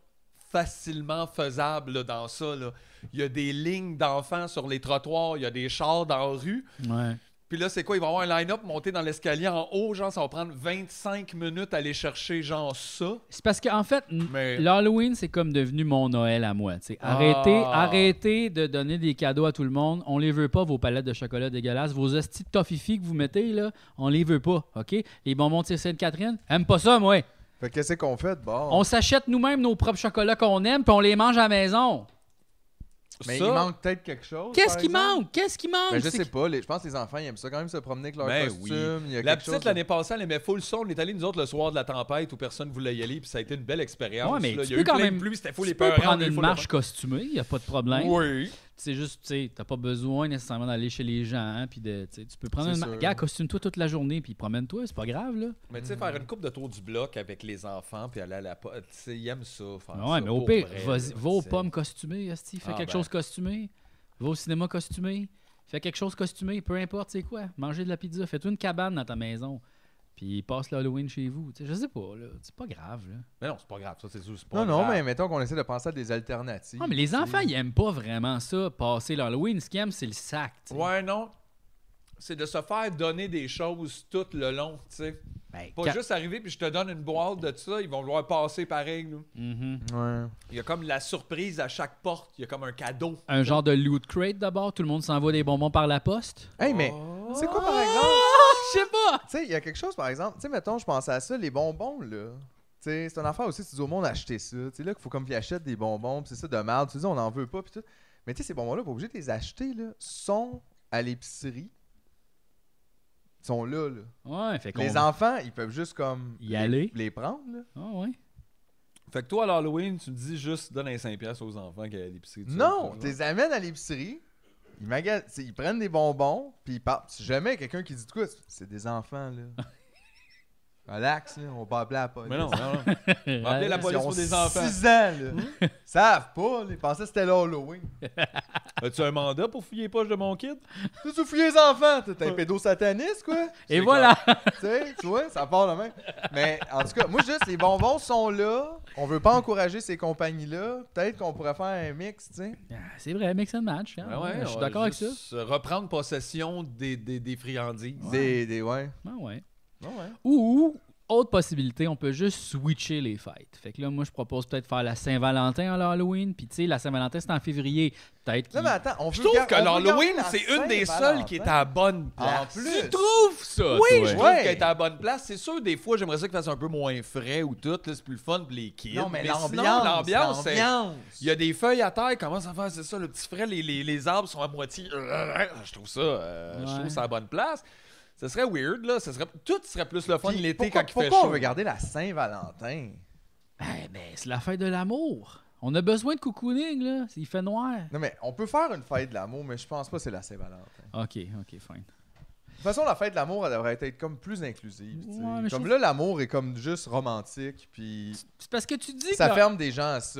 Speaker 3: facilement faisable là, dans ça. là. Il y a des lignes d'enfants sur les trottoirs, il y a des chars dans la rue.
Speaker 2: Ouais.
Speaker 3: Puis là, c'est quoi? Il va y avoir un line-up monté dans l'escalier en haut. Genre, ça va prendre 25 minutes à aller chercher, genre, ça.
Speaker 2: C'est parce qu'en fait, n-
Speaker 3: Mais-
Speaker 2: l'Halloween, c'est comme devenu mon Noël à moi. tu sais. Arrêtez,
Speaker 3: Ah.
Speaker 2: arrêtez de donner des cadeaux à tout le monde. On les veut pas, vos palettes de chocolat dégueulasses. Vos hosties de toffifee que vous mettez, là, on les veut pas, OK? Les bonbons de Sainte-Catherine, aime pas ça, moi.
Speaker 1: Fait que qu'est-ce qu'on fait de bord?
Speaker 2: On s'achète nous-mêmes nos propres chocolats qu'on aime, puis on les mange à la maison.
Speaker 1: Mais
Speaker 2: Ça-
Speaker 1: il manque peut-être quelque chose.
Speaker 2: Qu'est-ce
Speaker 1: par
Speaker 2: qui
Speaker 1: exemple?
Speaker 2: manque? Qu'est-ce qui manque?
Speaker 1: Ben, je
Speaker 2: C'est
Speaker 1: sais pas. les- je pense que les enfants, ils aiment ça quand même se promener avec leur
Speaker 3: Ben oui.
Speaker 1: costume. Il y a
Speaker 3: La
Speaker 1: quelque
Speaker 3: petite,
Speaker 1: chose de-
Speaker 3: l'année passée, elle aimait full son. On est allé, nous autres, le soir de la tempête où personne voulait y aller. Puis ça a été une belle expérience.
Speaker 2: Ouais, mais
Speaker 3: là.
Speaker 2: tu
Speaker 3: Il y a
Speaker 2: peux
Speaker 3: eu
Speaker 2: quand
Speaker 3: plein
Speaker 2: même-
Speaker 3: de pluie, c'était full
Speaker 2: tu
Speaker 3: épeurant,
Speaker 2: peux prendre
Speaker 3: on a eu
Speaker 2: une
Speaker 3: full de
Speaker 2: marche costumée, il n'y a pas de problème.
Speaker 3: Oui.
Speaker 2: C'est juste, tu sais, t'as pas besoin nécessairement d'aller chez les gens, hein, puis de, tu sais, tu peux prendre
Speaker 3: C'est
Speaker 2: une...
Speaker 3: sûr.
Speaker 2: Gars, costume-toi toute la journée, puis promène-toi, c'est pas grave, là.
Speaker 3: Mais tu sais, faire une coupe de tour du bloc avec les enfants, puis aller à la. po- Tu sais, ils aiment ça. faire
Speaker 2: Ouais,
Speaker 3: ça
Speaker 2: mais au
Speaker 3: pour
Speaker 2: pire,
Speaker 3: vrai,
Speaker 2: vas-y,
Speaker 3: là,
Speaker 2: va aux
Speaker 3: tu sais.
Speaker 2: pommes costumées, esti, fais
Speaker 3: Ah,
Speaker 2: quelque
Speaker 3: ben.
Speaker 2: chose costumé, va au cinéma costumé, fais quelque chose costumé, peu importe c'est quoi, manger de la pizza, fais-toi une cabane dans ta maison, puis passe l'Halloween chez vous, tu sais, je sais pas, là, c'est pas grave, là.
Speaker 3: Mais non, c'est pas grave. Ça, c'est sûr, c'est pas
Speaker 1: Non, non,
Speaker 3: grave.
Speaker 1: mais mettons qu'on essaie de penser à des alternatives.
Speaker 2: Non,
Speaker 3: Ah,
Speaker 2: Ah, mais les enfants, ils aiment pas vraiment ça, passer l'Halloween, ce qu'ils aiment, c'est le sac, tu sais.
Speaker 3: Ouais, non. C'est de se faire donner des choses tout le long, tu sais. pas
Speaker 2: Ben, quand-
Speaker 3: juste arriver puis je te donne une boîte de ça, ils vont vouloir passer pareil. là.
Speaker 2: Mhm.
Speaker 1: Ouais.
Speaker 3: Il y a comme la surprise à chaque porte, il y a comme un cadeau.
Speaker 2: Un genre de loot crate d'abord, tout le monde s'envoie des bonbons par la poste.
Speaker 1: Hey, mais c'est quoi par exemple?
Speaker 2: Je sais pas!
Speaker 1: Tu sais, il y a quelque chose par exemple. Tu sais, mettons, je pensais à ça, les bonbons, là. Tu sais, c'est un affaire aussi, tu dis au monde acheter ça. Tu sais, là, qu'il faut comme qu'ils achètent des bonbons, pis c'est ça de merde. Tu dis, on n'en veut pas, pis tout. Mais tu sais, ces bonbons-là, pas obligé de les acheter, là. Sont à l'épicerie. Ils sont là, là.
Speaker 2: Ouais, fait qu'on...
Speaker 1: Les enfants, ils peuvent juste comme
Speaker 2: Y aller.
Speaker 1: les prendre, là.
Speaker 2: Ah ouais.
Speaker 3: Fait que toi, à l'Halloween, tu me dis juste donne un 5$ piastres aux enfants qui a l'épicerie. tu
Speaker 1: Non,
Speaker 3: vois.
Speaker 1: tu les amènes à l'épicerie, ils, maga- t'sais, ils prennent des bonbons, puis ils partent. Si jamais quelqu'un qui dit de quoi, c'est- c'est des enfants, là. Relax, là, on va appeler la police.
Speaker 3: Mais non, non, non. On va appeler la
Speaker 1: Ils
Speaker 3: police
Speaker 1: ont
Speaker 3: pour des enfants. Hmm?
Speaker 1: six ans, là. Ils savent pas, là. Ils pensaient que c'était l'Halloween.
Speaker 3: As-tu un mandat pour fouiller les poches de mon kid?
Speaker 1: Tu tu fouilles les enfants, t'es t'es un pédosataniste, quoi.
Speaker 2: Et voilà!
Speaker 1: T'sais, tu vois, ça part le même. Mais en tout cas, moi, juste, les bonbons sont là. On veut pas encourager ces compagnies-là. Peut-être qu'on pourrait faire un mix, tu sais.
Speaker 2: Ah, C'est vrai, mix and match. hein,
Speaker 3: Ben
Speaker 2: ouais,
Speaker 3: ouais,
Speaker 2: je
Speaker 3: on
Speaker 2: suis
Speaker 3: va
Speaker 2: d'accord avec ça.
Speaker 3: juste se Reprendre possession des, des, des friandises.
Speaker 1: Des, des, ouais.
Speaker 2: Ben ouais.
Speaker 1: Ouais, Ah ouais.
Speaker 2: Ou, autre possibilité, on peut juste switcher les fêtes. Fait que là, moi, je propose peut-être faire la Saint-Valentin à l'Halloween. Puis, tu sais, la Saint-Valentin, c'est en février. Peut-être
Speaker 1: Là,
Speaker 2: qu'il...
Speaker 1: mais attends, on
Speaker 3: Je
Speaker 1: veut
Speaker 3: trouve
Speaker 1: gar-
Speaker 3: que
Speaker 1: on veut garder
Speaker 3: l'Halloween,
Speaker 1: la
Speaker 3: c'est une des
Speaker 1: Saint-Valentin.
Speaker 3: seules qui est à la bonne place.
Speaker 1: En plus.
Speaker 3: Tu trouves
Speaker 2: ça,
Speaker 3: Ah, Oui,
Speaker 2: toi?
Speaker 3: je trouve
Speaker 1: Ouais.
Speaker 3: qu'elle est à la bonne place. C'est sûr, des fois, j'aimerais ça qu'il fasse un peu moins frais ou tout. là, C'est plus le fun pour les kids.
Speaker 1: Non, mais,
Speaker 3: sinon,
Speaker 1: l'ambiance.
Speaker 3: l'ambiance, c'est-
Speaker 1: l'ambiance.
Speaker 3: Il y a des feuilles à terre, comment ça fait, c'est ça, le petit frais, les, les, les arbres sont à moitié. Je trouve ça, euh, je
Speaker 2: Ouais.
Speaker 3: trouve ça à la bonne place. Ce serait weird, là. Ce serait, tout serait plus le fun
Speaker 1: Puis
Speaker 3: l'été
Speaker 1: pourquoi-
Speaker 3: quand il fait
Speaker 1: Pourquoi
Speaker 3: chaud.
Speaker 1: on veut garder la Saint-Valentin?
Speaker 2: Ben, ben, c'est la fête de l'amour. On a besoin de cocooning, là. Il fait noir.
Speaker 1: Non, mais on peut faire une fête de l'amour, mais je pense pas que c'est la Saint-Valentin.
Speaker 2: OK, OK, fine.
Speaker 1: De toute façon, la fête de l'amour, elle devrait être comme plus inclusive. tu sais.
Speaker 2: Ouais, mais je
Speaker 1: comme
Speaker 2: trouve-
Speaker 1: là, l'amour est comme juste romantique, puis
Speaker 2: C'est parce que tu dis que...
Speaker 1: ça ferme des gens à ça.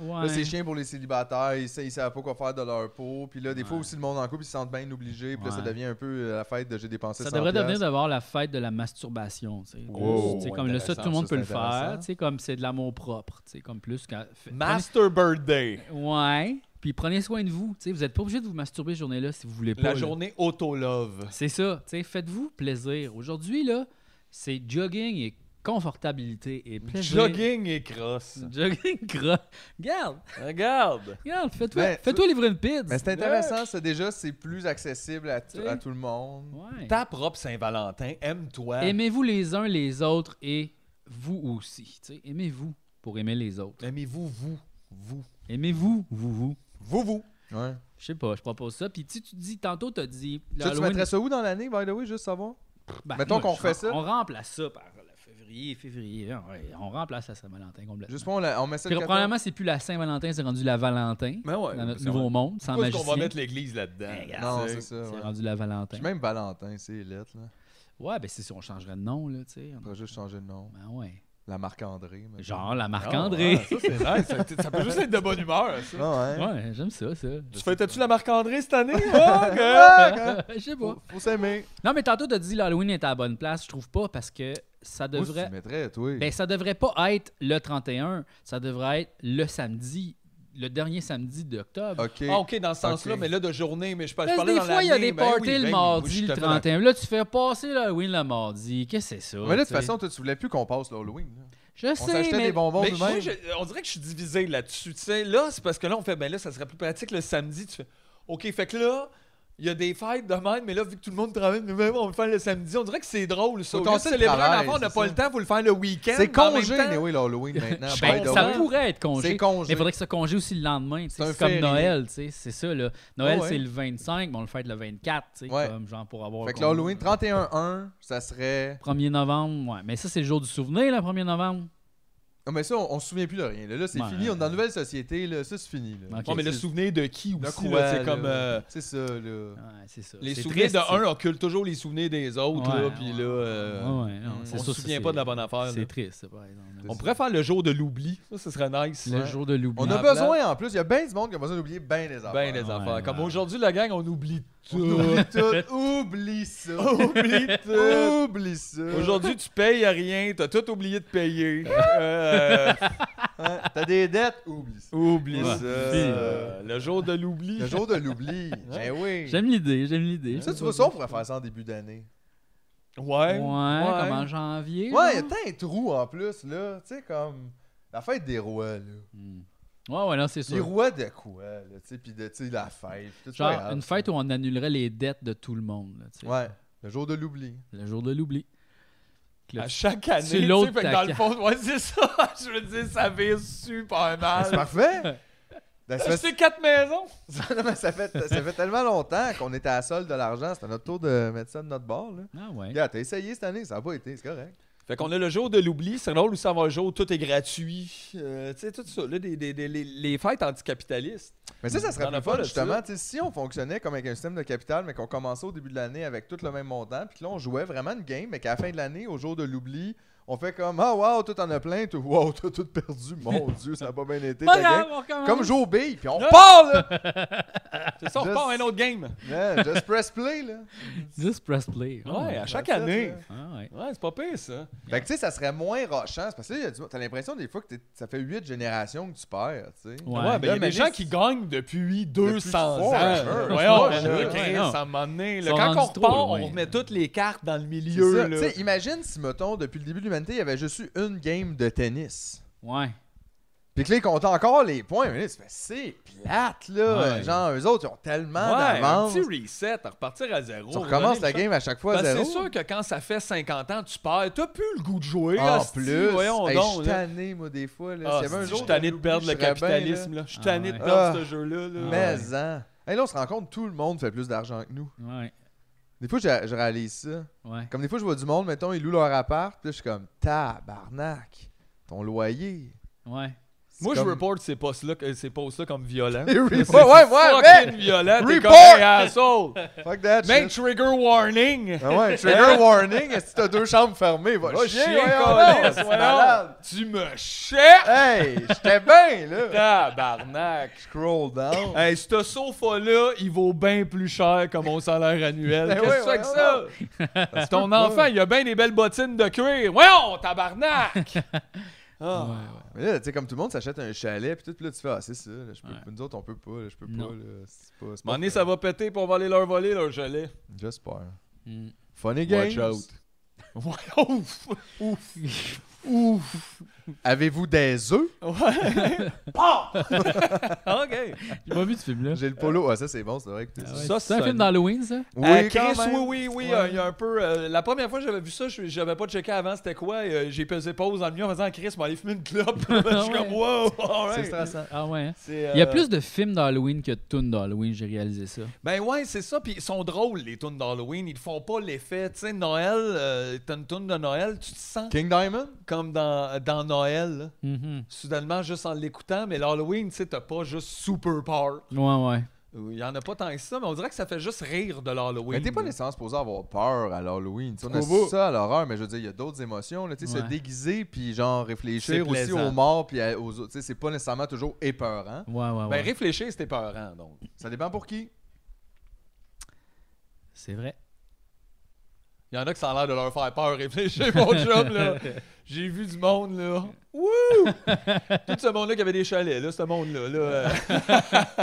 Speaker 2: Ouais.
Speaker 1: Là, c'est chien pour les célibataires, ils, sa- ils savent pas quoi faire de leur peau. Puis là, des fois
Speaker 2: Ouais.
Speaker 1: aussi, le monde en couple, ils se sentent bien obligés, puis là, ça
Speaker 2: Ouais.
Speaker 1: devient un peu euh, la fête de j'ai dépensé
Speaker 2: Ça
Speaker 1: 100
Speaker 2: devrait devenir
Speaker 1: piastres.
Speaker 2: d'avoir la fête de la masturbation, tu sais. Plus,
Speaker 1: Oh,
Speaker 2: tu sais, comme le ça, tout le
Speaker 1: intéressant,
Speaker 2: monde
Speaker 1: ça,
Speaker 2: peut le
Speaker 1: c'est intéressant.
Speaker 2: faire, tu sais, comme c'est de l'amour propre, tu sais, comme plus quand... fait-
Speaker 3: Master Birthday.
Speaker 2: Ouais. Puis prenez soin de vous. tu sais, vous n'êtes pas obligé de vous masturber cette journée-là si vous voulez pas.
Speaker 3: La
Speaker 2: là.
Speaker 3: journée auto-love.
Speaker 2: C'est ça. tu sais, Faites-vous plaisir. Aujourd'hui, là, c'est jogging et confortabilité et plaisir.
Speaker 3: Jogging et cross.
Speaker 2: Jogging gras. Regarde,
Speaker 3: Regarde.
Speaker 2: regarde, fais-toi
Speaker 1: Ben,
Speaker 2: fais
Speaker 1: tu-
Speaker 2: livrer une pizza.
Speaker 1: Mais c'est intéressant, ça déjà, c'est plus accessible à, t-
Speaker 2: Tu sais.
Speaker 1: à tout le monde.
Speaker 2: Ouais.
Speaker 3: Ta propre Saint-Valentin, aime-toi.
Speaker 2: Aimez-vous les uns les autres et vous aussi. tu sais, Aimez-vous pour aimer les autres.
Speaker 3: Aimez-vous, vous. Vous.
Speaker 2: Aimez-vous, vous, vous.
Speaker 1: Vous, vous. Ouais.
Speaker 2: Je sais pas, je propose ça. Puis tu tu dis, tantôt, t'as dit.
Speaker 1: Ça, tu
Speaker 2: l'Halloween-
Speaker 1: mettrais ça où dans l'année, by the way, juste savoir?
Speaker 2: Ben,
Speaker 1: Mettons
Speaker 2: moi,
Speaker 1: qu'on
Speaker 2: je-
Speaker 1: fait ça.
Speaker 2: On remplace ça par le février, février. hein, ouais, on remplace la Saint-Valentin complètement.
Speaker 1: Juste pour on, la- on met ça
Speaker 2: Puis
Speaker 1: le 14.
Speaker 2: probablement, c'est plus la Saint-Valentin, c'est rendu la Valentin.
Speaker 3: Mais ouais,
Speaker 2: dans notre
Speaker 3: c'est
Speaker 2: nouveau
Speaker 3: vrai.
Speaker 2: monde, sans
Speaker 3: Pourquoi est-ce
Speaker 2: magicien.
Speaker 3: qu'on va mettre l'église là-dedans? Ah,
Speaker 2: Eh, regarde,
Speaker 1: Non,
Speaker 3: Tu sais.
Speaker 1: c'est ça.
Speaker 2: C'est
Speaker 1: ouais.
Speaker 2: rendu la Valentin.
Speaker 1: Puis même Valentin, c'est lettre, là.
Speaker 2: Ouais, ben c'est si on changerait de nom, là, tu sais.
Speaker 1: On pourrait juste changer de nom.
Speaker 2: Ben ouais.
Speaker 1: La Marc-André. mettons.
Speaker 2: Genre la
Speaker 3: Ah,
Speaker 2: Marc-André.
Speaker 3: ouais, ça, c'est nice. Ça- Ça peut juste être de bonne humeur, ça.
Speaker 1: Ah, ouais.
Speaker 2: ouais, j'aime ça, ça.
Speaker 3: Tu fêtais-tu la Marc-André cette année? Ah, hein.
Speaker 2: Je sais pas.
Speaker 1: Faut, faut s'aimer.
Speaker 2: Non, mais tantôt, t'as dit l'Halloween est à la bonne place. Je trouve pas parce que ça
Speaker 1: Où est-ce que
Speaker 2: devrait.
Speaker 1: tu mettrais, toi?
Speaker 2: Ben, ça devrait pas être le 31, ça devrait être le samedi le dernier samedi d'octobre.
Speaker 3: OK. Ah, OK, dans ce sens-là, mais là, de journée, mais je, par-
Speaker 2: Parce que
Speaker 3: je parlais
Speaker 2: des
Speaker 3: dans
Speaker 2: fois, il y a
Speaker 3: l'année,
Speaker 2: des
Speaker 3: ben oui,
Speaker 2: parties
Speaker 3: ben
Speaker 2: le
Speaker 3: oui, oui, je
Speaker 2: mardi,
Speaker 3: suis
Speaker 2: le
Speaker 3: tout à fait d'accord.
Speaker 2: 31. Là, tu fais passer l'Halloween le mardi. Qu'est-ce que c'est ça?
Speaker 1: Mais là, de toute
Speaker 2: tu sais?
Speaker 1: façon, toi, tu voulais plus qu'on passe l'Halloween. là.
Speaker 2: Je
Speaker 1: On
Speaker 2: sais,
Speaker 1: s'achetait
Speaker 2: mais-
Speaker 1: des bonbons
Speaker 3: Mais ben,
Speaker 1: nous-mêmes.
Speaker 3: moi, je- on dirait que je suis divisé là-dessus. Tu sais, là, c'est parce que là, on fait, ben là, ça serait plus pratique le samedi. Tu fais, OK, fait que là, il y a des fêtes de même, mais là, vu que tout le monde travaille, nous mêmes, on le fait le samedi. On dirait que c'est drôle, ça.
Speaker 1: Faut
Speaker 3: Au lieu de
Speaker 1: tasser le
Speaker 3: célébrer un
Speaker 1: travail,
Speaker 3: enfant, on n'a
Speaker 1: c'est
Speaker 3: pas
Speaker 1: ça.
Speaker 3: le temps, faut le faire le week-end.
Speaker 1: C'est
Speaker 3: mais en même
Speaker 1: congé,
Speaker 3: temps-
Speaker 1: mais oui, l'Halloween maintenant.
Speaker 2: Je
Speaker 1: by
Speaker 2: pense-
Speaker 1: the
Speaker 2: Ben, ça
Speaker 1: way.
Speaker 2: pourrait être congé.
Speaker 1: C'est congé.
Speaker 2: Mais il faudrait que ce congé aussi le lendemain. tu sais,
Speaker 1: C'est un
Speaker 2: C'est comme
Speaker 1: férié.
Speaker 2: Noël, tu sais, c'est ça. Là. Noël,
Speaker 1: Ah ouais.
Speaker 2: c'est le 25, mais on le fête le 24, tu sais,
Speaker 1: Ouais.
Speaker 2: comme genre pour avoir.
Speaker 1: Fait
Speaker 2: le
Speaker 1: que
Speaker 2: congé.
Speaker 1: l'Halloween 31-1, ça serait.
Speaker 2: 1er novembre, ouais. Mais ça, c'est le jour du souvenir, le 1er novembre.
Speaker 1: Non, Ah, mais ça, on, on se souvient plus de rien. Là, Là, c'est
Speaker 2: Ouais.
Speaker 1: fini. On est dans une nouvelle société. Là. Ça, c'est fini. Là.
Speaker 3: Ouais, mais le
Speaker 1: C'est-
Speaker 3: souvenir de qui
Speaker 1: de
Speaker 3: aussi,
Speaker 1: quoi,
Speaker 3: là, c'est
Speaker 1: là?
Speaker 3: comme. euh,
Speaker 1: C'est ça, là.
Speaker 2: Ouais, c'est ça.
Speaker 3: Les
Speaker 2: C'est
Speaker 3: souvenirs
Speaker 2: triste,
Speaker 3: de
Speaker 2: ça.
Speaker 3: un occultent toujours les souvenirs des autres,
Speaker 2: Ouais,
Speaker 3: là, puis là, euh,
Speaker 2: Ouais, ouais, non, c'est
Speaker 3: on se
Speaker 2: sûr, ça,
Speaker 3: souvient
Speaker 2: c'est-
Speaker 3: pas de la bonne affaire. là.
Speaker 2: C'est triste, ça, par exemple.
Speaker 3: On pourrait faire le jour de l'oubli. Ça, ce serait nice.
Speaker 2: Le jour de l'oubli.
Speaker 1: On a
Speaker 3: Ah,
Speaker 1: besoin, en plus. Il y a bien du monde qui a besoin d'oublier bien des affaires.
Speaker 3: Ben, les affaires.
Speaker 2: ouais.
Speaker 3: Comme aujourd'hui, la gang, on oublie tout.
Speaker 1: Oublie tout. Oublie ça.
Speaker 3: Oublie tout.
Speaker 1: Oublie ça.
Speaker 3: Aujourd'hui, tu payes à rien, t'as tout oublié de payer. Euh,
Speaker 1: Hein, T'as des dettes? Oublie ça.
Speaker 3: oublie
Speaker 1: Ouais.
Speaker 3: ça. Euh, Le jour de l'oubli.
Speaker 1: Le jour de l'oubli. Ben oui.
Speaker 2: J'aime l'idée, j'aime l'idée.
Speaker 1: Ça, tu vois, ça, on pourrait faire ça en début d'année.
Speaker 2: Ouais,
Speaker 3: Ouais.
Speaker 2: comme en janvier.
Speaker 1: Ouais, il y a
Speaker 2: genre.
Speaker 1: peut-être un trou en plus, là. Tu sais, comme la fête des rois, là.
Speaker 2: Hmm. Ouais, ouais, non, c'est
Speaker 1: Les
Speaker 2: sûr.
Speaker 1: rois de quoi, là? Tu sais, puis de tu sais, la fête. puis tout ça,
Speaker 2: Genre,
Speaker 1: regarde.
Speaker 2: une fête où on annulerait les dettes de tout le monde, là, tu sais.
Speaker 1: Ouais, le jour de l'oubli.
Speaker 2: Le jour de l'oubli.
Speaker 1: Ah,
Speaker 2: Que le-
Speaker 3: À chaque année,
Speaker 2: C'est
Speaker 3: tu
Speaker 2: l'autre
Speaker 3: sais, fait que dans le
Speaker 2: tac-
Speaker 3: fond, ouais, c'est ça. Je veux dire, ça vire super
Speaker 1: Ah, c'est
Speaker 3: mal.
Speaker 1: parfait! Ben, ça, fait...
Speaker 3: Acheter quatre maisons.
Speaker 1: Non, mais ça, fait... ça fait tellement longtemps qu'on était à la solde de l'argent. C'était notre tour de mettre ça de notre bord, là.
Speaker 2: Ah ouais.
Speaker 1: Regarde, t'as essayé cette année, ça n'a pas été, c'est correct.
Speaker 3: Fait qu'on a le jour de l'oubli, c'est drôle où ça va le jour où tout est gratuit. Euh, tu sais, tout ça. Là, des, des- des- les, les fêtes anticapitalistes.
Speaker 1: Mais ça, ça
Speaker 3: T'en
Speaker 1: serait
Speaker 3: as
Speaker 1: plus
Speaker 3: pas
Speaker 1: fun,
Speaker 3: de
Speaker 1: justement.
Speaker 3: ça?
Speaker 1: Tu sais, si on fonctionnait comme avec un système de capital, mais qu'on commençait au début de l'année avec tout le même montant, puis que là, on jouait vraiment une game, mais qu'à la fin de l'année, au jour de l'oubli, on fait comme Ah, wow, tout en a plein, tout, wow, t'as tout perdu, mon Dieu, ça n'a pas bien été.
Speaker 2: Pas
Speaker 1: ta
Speaker 2: grave,
Speaker 1: game.
Speaker 2: on recommence.
Speaker 1: Comme j'obéis, puis on
Speaker 3: Non.
Speaker 1: part, là!
Speaker 3: C'est ça, on
Speaker 1: Je
Speaker 3: repart à
Speaker 1: sais.
Speaker 3: un autre game.
Speaker 1: Man, Just press play, là.
Speaker 2: Just press play. Ah
Speaker 3: Ouais, à chaque
Speaker 1: That's it,
Speaker 3: année.
Speaker 1: là.
Speaker 2: Ah ouais.
Speaker 3: Ouais, c'est pas pire, ça.
Speaker 1: Fait que, tu sais, ça serait moins rochant. c'est Parce que là, y a du- t'as l'impression des fois que t'es- ça fait huit générations que tu perds, tu sais.
Speaker 2: Ouais.
Speaker 3: Ouais, ben, il y a
Speaker 1: Là, mais
Speaker 3: des gens
Speaker 1: là,
Speaker 3: qui gagnent depuis 200
Speaker 1: fort,
Speaker 3: ans.
Speaker 1: sure.
Speaker 3: Voyons,
Speaker 1: Fort,
Speaker 3: ben,
Speaker 1: sure.
Speaker 3: là, Chris,
Speaker 2: Ouais, non.
Speaker 3: à un moment donné, là,
Speaker 2: Ils sont
Speaker 3: quand on
Speaker 2: rendus trop
Speaker 3: repart,
Speaker 2: loin,
Speaker 3: on
Speaker 2: là.
Speaker 3: remet toutes les cartes dans le
Speaker 1: C'est
Speaker 3: milieu.
Speaker 1: ça. Tu
Speaker 3: là.
Speaker 1: sais, imagine si, mettons, depuis le début de l'humanité, il y avait juste eu une game de tennis.
Speaker 2: Ouais.
Speaker 1: Puis que là, ils comptent encore les points. Mais là, tu fais, c'est plate, là.
Speaker 2: Ouais.
Speaker 1: Genre, eux autres, ils ont tellement
Speaker 3: Ouais, un
Speaker 1: d'avance.
Speaker 3: petit reset, à repartir à zéro.
Speaker 1: Tu recommences
Speaker 3: redonner
Speaker 1: la
Speaker 3: une
Speaker 1: game à chaque fois à
Speaker 3: Parce que
Speaker 1: zéro.
Speaker 3: Ben, c'est sûr que quand ça fait 50 ans, tu perds. T'as plus le goût de jouer.
Speaker 1: En
Speaker 3: hostie,
Speaker 1: Ah, plus,
Speaker 3: voyons
Speaker 1: hey, je
Speaker 3: donc.
Speaker 1: suis
Speaker 3: là.
Speaker 1: tanné, moi, des fois. Là.
Speaker 3: Ah,
Speaker 1: S'il y avait un
Speaker 3: si,
Speaker 1: jour
Speaker 3: je suis tanné
Speaker 1: où
Speaker 3: de perdre le
Speaker 1: j'oublie, je serais bien,
Speaker 3: capitalisme. là. Je suis
Speaker 2: Ah
Speaker 3: tanné de
Speaker 2: ouais.
Speaker 3: perdre
Speaker 1: Ah.
Speaker 3: ce jeu-là. là.
Speaker 1: là.
Speaker 2: Ah
Speaker 1: Mais
Speaker 2: ouais.
Speaker 1: en. Hey, là, on se rend compte, tout le monde fait plus d'argent que nous.
Speaker 2: Ouais.
Speaker 1: Des fois, je, je réalise ça.
Speaker 2: Ouais.
Speaker 1: Comme des fois, je vois du monde, mettons, ils louent leur appart. Puis là, je suis comme, tabarnak, ton loyer.
Speaker 2: Ouais.
Speaker 1: C'est
Speaker 3: Moi, je
Speaker 1: comme-
Speaker 3: reporte ces postes-là euh, ces posts-là comme violents.
Speaker 1: Les
Speaker 3: C'est
Speaker 1: reports, ouais, ouais,
Speaker 3: fucking
Speaker 1: man.
Speaker 3: violent. T'es comme
Speaker 1: Report.
Speaker 3: un asshole.
Speaker 1: Fuck that
Speaker 3: Même
Speaker 1: shit.
Speaker 3: trigger warning.
Speaker 1: Ah ouais, trigger warning, est-ce que t'as deux chambres fermées? Va,
Speaker 3: Va
Speaker 1: chier,
Speaker 3: chier,
Speaker 1: voyons
Speaker 3: Colin,
Speaker 1: donc, c'est
Speaker 3: voyons.
Speaker 1: malade.
Speaker 3: Tu me cherches.
Speaker 1: Hey, j'étais bien, là.
Speaker 3: Tabarnak.
Speaker 1: Scroll down.
Speaker 3: Hey, ce sofa-là, il vaut bien plus cher que mon salaire annuel.
Speaker 1: Ben
Speaker 3: Qu'est-ce que
Speaker 1: oui,
Speaker 3: tu fais que
Speaker 1: voyons
Speaker 3: ça? C'est ton enfant, il a bien des belles bottines de cuir. Voyons, tabarnak! Ah.
Speaker 1: Mais là, tu sais, comme tout le monde s'achète un chalet, puis tout, puis là, tu fais, ah, c'est ça, là, je peux,
Speaker 2: Ouais.
Speaker 1: nous autres, on peut pas, là, je peux
Speaker 2: Non.
Speaker 1: pas, là, c'est pas, c'est
Speaker 3: À un moment
Speaker 1: pas
Speaker 3: donné,
Speaker 1: fair.
Speaker 3: ça va péter pour aller leur voler leur gelée.
Speaker 1: J'espère.
Speaker 2: Hmm.
Speaker 1: Funny games.
Speaker 3: Ouais, ouf!
Speaker 1: Avez-vous des œufs?
Speaker 3: Ouais! OK!
Speaker 2: J'ai pas vu ce film-là.
Speaker 1: J'ai le polo. Ah, ça, c'est bon, c'est vrai. Écoutez,
Speaker 2: Ah
Speaker 1: ça.
Speaker 2: ouais,
Speaker 3: ça,
Speaker 2: c'est un
Speaker 3: ça-
Speaker 2: film d'Halloween, ça?
Speaker 1: Oui,
Speaker 3: Euh, Chris,
Speaker 1: quand même.
Speaker 3: oui, oui, oui. euh, Il y a un peu. euh, la première fois que j'avais vu ça, je j'avais pas checké avant c'était quoi. euh, J'ai pesé pause dans le milieu en faisant Chris, m'a aller fumer une clope. je suis comme, wow!
Speaker 1: C'est
Speaker 3: alright.
Speaker 1: stressant.
Speaker 2: Ah ouais. hein?
Speaker 3: C'est,
Speaker 2: Il y a
Speaker 3: euh,
Speaker 2: plus de films d'Halloween que de tunes d'Halloween, j'ai réalisé ça.
Speaker 3: Ben ouais, c'est ça. Puis ils sont drôles, les tunes d'Halloween. Ils font pas l'effet. Tu sais, Noël, euh, t'as une tune de Noël, tu te sens
Speaker 1: King Diamond?
Speaker 3: comme dans, dans Noël. là.
Speaker 2: Mhm.
Speaker 3: Soudainement, juste en l'écoutant. Mais l'Halloween, tu sais, t'as pas juste super peur.
Speaker 2: Ouais, ouais.
Speaker 3: Il y en a pas tant que ça, mais on dirait que ça fait juste rire de
Speaker 1: Mais
Speaker 3: l'Halloween.
Speaker 1: t'es pas
Speaker 3: là.
Speaker 1: nécessairement supposé avoir peur à l'Halloween. Tu sais, On
Speaker 3: Trop
Speaker 1: a
Speaker 3: beau.
Speaker 1: ça à l'horreur, mais je veux dire, il y a d'autres émotions. Là, tu sais, Se
Speaker 2: Ouais.
Speaker 1: déguiser, puis genre
Speaker 3: C'est
Speaker 1: réfléchir aussi
Speaker 3: plaisant.
Speaker 1: aux morts, puis à- aux autres. tu sais, C'est pas nécessairement toujours épeurant.
Speaker 2: Ouais, ouais,
Speaker 3: Ben
Speaker 2: ouais.
Speaker 3: réfléchir, c'était peurant, donc.
Speaker 1: Ça dépend pour qui.
Speaker 2: C'est vrai.
Speaker 3: Il y en a que ça a l'air de leur faire peur. Réfléchis, mon job, là. J'ai vu du monde, là. Wouh! Tout ce monde-là qui avait des chalets, là, ce monde-là. Là, euh,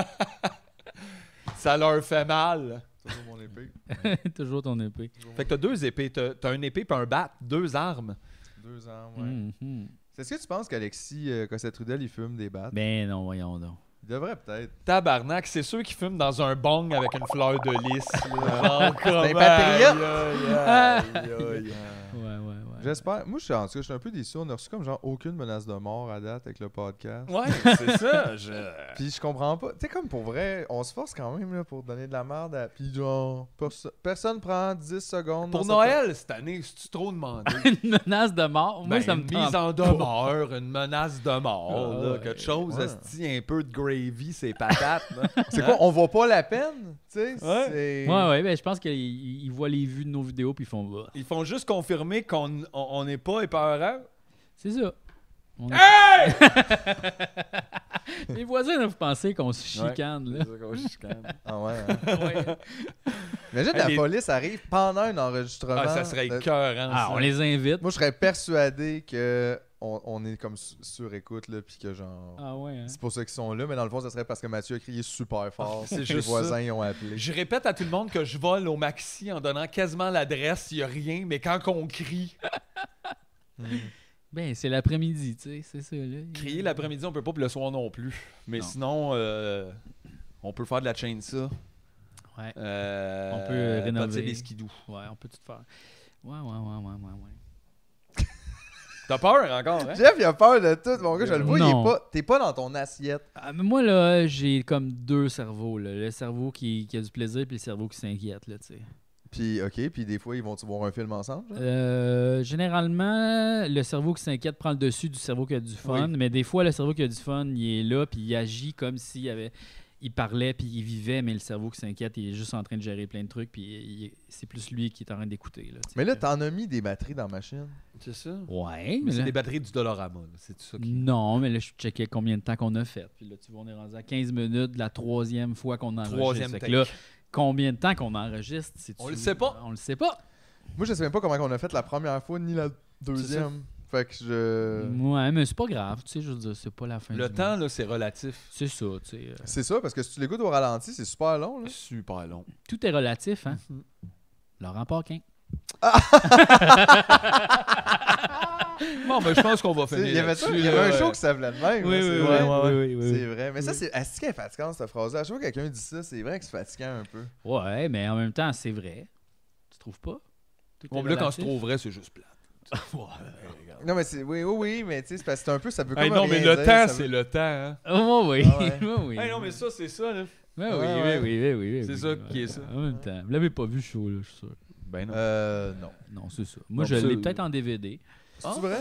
Speaker 3: ça leur fait mal.
Speaker 6: Toujours mon épée.
Speaker 2: Toujours ton épée.
Speaker 3: Fait que t'as deux épées. T'as, t'as une épée puis un bat. Deux armes.
Speaker 1: Deux ans, ouais.
Speaker 3: Hmm.
Speaker 2: Mm-hmm.
Speaker 1: C'est ce que tu penses qu'Alexis euh, Cossette-Trudel, il fume des battes?
Speaker 2: Ben non, voyons donc.
Speaker 1: Il devrait peut-être.
Speaker 3: Tabarnak, c'est ceux qui fument dans un bong avec une fleur de lys. Là. Oh,
Speaker 1: C'est un patriote.
Speaker 3: Aïe, aïe, aïe, aïe, aïe.
Speaker 2: Ouais, ouais, ouais.
Speaker 1: J'espère. Moi, je suis en tout cas, je suis un peu déçu. On a reçu comme genre aucune menace de mort à date avec le podcast.
Speaker 3: Ouais, c'est ça. Je...
Speaker 1: Puis je comprends pas. Tu sais, comme pour vrai, on se force quand même là, pour donner de la merde à. Puis genre, perso- personne prend 10 secondes.
Speaker 3: Pour
Speaker 1: dans sa-
Speaker 3: Noël, cette année, c'est-tu trop demandé?
Speaker 2: Une menace de mort. Moi,
Speaker 3: Ben,
Speaker 2: ça me
Speaker 3: une
Speaker 2: tente
Speaker 3: mise en demeure, une menace de mort,
Speaker 2: Ah,
Speaker 3: là,
Speaker 2: ouais.
Speaker 3: quelque chose,
Speaker 1: Ouais.
Speaker 3: asti, un peu de gravy, c'est patate. là. Hein?
Speaker 1: C'est quoi? On vaut pas la peine? Tu sais,
Speaker 3: Ouais.
Speaker 1: c'est.
Speaker 2: Ouais, ouais, ben je pense qu'ils ils voient les vues de nos vidéos puis ils font bah.
Speaker 3: Ils font juste confirmer qu'on on- on n'est pas épeurant.
Speaker 2: C'est ça. On est- les voisins doivent penser qu'on se
Speaker 3: Ouais.
Speaker 2: chicane, là.
Speaker 3: C'est ça qu'on chicane.
Speaker 1: Ah ouais. hein?
Speaker 2: Ouais.
Speaker 1: Imagine
Speaker 3: Hey,
Speaker 1: la
Speaker 3: les-
Speaker 1: police arrive pendant un enregistrement.
Speaker 3: Ah, ça serait
Speaker 1: de-
Speaker 3: écœurant.
Speaker 2: Ah,
Speaker 3: ça.
Speaker 2: on les invite.
Speaker 1: Moi, je serais persuadé que on, on est comme su- sur écoute, là, puis que genre.
Speaker 2: Ah ouais. hein.
Speaker 1: C'est pour ça qu'ils sont là, mais dans le fond, ça serait parce que Mathieu a crié super fort.
Speaker 3: C'est
Speaker 1: les
Speaker 3: juste
Speaker 1: voisins ils ont appelé.
Speaker 3: Je répète à tout le monde que je vole au maxi en donnant quasiment l'adresse, il n'y a rien, mais quand on crie,
Speaker 2: Ben c'est l'après-midi, tu sais, c'est ça là.
Speaker 3: crier l'après-midi, on peut pas, puis le soir non plus. Mais
Speaker 2: Non.
Speaker 3: sinon, euh, on peut faire de la chainsaw.
Speaker 2: Ouais.
Speaker 3: Euh,
Speaker 2: On peut, euh,
Speaker 3: bâtir
Speaker 2: rénover.
Speaker 3: des skidoo.
Speaker 2: Ouais, on peut tout faire. Ouais, ouais, ouais, ouais, ouais, ouais.
Speaker 3: T'as peur encore, hein?
Speaker 1: Jeff, il a peur de tout, mon gars. Je le vois, il
Speaker 2: Non.
Speaker 1: est pas. T'es pas dans ton assiette.
Speaker 2: Ah, mais moi là, j'ai comme deux cerveaux là. le cerveau qui, qui a du plaisir puis le cerveau qui s'inquiète là, tu sais.
Speaker 1: Puis, OK, puis des fois, ils vont-tu voir un film ensemble? genre?
Speaker 2: Euh, généralement, le cerveau qui s'inquiète prend le dessus du cerveau qui a du fun, mais des fois, le cerveau qui a du fun, il est là, puis il agit comme s'il avait... Il parlait, puis il vivait, mais le cerveau qui s'inquiète, il est juste en train de gérer plein de trucs, puis il- c'est plus lui qui est en train d'écouter. Là, tu sais.
Speaker 1: Mais là, t'en as mis des batteries dans ma machine.
Speaker 3: C'est ça.
Speaker 2: Ouais, mais
Speaker 3: Mais c'est
Speaker 2: là-
Speaker 3: des batteries du Dolorama, là, c'est tout ça qui...
Speaker 2: Non, mais là, je checkais combien de temps qu'on a fait. Puis là, tu vois, on est rendu à 15 minutes de la troisième fois qu'on enregistre.
Speaker 3: Troisième
Speaker 2: Fait que
Speaker 3: take.
Speaker 2: là, combien de temps qu'on enregistre? si
Speaker 3: On
Speaker 2: tu-
Speaker 3: le sait pas.
Speaker 2: On le sait pas.
Speaker 1: Moi, je sais même pas comment on a fait la première fois ni la deuxième. Fait que je.
Speaker 2: Ouais, mais c'est pas grave, tu sais, je veux dire, c'est pas la fin
Speaker 3: Le
Speaker 2: du
Speaker 3: temps,
Speaker 2: monde.
Speaker 3: là, c'est relatif.
Speaker 2: C'est ça, tu sais. euh,
Speaker 1: C'est ça, parce que si tu l'écoutes au ralenti, c'est super long. Là.
Speaker 3: Super long.
Speaker 2: Tout est relatif, hein?
Speaker 3: Mm-hmm.
Speaker 2: Laurent Paquin.
Speaker 3: Bon, ben, je pense qu'on va
Speaker 1: Tu sais,
Speaker 3: finir
Speaker 1: Il y avait, ça,
Speaker 3: là-dessus,
Speaker 1: il y
Speaker 3: là,
Speaker 1: avait un
Speaker 3: ouais.
Speaker 1: show qui s'appelait de même. là, c'est vrai.
Speaker 2: oui,
Speaker 1: C'est vrai. Mais ça, c'est. Est-ce qu'elle est fatigante, cette phrase-là? À chaque fois que quelqu'un dit ça, c'est vrai que c'est fatigant un peu.
Speaker 2: Ouais, mais en même temps, c'est vrai. Tu trouves pas? Tout
Speaker 3: Bon,
Speaker 2: est
Speaker 3: là, quand on se
Speaker 2: relatif.
Speaker 3: trouverait, c'est juste plat.
Speaker 1: Non, mais c'est. Oui, oui, oui, mais tu sais, c'est parce que c'est un peu. Ça peut comme
Speaker 3: Hey, non, mais
Speaker 1: rien
Speaker 3: le
Speaker 1: dire,
Speaker 3: temps,
Speaker 1: ça
Speaker 3: c'est
Speaker 1: veut-
Speaker 3: le temps. Hein?
Speaker 2: Oh, oui,
Speaker 1: Ah ouais.
Speaker 2: oui, oui.
Speaker 3: Hey, non, mais ça, c'est ça. Là.
Speaker 2: Ben oui,
Speaker 1: Ouais,
Speaker 2: oui,
Speaker 1: ouais.
Speaker 2: oui, oui, oui, oui,
Speaker 3: C'est
Speaker 2: oui,
Speaker 3: ça
Speaker 2: oui.
Speaker 3: qui est ça.
Speaker 2: En même temps, vous l'avez pas vu chaud, là, je suis sûr.
Speaker 3: Ben non.
Speaker 1: Euh, non.
Speaker 2: Non, c'est ça. Moi,
Speaker 3: Non,
Speaker 2: je
Speaker 3: ça- euh,
Speaker 2: l'ai peut-être en DVD.
Speaker 1: C'est vrai?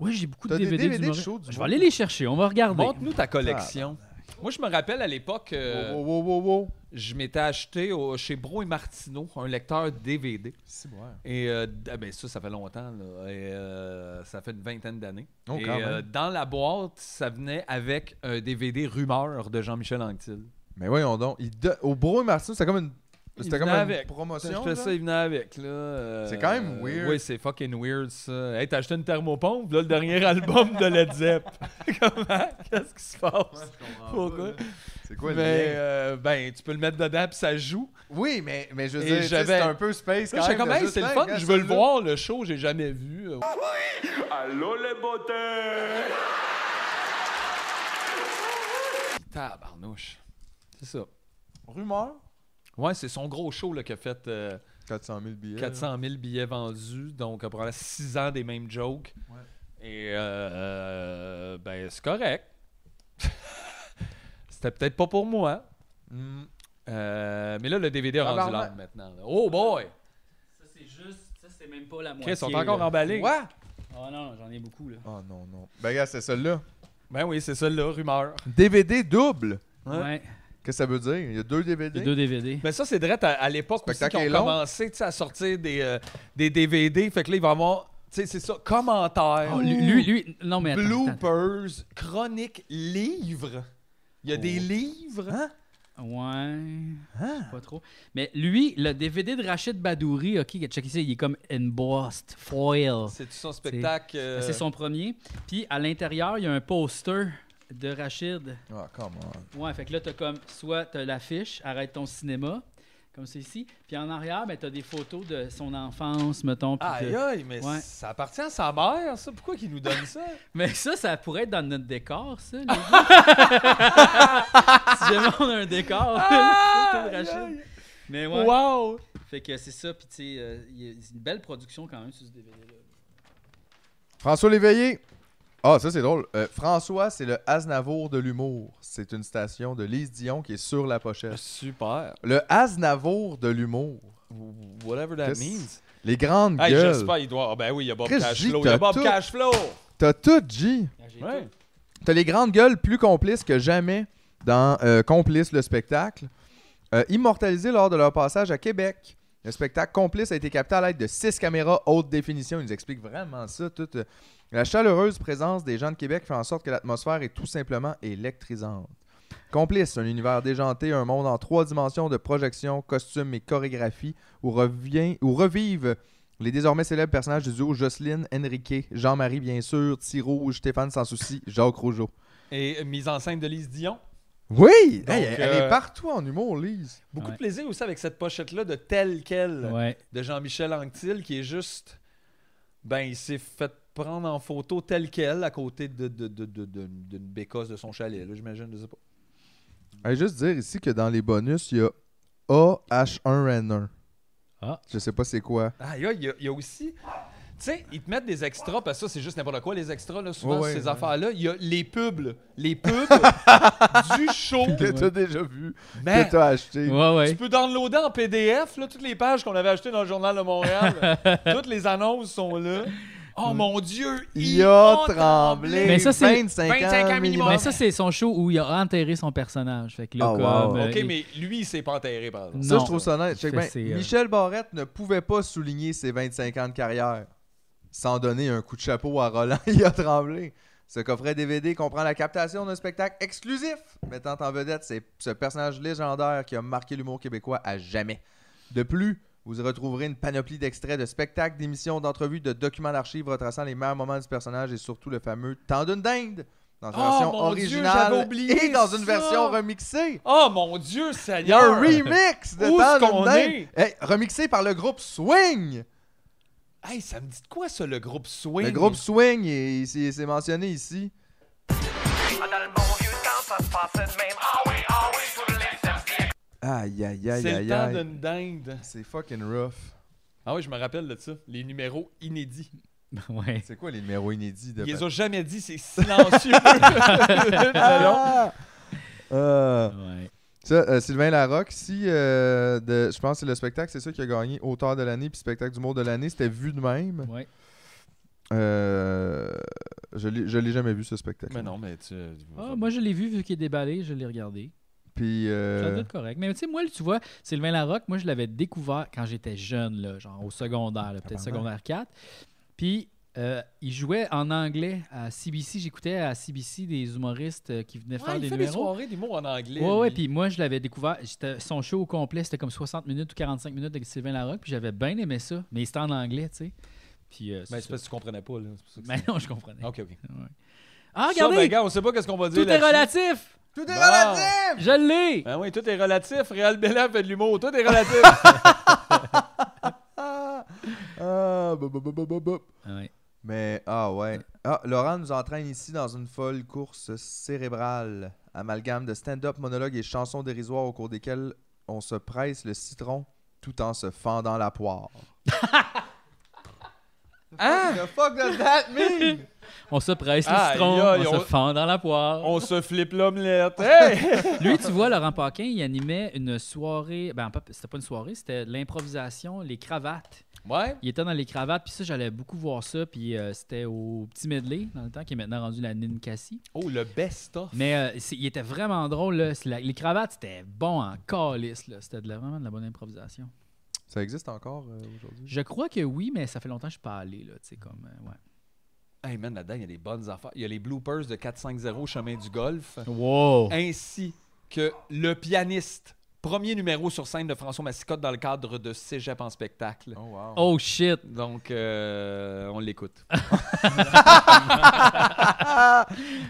Speaker 2: Oui, j'ai beaucoup de
Speaker 1: T'as des
Speaker 2: DVD.
Speaker 1: DVD de
Speaker 2: d'humoristes.
Speaker 1: show du
Speaker 2: Je vais
Speaker 1: monde.
Speaker 2: aller les chercher, on va regarder.
Speaker 3: Montre-nous ta collection. Moi, je me rappelle à l'époque, euh,
Speaker 1: Ah, ben, Wow, wow, wow, wow.
Speaker 3: je m'étais acheté au- chez Bro et Martineau un lecteur DVD.
Speaker 1: C'est bon.
Speaker 3: Et euh, d- ah, ben ça, ça fait longtemps. là. Et, euh, ça fait une vingtaine d'années.
Speaker 1: Oh,
Speaker 3: et euh,
Speaker 1: quand même.
Speaker 3: dans la boîte, ça venait avec un DVD Rumeur de Jean-Michel Anctil.
Speaker 1: Mais voyons donc. il do- Au Bro et Martineau, c'était comme une.
Speaker 3: Il
Speaker 1: C'était comme
Speaker 3: venait
Speaker 1: une
Speaker 3: avec.
Speaker 1: promotion.
Speaker 3: Je fais
Speaker 1: là.
Speaker 3: ça, il venait avec. là. Euh,
Speaker 1: C'est quand même
Speaker 3: euh,
Speaker 1: weird.
Speaker 3: Oui, c'est fucking weird ça. Hey, t'as acheté une thermopompe, là, le dernier album de Led Zepp. Comment Qu'est-ce qui se passe Pourquoi
Speaker 1: C'est quoi le
Speaker 3: Mais
Speaker 1: lien?
Speaker 3: euh, ben, tu peux le mettre dedans puis ça joue.
Speaker 1: Oui, mais, mais je veux
Speaker 3: Et
Speaker 1: dire, tu sais,
Speaker 3: j'avais-
Speaker 1: c'est un peu space
Speaker 3: Là,
Speaker 1: quand même.
Speaker 3: j'étais comme,
Speaker 1: de
Speaker 3: hey,
Speaker 1: juste,
Speaker 3: c'est le
Speaker 1: hey,
Speaker 3: fun,
Speaker 1: regarde
Speaker 3: je veux le
Speaker 1: celui-là.
Speaker 3: voir, le show, j'ai jamais vu. Euh,
Speaker 14: Allô les beautés!
Speaker 3: Tabarnouche. C'est ça.
Speaker 1: Rumeur.
Speaker 3: Ouais, c'est son gros show là, qui a fait euh,
Speaker 1: 400 000 billets.
Speaker 3: 400 000 billets vendus, donc après 6 ans des mêmes jokes. Et euh, euh, ben, c'est correct. C'était peut-être pas pour moi.
Speaker 1: Mm.
Speaker 3: Euh, mais là, le DVD a rendu
Speaker 1: Tabarnak.
Speaker 3: l'âme maintenant. là. Oh boy!
Speaker 2: Ça, c'est juste. Ça, c'est même pas la
Speaker 3: Chris, sont encore emballés.
Speaker 1: Quoi?
Speaker 2: Oh non, j'en ai beaucoup, là.
Speaker 1: Oh non, non. Ben, regarde, c'est celle-là.
Speaker 3: Ben oui, c'est ça, là, rumeur.
Speaker 1: DVD double.
Speaker 3: Ouais.
Speaker 2: Ouais,
Speaker 1: Qu'est-ce que ça veut dire? Il y a deux DVD.
Speaker 2: les deux DVD.
Speaker 3: Mais ça, c'est direct à, à l'époque aussi
Speaker 1: Spectacle
Speaker 3: qu'ils
Speaker 1: est
Speaker 3: ont
Speaker 1: long.
Speaker 3: commencé tu sais, à sortir des, euh, des DVD. Fait que là, il va y avoir, tu sais, c'est ça, commentaires,
Speaker 2: Oh, lui, lui, lui- non, mais attends, attends.
Speaker 1: Oh. Hein?
Speaker 3: bloopers, chroniques, livres. Il y a des livres.
Speaker 2: Ouais.
Speaker 1: Ah.
Speaker 2: je sais Pas trop. Mais lui, le DVD de Rachid Badouri, OK, check ici, il est comme embossed,
Speaker 1: Euh.
Speaker 2: foil.
Speaker 3: C'est son spectacle. euh,
Speaker 2: ben, C'est son premier. Puis à l'intérieur, il y a un poster de Rachid.
Speaker 1: Ah, come on.
Speaker 2: Ouais, fait que là, t'as comme soit t'as l'affiche, arrête ton cinéma, comme ceci. Puis en arrière, ben, t'as des photos de son enfance, mettons. puis
Speaker 3: Aïe
Speaker 2: de-
Speaker 3: aïe, mais
Speaker 2: Ouais.
Speaker 3: ça appartient à sa mère, ça. Pourquoi qu'il nous donne ça?
Speaker 2: Mais ça, ça pourrait être dans notre décor, ça, les gars. si jamais on a un décor,
Speaker 3: Ah,
Speaker 2: photo de Rachid.
Speaker 3: aïe.
Speaker 2: Mais ouais.
Speaker 3: Wow!
Speaker 2: Fait que c'est ça, puis tu sais, euh, il y a- c'est une belle production quand même sur ce DVD-là.
Speaker 1: François Léveillé. Ah, ça, c'est drôle. Euh, François, c'est le Aznavour de l'humour. C'est une station de Lise Dion qui est sur la pochette.
Speaker 3: Super.
Speaker 1: Le Aznavour de l'humour.
Speaker 3: Whatever that
Speaker 1: Qu'est-ce-
Speaker 3: means.
Speaker 1: Les grandes
Speaker 3: Hey,
Speaker 1: gueules.
Speaker 3: j'espère qu'il doit. Ah, ben oui, il y a Bob
Speaker 1: Chris,
Speaker 3: Cashflow.
Speaker 1: dis,
Speaker 3: Il y
Speaker 1: t'as
Speaker 3: a Bob
Speaker 1: tout.
Speaker 3: Cashflow!
Speaker 1: T'as tout, G.
Speaker 3: Ouais.
Speaker 1: Ah, T'as les grandes gueules plus complices que jamais dans euh, Complice le spectacle. Euh, immortalisé lors de leur passage à Québec. Le spectacle Complice a été capté à l'aide de six caméras haute définition. Ils nous expliquent vraiment ça. Toute euh, la chaleureuse présence des gens de Québec fait en sorte que l'atmosphère est tout simplement électrisante. Complice, un univers déjanté, un monde en trois dimensions de projection, costumes et chorégraphie où, revient, où revivent les désormais célèbres personnages du duo Jocelyne, Enrique, Jean-Marie, bien sûr, Rouge, Stéphane Sans Souci, Jacques Rougeau.
Speaker 3: Et euh, mise en scène de Lise Dion.
Speaker 1: Oui!
Speaker 3: Donc,
Speaker 1: Hey, elle, elle
Speaker 3: euh,
Speaker 1: est partout en humour, Lise.
Speaker 3: Beaucoup de plaisir aussi avec cette pochette-là de Tel Quel
Speaker 2: Ouais.
Speaker 3: de Jean-Michel Anctil qui est juste. Ben, il s'est fait prendre en photo tel quel à côté de- de- de- de- de- d'une bécosse de son chalet, là, j'imagine. Je sais pas.
Speaker 1: Je vais juste dire ici que dans les bonus, il y a AH1N1.
Speaker 2: Ah.
Speaker 1: Je sais pas c'est quoi.
Speaker 3: Ah, il y a, il y a- il y a aussi. Tu sais, ils te mettent des extras, parce que ça, c'est juste n'importe quoi, les extras, là, souvent,
Speaker 1: Ouais, ouais,
Speaker 3: ces
Speaker 1: ouais.
Speaker 3: affaires-là. Il y a les pubs, là. les pubs du show.
Speaker 1: Que t'as déjà vu.
Speaker 3: Man,
Speaker 1: Que t'as acheté.
Speaker 2: Ouais, ouais.
Speaker 3: Tu peux downloader en PDF, là, toutes les pages qu'on avait achetées dans le Journal de Montréal. toutes les annonces sont là. Oh mon Dieu!
Speaker 1: Il a
Speaker 3: Yvon
Speaker 1: tremblé.
Speaker 2: Mais ça, c'est-
Speaker 1: 25,
Speaker 3: 25 ans
Speaker 1: ans minimum.
Speaker 2: Mais ça, c'est son show où il a enterré son personnage. Fait que là,
Speaker 1: Ah,
Speaker 2: comme.
Speaker 1: wow.
Speaker 2: euh,
Speaker 3: Ok,
Speaker 2: il-
Speaker 3: mais lui, il s'est pas enterré, par exemple.
Speaker 1: Ça,
Speaker 2: Non.
Speaker 1: je trouve ça honnête. Check
Speaker 2: Fait
Speaker 1: bien.
Speaker 2: c'est, euh,
Speaker 1: Michel Barrette ne pouvait pas souligner ses 25 ans de carrière sans donner un coup de chapeau à Roland Il a tremblé. Ce coffret DVD comprend la captation d'un spectacle exclusif mettant en vedette ces- ce personnage légendaire qui a marqué l'humour québécois à jamais. De plus, vous y retrouverez une panoplie d'extraits de spectacles, d'émissions, d'entrevues, de documents d'archives retraçant les meilleurs moments du personnage et surtout le fameux temps d'une dinde dans sa
Speaker 3: Oh,
Speaker 1: version
Speaker 3: mon Dieu, j'avais
Speaker 1: originale
Speaker 3: oublié
Speaker 1: et dans une
Speaker 3: ça!
Speaker 1: version remixée.
Speaker 3: Oh mon Dieu,
Speaker 1: Il y a
Speaker 3: Seigneur!
Speaker 1: un remix de
Speaker 3: Où est-ce
Speaker 1: Temps
Speaker 3: qu'on
Speaker 1: d'une
Speaker 3: est?
Speaker 1: Dinde. Hey, remixé par le groupe Swing.
Speaker 3: Hey, ça me dit de quoi, ça, le groupe Swing?
Speaker 1: Le groupe Swing, il- il- c'est c'est mentionné ici. Aïe, aïe, aïe,
Speaker 3: C'est le
Speaker 1: aïe,
Speaker 3: temps
Speaker 1: aïe.
Speaker 3: d'une dinde.
Speaker 1: C'est fucking rough.
Speaker 3: Ah oui, je me rappelle de ça. Les numéros inédits.
Speaker 2: ouais.
Speaker 1: C'est quoi les numéros inédits de ben.
Speaker 3: Ils les
Speaker 1: Pat-
Speaker 3: ont jamais dit, c'est silencieux.
Speaker 1: Ah! Euh,
Speaker 2: ouais.
Speaker 1: ça, euh, Sylvain Larocque, si, euh, de- je pense que c'est le spectacle, c'est ça qui a gagné auteur de l'année puis spectacle d'humour de l'année. C'était vu de même.
Speaker 2: Ouais.
Speaker 1: Euh, je l'ai je l'ai jamais vu, ce spectacle.
Speaker 3: mais non, mais tu. euh,
Speaker 2: Ah, moi, je l'ai vu, vu qu'il est déballé, je l'ai regardé.
Speaker 1: Puis,
Speaker 2: Ça doit
Speaker 1: euh,
Speaker 2: être correct. Mais tu sais, moi, tu vois, Sylvain Larocque, moi, je l'avais découvert quand j'étais jeune, là, genre au secondaire, là, peut-être secondaire 4. Puis, euh, il jouait en anglais à CBC. J'écoutais à CBC des humoristes euh, qui venaient faire
Speaker 3: il
Speaker 2: des
Speaker 3: fait des
Speaker 2: numéros.
Speaker 3: soirées, des mots en anglais.
Speaker 2: Ouais, ouais,
Speaker 3: lui.
Speaker 2: puis moi, je l'avais découvert. J'étais- Son show au complet, c'était comme 60 minutes ou 45 minutes avec Sylvain Larocque, puis j'avais bien aimé ça, mais c'était en anglais, tu sais. Puis, euh,
Speaker 3: Ben,
Speaker 2: c'est
Speaker 3: c'est parce que tu comprenais pas, là. c'est pour ça que
Speaker 2: ça. Mais
Speaker 3: c'est-
Speaker 2: non, je comprenais.
Speaker 3: Ok, ok.
Speaker 2: Ah,
Speaker 3: Ça, ben,
Speaker 2: regardez!
Speaker 3: gars, on sait pas qu'est-ce qu'on va dire.
Speaker 2: tout est
Speaker 3: là-dessus.
Speaker 2: relatif!
Speaker 1: Tout
Speaker 3: Bon.
Speaker 1: est relatif!
Speaker 2: Je l'ai!
Speaker 3: Ben oui, tout est relatif. Réal Bella fait de l'humour. Tout est relatif.
Speaker 1: Ah, ah, bop, bop, bop, bop, bop, bop.
Speaker 2: Ah ouais.
Speaker 1: Mais, ah ouais. Ah, Laurent nous entraîne ici dans une folle course cérébrale. Amalgame de stand-up, monologues et chansons dérisoires au cours desquelles on se presse le citron tout en se fendant la poire.
Speaker 2: Ah.
Speaker 3: Hein?
Speaker 1: The fuck does that mean?
Speaker 2: On se presse le
Speaker 3: Aïe,
Speaker 2: citron,
Speaker 3: aïe,
Speaker 2: on,
Speaker 3: on-
Speaker 2: se fend dans la poire.
Speaker 3: on se flippe l'omelette. Hey!
Speaker 2: Lui, tu vois, Laurent Paquin, il animait une soirée. Ben, pas- c'était pas une soirée, c'était de l'improvisation, les cravates.
Speaker 3: Ouais.
Speaker 2: Il était dans les cravates, puis ça, j'allais beaucoup voir ça. Puis euh, c'était au Petit Medley, dans le temps, qui est maintenant rendu la Ninkasi.
Speaker 3: Oh, le best-of.
Speaker 2: Mais euh, c'est- il était vraiment drôle. Là. C'est la- les cravates, c'était bon en calice. là. C'était de la- vraiment de la bonne improvisation.
Speaker 1: Ça existe encore euh, aujourd'hui?
Speaker 2: Je crois que oui, mais ça fait longtemps que je suis pas allé. Là, tu sais, comme, euh, ouais.
Speaker 3: Hey, man, là-dedans, il y a des bonnes affaires. Il y a les bloopers de 4-5-0 Chemin du Golf.
Speaker 2: Wow!
Speaker 3: Ainsi que le pianiste, premier numéro sur scène de François Massicotte dans le cadre de Cégep en spectacle.
Speaker 1: Oh,
Speaker 2: Oh shit!
Speaker 3: Donc, euh, on l'écoute.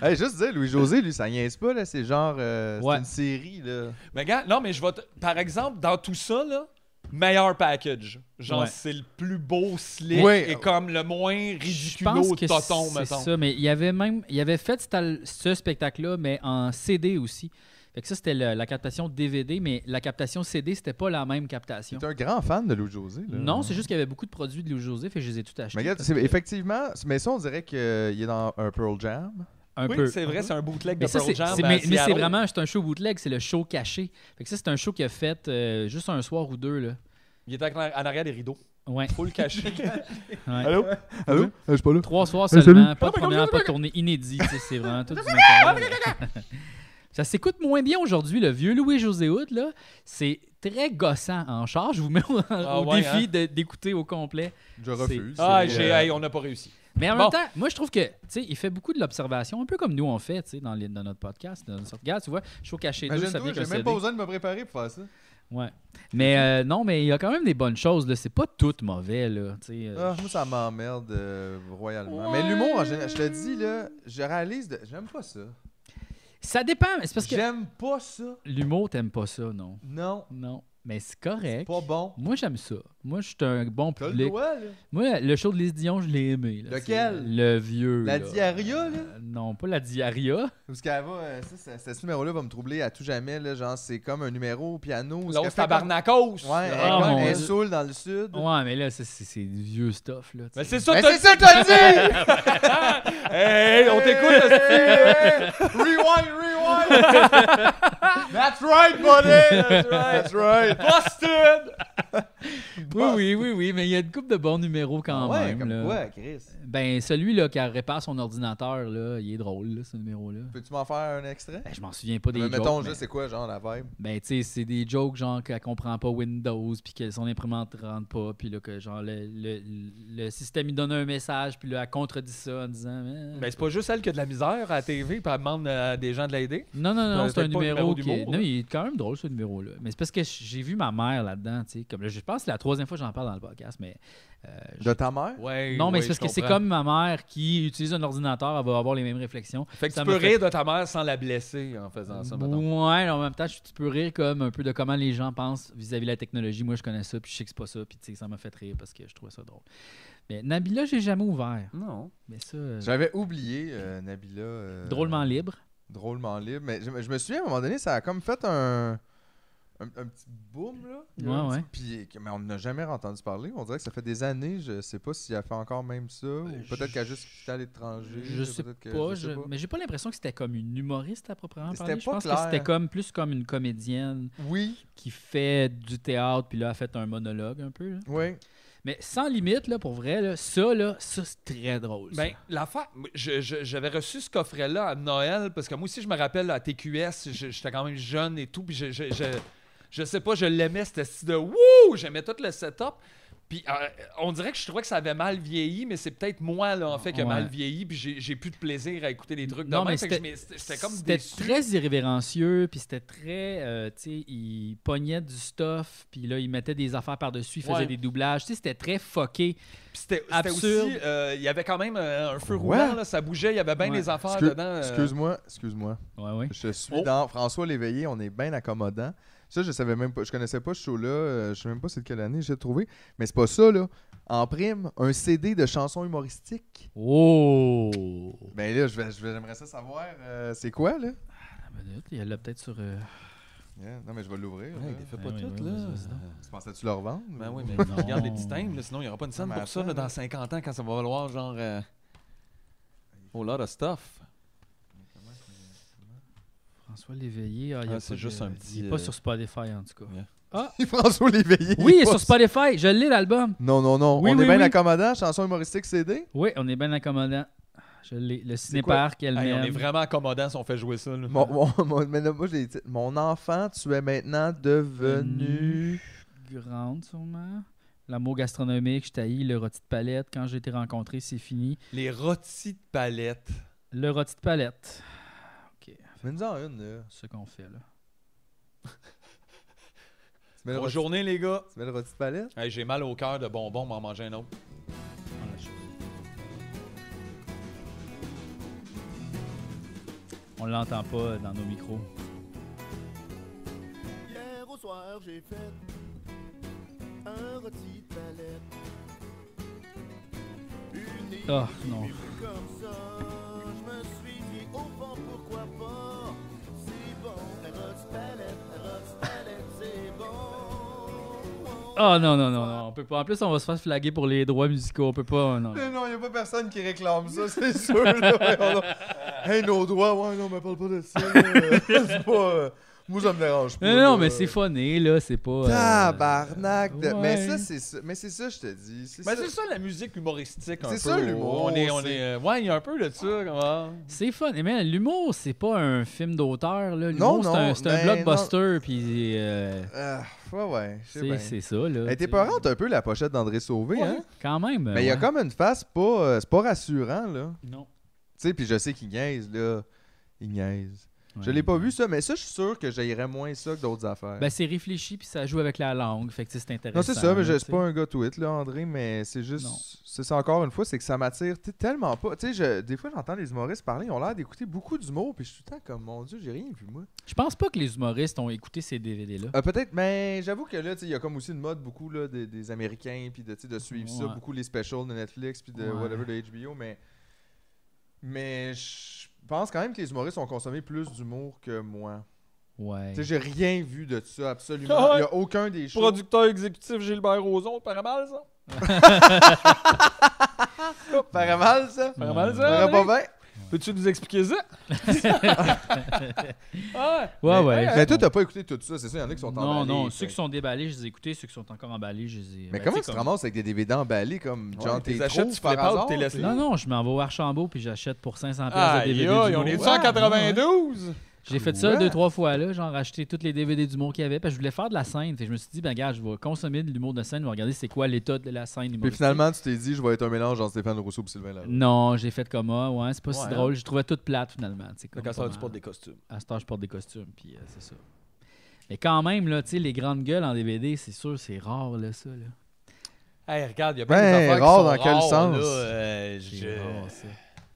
Speaker 1: Hey, juste dire, Louis-José, lui, ça niaise pas, là. C'est genre. euh,
Speaker 3: Ouais.
Speaker 1: C'est une série, là.
Speaker 3: Mais gars, non, mais je vais. te- Par exemple, dans tout ça, là, meilleur package. Genre,
Speaker 2: Ouais.
Speaker 3: c'est le plus beau slick
Speaker 1: Oui.
Speaker 3: et comme le moins
Speaker 2: Je
Speaker 3: ridiculeux
Speaker 2: pense que
Speaker 3: toton,
Speaker 2: c'est
Speaker 3: mettons.
Speaker 2: ça, mais il y avait même, il avait fait cet al- ce spectacle-là, mais en CD aussi. Fait que ça, c'était le- la captation DVD, mais la captation CD, c'était pas la même captation.
Speaker 1: T'es un grand fan de Louis-José, là.
Speaker 2: Non, c'est juste qu'il y avait beaucoup de produits de Louis-José, fait que je les ai tous achetés.
Speaker 1: Mais regarde,
Speaker 2: parce
Speaker 1: c'est-
Speaker 2: que-
Speaker 1: effectivement, mais ça, on dirait qu'il est dans un Pearl Jam.
Speaker 2: un
Speaker 3: oui,
Speaker 2: peu.
Speaker 3: c'est vrai, c'est un bootleg
Speaker 2: Mais
Speaker 3: de
Speaker 2: ça,
Speaker 3: Pearl
Speaker 2: c'est-
Speaker 3: Jam.
Speaker 2: c'est-
Speaker 3: à
Speaker 2: mais- mais c'est
Speaker 3: Seattle.
Speaker 2: vraiment, c'est un show bootleg, c'est le show caché. Fait que ça, c'est un show qu'il a fait euh, juste un soir ou deux, là.
Speaker 3: Il était en en arrière des rideaux.
Speaker 2: Ouais.
Speaker 3: Faut le cacher.
Speaker 2: Ouais.
Speaker 6: Allô?
Speaker 1: Ah
Speaker 6: Allô? Euh, Je suis pas là.
Speaker 2: Trois soirs
Speaker 6: Hey,
Speaker 2: seulement,
Speaker 3: Ah,
Speaker 6: salut.
Speaker 2: pas de première, pas de tournée inédite. tu sais, C'est vraiment tout du matériel. Ça s'écoute moins bien aujourd'hui. Le vieux Louis-José Hout, là, c'est très gossant en charge. Je vous mets au, au
Speaker 3: ouais,
Speaker 2: défi
Speaker 3: hein?
Speaker 2: de- d'écouter au complet.
Speaker 1: Je refuse.
Speaker 2: C'est-
Speaker 3: Ah,
Speaker 2: c'est,
Speaker 3: j'ai,
Speaker 2: euh,
Speaker 3: hey, on n'a pas réussi.
Speaker 2: Mais en
Speaker 3: Bon.
Speaker 2: même temps, moi, je trouve que, tu sais, il fait beaucoup de l'observation, un peu comme nous, on fait, tu sais, dans, les- dans notre podcast. Dans notre... Regarde, tu vois, je suis au cachet deux, ça vient
Speaker 1: Imagine-toi,
Speaker 2: qu'un
Speaker 1: j'ai même
Speaker 2: CD.
Speaker 1: pas besoin de me préparer pour faire ça.
Speaker 2: Ouais. Mais euh, non, mais il y a quand même des bonnes choses, là. C'est pas tout mauvais, là. tu sais, euh,
Speaker 1: Ah, moi, ça m'emmerde euh, royalement.
Speaker 2: Ouais.
Speaker 1: Mais l'humour, en général, je te dis, là, je réalise, de- j'aime pas ça.
Speaker 2: Ça dépend, c'est parce que
Speaker 1: J'aime pas ça.
Speaker 2: l'humour, t'aimes pas ça, non?
Speaker 1: Non,
Speaker 2: Non. Mais c'est correct.
Speaker 1: pas bon.
Speaker 2: Moi, j'aime ça. Moi, je suis un bon
Speaker 1: T'as le
Speaker 2: public.
Speaker 1: doigt, là.
Speaker 2: Moi, le show de Lise Dion, je l'ai aimé. là.
Speaker 1: Lequel?
Speaker 2: C'est Le vieux.
Speaker 1: La
Speaker 2: là.
Speaker 1: diarrhea, là.
Speaker 2: Euh, non, pas la diarrhea.
Speaker 1: Parce qu'elle va, euh, ça, ça- ça- ce numéro-là va me troubler à tout jamais, là. Genre, c'est comme un numéro au piano. où ce qu'elle
Speaker 3: L'autre
Speaker 1: fait comme-
Speaker 3: tabarnakos.
Speaker 1: Ouais, elle,
Speaker 2: Ah, mon
Speaker 1: elle est
Speaker 2: Dieu.
Speaker 1: saoule dans le sud.
Speaker 2: Ouais, mais là, c'est- c'est c'est du vieux stuff. Là, tu
Speaker 3: Mais
Speaker 2: sais.
Speaker 3: c'est ça,
Speaker 1: Mais
Speaker 3: t'as-
Speaker 1: c'est ça, t'as dit!
Speaker 3: Hey, on t'écoute.
Speaker 1: t'écoute! Rewind, rewind! That's right, buddy! That's right, that's right!
Speaker 3: Busted!
Speaker 2: oui, oui, oui, oui, mais il y a une coupe de bons numéros quand
Speaker 1: Ah ouais,
Speaker 2: même.
Speaker 1: comme
Speaker 2: là.
Speaker 1: quoi, Chris?
Speaker 2: Ben, celui là, qui répare son ordinateur, là, il est drôle, là, ce numéro-là.
Speaker 1: Peux-tu m'en faire un extrait?
Speaker 2: Ben, je m'en souviens pas des
Speaker 1: Mais
Speaker 2: jokes.
Speaker 1: mettons,
Speaker 2: mais-
Speaker 1: juste, c'est quoi, genre, la vibe?
Speaker 2: Ben, tu sais, c'est des jokes, genre, qu'elle comprend pas Windows, puis que son imprimante rentre pas, puis là, que, genre, le, le- le système, il donne un message, puis là, elle contredit ça en disant... Ah, Mais-
Speaker 3: Mais Ben, c'est pas juste elle qui a de la misère à la TV, puis elle demande à des gens de l'aider.
Speaker 2: Non, non, non,
Speaker 3: Ben,
Speaker 2: c'est un
Speaker 3: peut-être pas un
Speaker 2: numéro,
Speaker 3: numéro
Speaker 2: qui est...
Speaker 3: d'humour,
Speaker 2: Non,
Speaker 3: là.
Speaker 2: il est quand même drôle, ce numéro-là. Mais c'est parce que j'ai vu ma mère là-dedans, tu sais. Comme, là, je pense que c'est la troisième fois que j'en parle dans le podcast, mais... euh, je-
Speaker 1: De ta mère?
Speaker 3: Ouais,
Speaker 2: Non, mais
Speaker 3: ouais,
Speaker 2: c'est parce
Speaker 3: je
Speaker 2: que c'est
Speaker 3: comprends.
Speaker 2: comme ma mère qui utilise un ordinateur, elle va avoir les mêmes réflexions.
Speaker 3: Fait que
Speaker 2: Ça
Speaker 3: tu peux
Speaker 2: m'a fait-
Speaker 3: rire de ta mère sans la blesser en faisant ça, mettons.
Speaker 2: Ouais, en même temps, je- tu peux rire comme un peu de comment les gens pensent vis-à-vis de la technologie. Moi, je connais ça, puis je sais que c'est pas ça, puis tu sais, ça m'a fait rire parce que je trouvais ça drôle. Mais Nabila, j'ai jamais ouvert.
Speaker 3: Non.
Speaker 2: Mais ça, euh,
Speaker 1: J'avais oublié, euh, Nabila. euh,
Speaker 2: drôlement libre.
Speaker 1: Drôlement libre. Mais je, me- je me souviens, à un moment donné, ça a comme fait un. Un, un petit boom, là.
Speaker 2: Ouais,
Speaker 1: Un petit-
Speaker 2: ouais.
Speaker 1: Puis, que- mais on n'a jamais entendu parler. On dirait que ça fait des années. Je sais pas si elle fait encore même ça. ou peut-être
Speaker 2: Ben, je-
Speaker 1: qu'elle a juste quitté à l'étranger.
Speaker 2: Je sais pas,
Speaker 1: peut-être que-
Speaker 2: je- mais j'ai pas l'impression que c'était comme une humoriste à proprement
Speaker 1: C'était
Speaker 2: parler. Je
Speaker 1: pas
Speaker 2: pense que
Speaker 1: clair.
Speaker 2: c'était comme plus comme une comédienne
Speaker 1: Oui,
Speaker 2: qui fait du théâtre, puis là, elle fait un monologue un peu. là.
Speaker 1: oui.
Speaker 2: Mais sans limite, là, pour vrai, là, ça, là, ça, c'est très drôle. ça.
Speaker 3: Ben, l'affaire, je- je- j'avais reçu ce coffret-là à Noël, parce que moi aussi, je me rappelle à TQS, je- j'étais quand même jeune et tout, puis je, je, je, je sais pas, je l'aimais, c'était style de wouh, j'aimais tout le setup. Puis euh, on dirait que je trouvais que ça avait mal vieilli, mais c'est peut-être moi, là, en fait, qui a
Speaker 2: Ouais.
Speaker 3: mal vieilli, puis j'ai- j'ai plus de plaisir à écouter des trucs de
Speaker 2: Non,
Speaker 3: même,
Speaker 2: mais
Speaker 3: fait que je
Speaker 2: c'était-
Speaker 3: m'ai- c'était j'étais comme
Speaker 2: C'était
Speaker 3: déçu.
Speaker 2: très irrévérencieux, puis c'était très. euh, tu sais, il pognait du stuff, puis là, il mettait des affaires par-dessus, il faisait
Speaker 3: Ouais.
Speaker 2: des doublages. Tu sais, c'était très fucké.
Speaker 3: Puis C'était c'était
Speaker 2: absurde.
Speaker 3: aussi, euh, il y avait quand même euh, un feu
Speaker 1: Ouais.
Speaker 3: roulant, là, ça bougeait, il y avait bien
Speaker 2: Ouais.
Speaker 3: des affaires
Speaker 1: Excuse-
Speaker 3: dedans. euh,
Speaker 1: Excuse-moi, excuse-moi.
Speaker 2: Ouais, ouais.
Speaker 1: Je suis
Speaker 3: Oh.
Speaker 1: dans François Léveillé, on est bien accommodant. Ça, je savais même pas, je connaissais pas ce show-là, euh, je sais même pas c'est de quelle année j'ai trouvé, mais c'est pas ça, là. En prime, un CD de chansons humoristiques.
Speaker 2: Oh!
Speaker 1: Ben là, je vais- je vais- j'aimerais ça savoir, euh, c'est quoi, là?
Speaker 2: Ah, Il l'a peut-être sur. euh,
Speaker 1: Yeah, Non, mais je vais l'ouvrir.
Speaker 3: Ouais,
Speaker 1: là.
Speaker 3: il les fait pas
Speaker 2: Ben oui,
Speaker 3: toutes,
Speaker 2: oui,
Speaker 3: là.
Speaker 2: vas-y, vas-y donc.
Speaker 1: Tu pensais-tu le revendre?
Speaker 3: Ben oui,
Speaker 1: ou-
Speaker 3: mais
Speaker 2: Non.
Speaker 3: regarde les petits thèmes, là, sinon il n'y aura pas une scène
Speaker 1: mais
Speaker 3: pour ça là,
Speaker 1: attends,
Speaker 3: dans
Speaker 1: là.
Speaker 3: 50 ans quand ça va valoir genre. Euh... Oh lot of stuff.
Speaker 2: François Léveillé. Ah, il y a
Speaker 3: Ah,
Speaker 2: pas
Speaker 3: c'est
Speaker 2: de-
Speaker 3: juste un petit,
Speaker 2: Il est pas
Speaker 3: euh,
Speaker 2: sur Spotify, en tout cas.
Speaker 3: Yeah.
Speaker 1: François Léveillé.
Speaker 2: Oui, il est
Speaker 1: pas-
Speaker 2: sur Spotify. Je l'ai, l'album.
Speaker 1: Non, non, non.
Speaker 2: Oui,
Speaker 1: on
Speaker 2: oui,
Speaker 1: est bien
Speaker 2: oui.
Speaker 1: accommodant, chansons humoristiques CD.
Speaker 2: Oui, on est bien accommodant. Je l'ai. Le cinéparc, elle
Speaker 3: Hey, on est
Speaker 2: même.
Speaker 3: vraiment accommodant si on fait jouer ça. Là.
Speaker 1: Mon, mon- mon- mais là, moi, j'ai dit, mon enfant, tu es maintenant devenu.
Speaker 2: Grande, sûrement. L'amour gastronomique, je taillis, le rôti de palette. Quand j'ai été rencontré, c'est fini.
Speaker 3: Les rôtis de palette.
Speaker 2: Le rôti de palette.
Speaker 1: Mais nous en une, là.
Speaker 2: ce qu'on fait là.
Speaker 1: mets le
Speaker 3: Bonne
Speaker 1: rôti-
Speaker 3: journée, les gars.
Speaker 1: Tu mets le rôti de palette?
Speaker 3: Hey, J'ai mal au cœur de bonbons, m'en manger un autre.
Speaker 2: On l'entend pas dans nos micros.
Speaker 15: Hier au soir, j'ai fait un rôti de palette. Une idée
Speaker 2: Ah,
Speaker 15: qui
Speaker 2: non.
Speaker 15: m'est venue comme ça, je me suis dit au fond pourquoi pas. C'est bon, un rôti de palette, un rôti de palette, c'est bon.
Speaker 2: Oh non, non, non, non, on peut pas. En plus, on va se faire flaguer pour les droits musicaux. On peut pas. Non.
Speaker 1: Mais non, il n'y a pas personne qui réclame ça, c'est sûr. Là, voyons donc. hey, nos droits, ouais, non, mais parle pas de ça. là. c'est pas. euh, moi, ça me dérange pas.
Speaker 2: Non, non,
Speaker 1: là.
Speaker 2: mais c'est funné, là. C'est pas. euh,
Speaker 1: Tabarnak! de-
Speaker 2: ouais.
Speaker 1: Mais ça, c'est ça. Mais c'est ça, je te dis. C'est
Speaker 3: Ben,
Speaker 1: ça.
Speaker 3: c'est ça la musique humoristique. un
Speaker 1: C'est
Speaker 3: peu.
Speaker 1: ça, l'humour,
Speaker 3: On est, on
Speaker 1: c'est-
Speaker 3: est, euh, ouais, il y a un peu de ça. Comment...
Speaker 2: C'est fun. Et man, l'humour, c'est pas un film d'auteur. là.
Speaker 1: Non,
Speaker 2: L'humour, c'est
Speaker 1: non,
Speaker 2: un, c'est un
Speaker 1: ben, non.
Speaker 2: blockbuster. Puis. euh,
Speaker 1: Ah, ouais, ouais. je sais
Speaker 2: c'est
Speaker 1: bien.
Speaker 2: c'est ça, là.
Speaker 1: Elle était peurante un peu, la pochette d'André Sauvé,
Speaker 2: Ouais,
Speaker 1: hein?
Speaker 2: Quand même.
Speaker 1: Mais il y a
Speaker 2: ouais.
Speaker 1: comme une face pas. euh, c'est pas rassurant, là.
Speaker 2: Non.
Speaker 1: Tu sais, puis je sais qu'il niaise, là. Il niaise. Je
Speaker 2: Ouais.
Speaker 1: l'ai pas vu, ça, mais ça, je suis sûr que j'aillerais moins ça que d'autres affaires.
Speaker 2: Ben, c'est réfléchi, puis ça joue avec la langue. Fait que tu sais, c'est intéressant.
Speaker 1: Non, c'est ça, mais je
Speaker 2: là,
Speaker 1: suis pas un gars tweet, là, André, mais c'est juste.
Speaker 2: Non.
Speaker 1: C'est ça, encore une fois, c'est que ça m'attire t- tellement pas. Tu sais, je- des fois, j'entends les humoristes parler, ils ont l'air d'écouter beaucoup d'humour, puis je suis tout le temps comme, mon Dieu, j'ai rien vu, moi.
Speaker 2: Je pense pas que les humoristes ont écouté ces DVD-là.
Speaker 1: Euh, Peut-être, mais j'avoue que là, tu sais, il y a comme aussi une mode beaucoup là, des, des Américains, puis de, tu sais, de suivre ça,
Speaker 2: Ouais.
Speaker 1: beaucoup les specials de Netflix, puis de
Speaker 2: Ouais.
Speaker 1: whatever de HBO, mais. Mais je pense quand même que les humoristes ont consommé plus d'humour que moi.
Speaker 2: Ouais.
Speaker 1: Tu sais, j'ai rien vu de ça,
Speaker 2: Ah
Speaker 1: absolument. Il y a aucun des shows.
Speaker 3: Producteur exécutif Gilbert Rozon, paraît mal, ça?
Speaker 1: Paraît mal, ça?
Speaker 3: Paraît mal, ça?
Speaker 2: Ah,
Speaker 1: Paraît Ah, pas
Speaker 3: Alex?
Speaker 1: bien?
Speaker 3: Peux-tu nous expliquer ça? Ah ouais.
Speaker 2: Ouais,
Speaker 1: mais,
Speaker 2: ouais.
Speaker 1: Mais toi, t'as pas écouté tout ça, c'est ça, il y en a qui sont
Speaker 2: non,
Speaker 1: emballés.
Speaker 2: non,
Speaker 1: fait.
Speaker 2: ceux qui sont déballés, je les ai écoutés. Ceux qui sont encore emballés, je les ai.
Speaker 1: Mais
Speaker 2: ben,
Speaker 1: comment
Speaker 2: sais,
Speaker 1: tu te
Speaker 2: comme-
Speaker 1: ramasses avec des DVD emballés comme
Speaker 3: Ouais,
Speaker 1: genre
Speaker 3: t'es
Speaker 1: t'es
Speaker 3: achètes,
Speaker 1: trop
Speaker 3: tu
Speaker 1: par
Speaker 3: flippes out,
Speaker 1: hasard?
Speaker 3: t'es laissé.
Speaker 2: Non, non, je m'en vais au Archambault, puis j'achète pour 500$
Speaker 3: Ah,
Speaker 2: de DVD.
Speaker 3: aïe,
Speaker 2: d'humour.
Speaker 3: on est
Speaker 2: Ouais,
Speaker 3: en
Speaker 2: ouais.
Speaker 3: 92?
Speaker 2: J'ai fait ça
Speaker 3: Ouais.
Speaker 2: deux, trois fois, là. Genre, acheté tous les DVD d'humour qu'il y avait. Parce que je voulais faire de la scène. Fait que je me suis dit, ben, gars, je vais consommer de l'humour de scène. Je vais regarder c'est quoi l'état de la scène
Speaker 1: Puis
Speaker 2: humoristique.
Speaker 1: finalement, tu t'es dit, je vais être un mélange entre Stéphane Rousseau et Sylvain
Speaker 3: euh,
Speaker 1: Larue.
Speaker 2: Non, j'ai fait comme moi. Ouais, c'est pas si
Speaker 1: Ouais,
Speaker 2: drôle. J'ai trouvé toute plate, finalement. tu sais, comme
Speaker 3: hein. Donc, à ce
Speaker 2: pas
Speaker 3: tu
Speaker 2: mal.
Speaker 3: portes des costumes.
Speaker 2: À ce temps, je porte des costumes, puis euh, c'est ça. Mais quand même, là, tu sais, les grandes gueules en DVD, c'est sûr, c'est rare, là, ça, là.
Speaker 3: Hey, regarde, il y a plein
Speaker 1: Ben,
Speaker 3: des affaires qui
Speaker 1: rare,
Speaker 3: sont
Speaker 1: dans quel
Speaker 3: rares,
Speaker 1: sens?
Speaker 3: là, euh, je-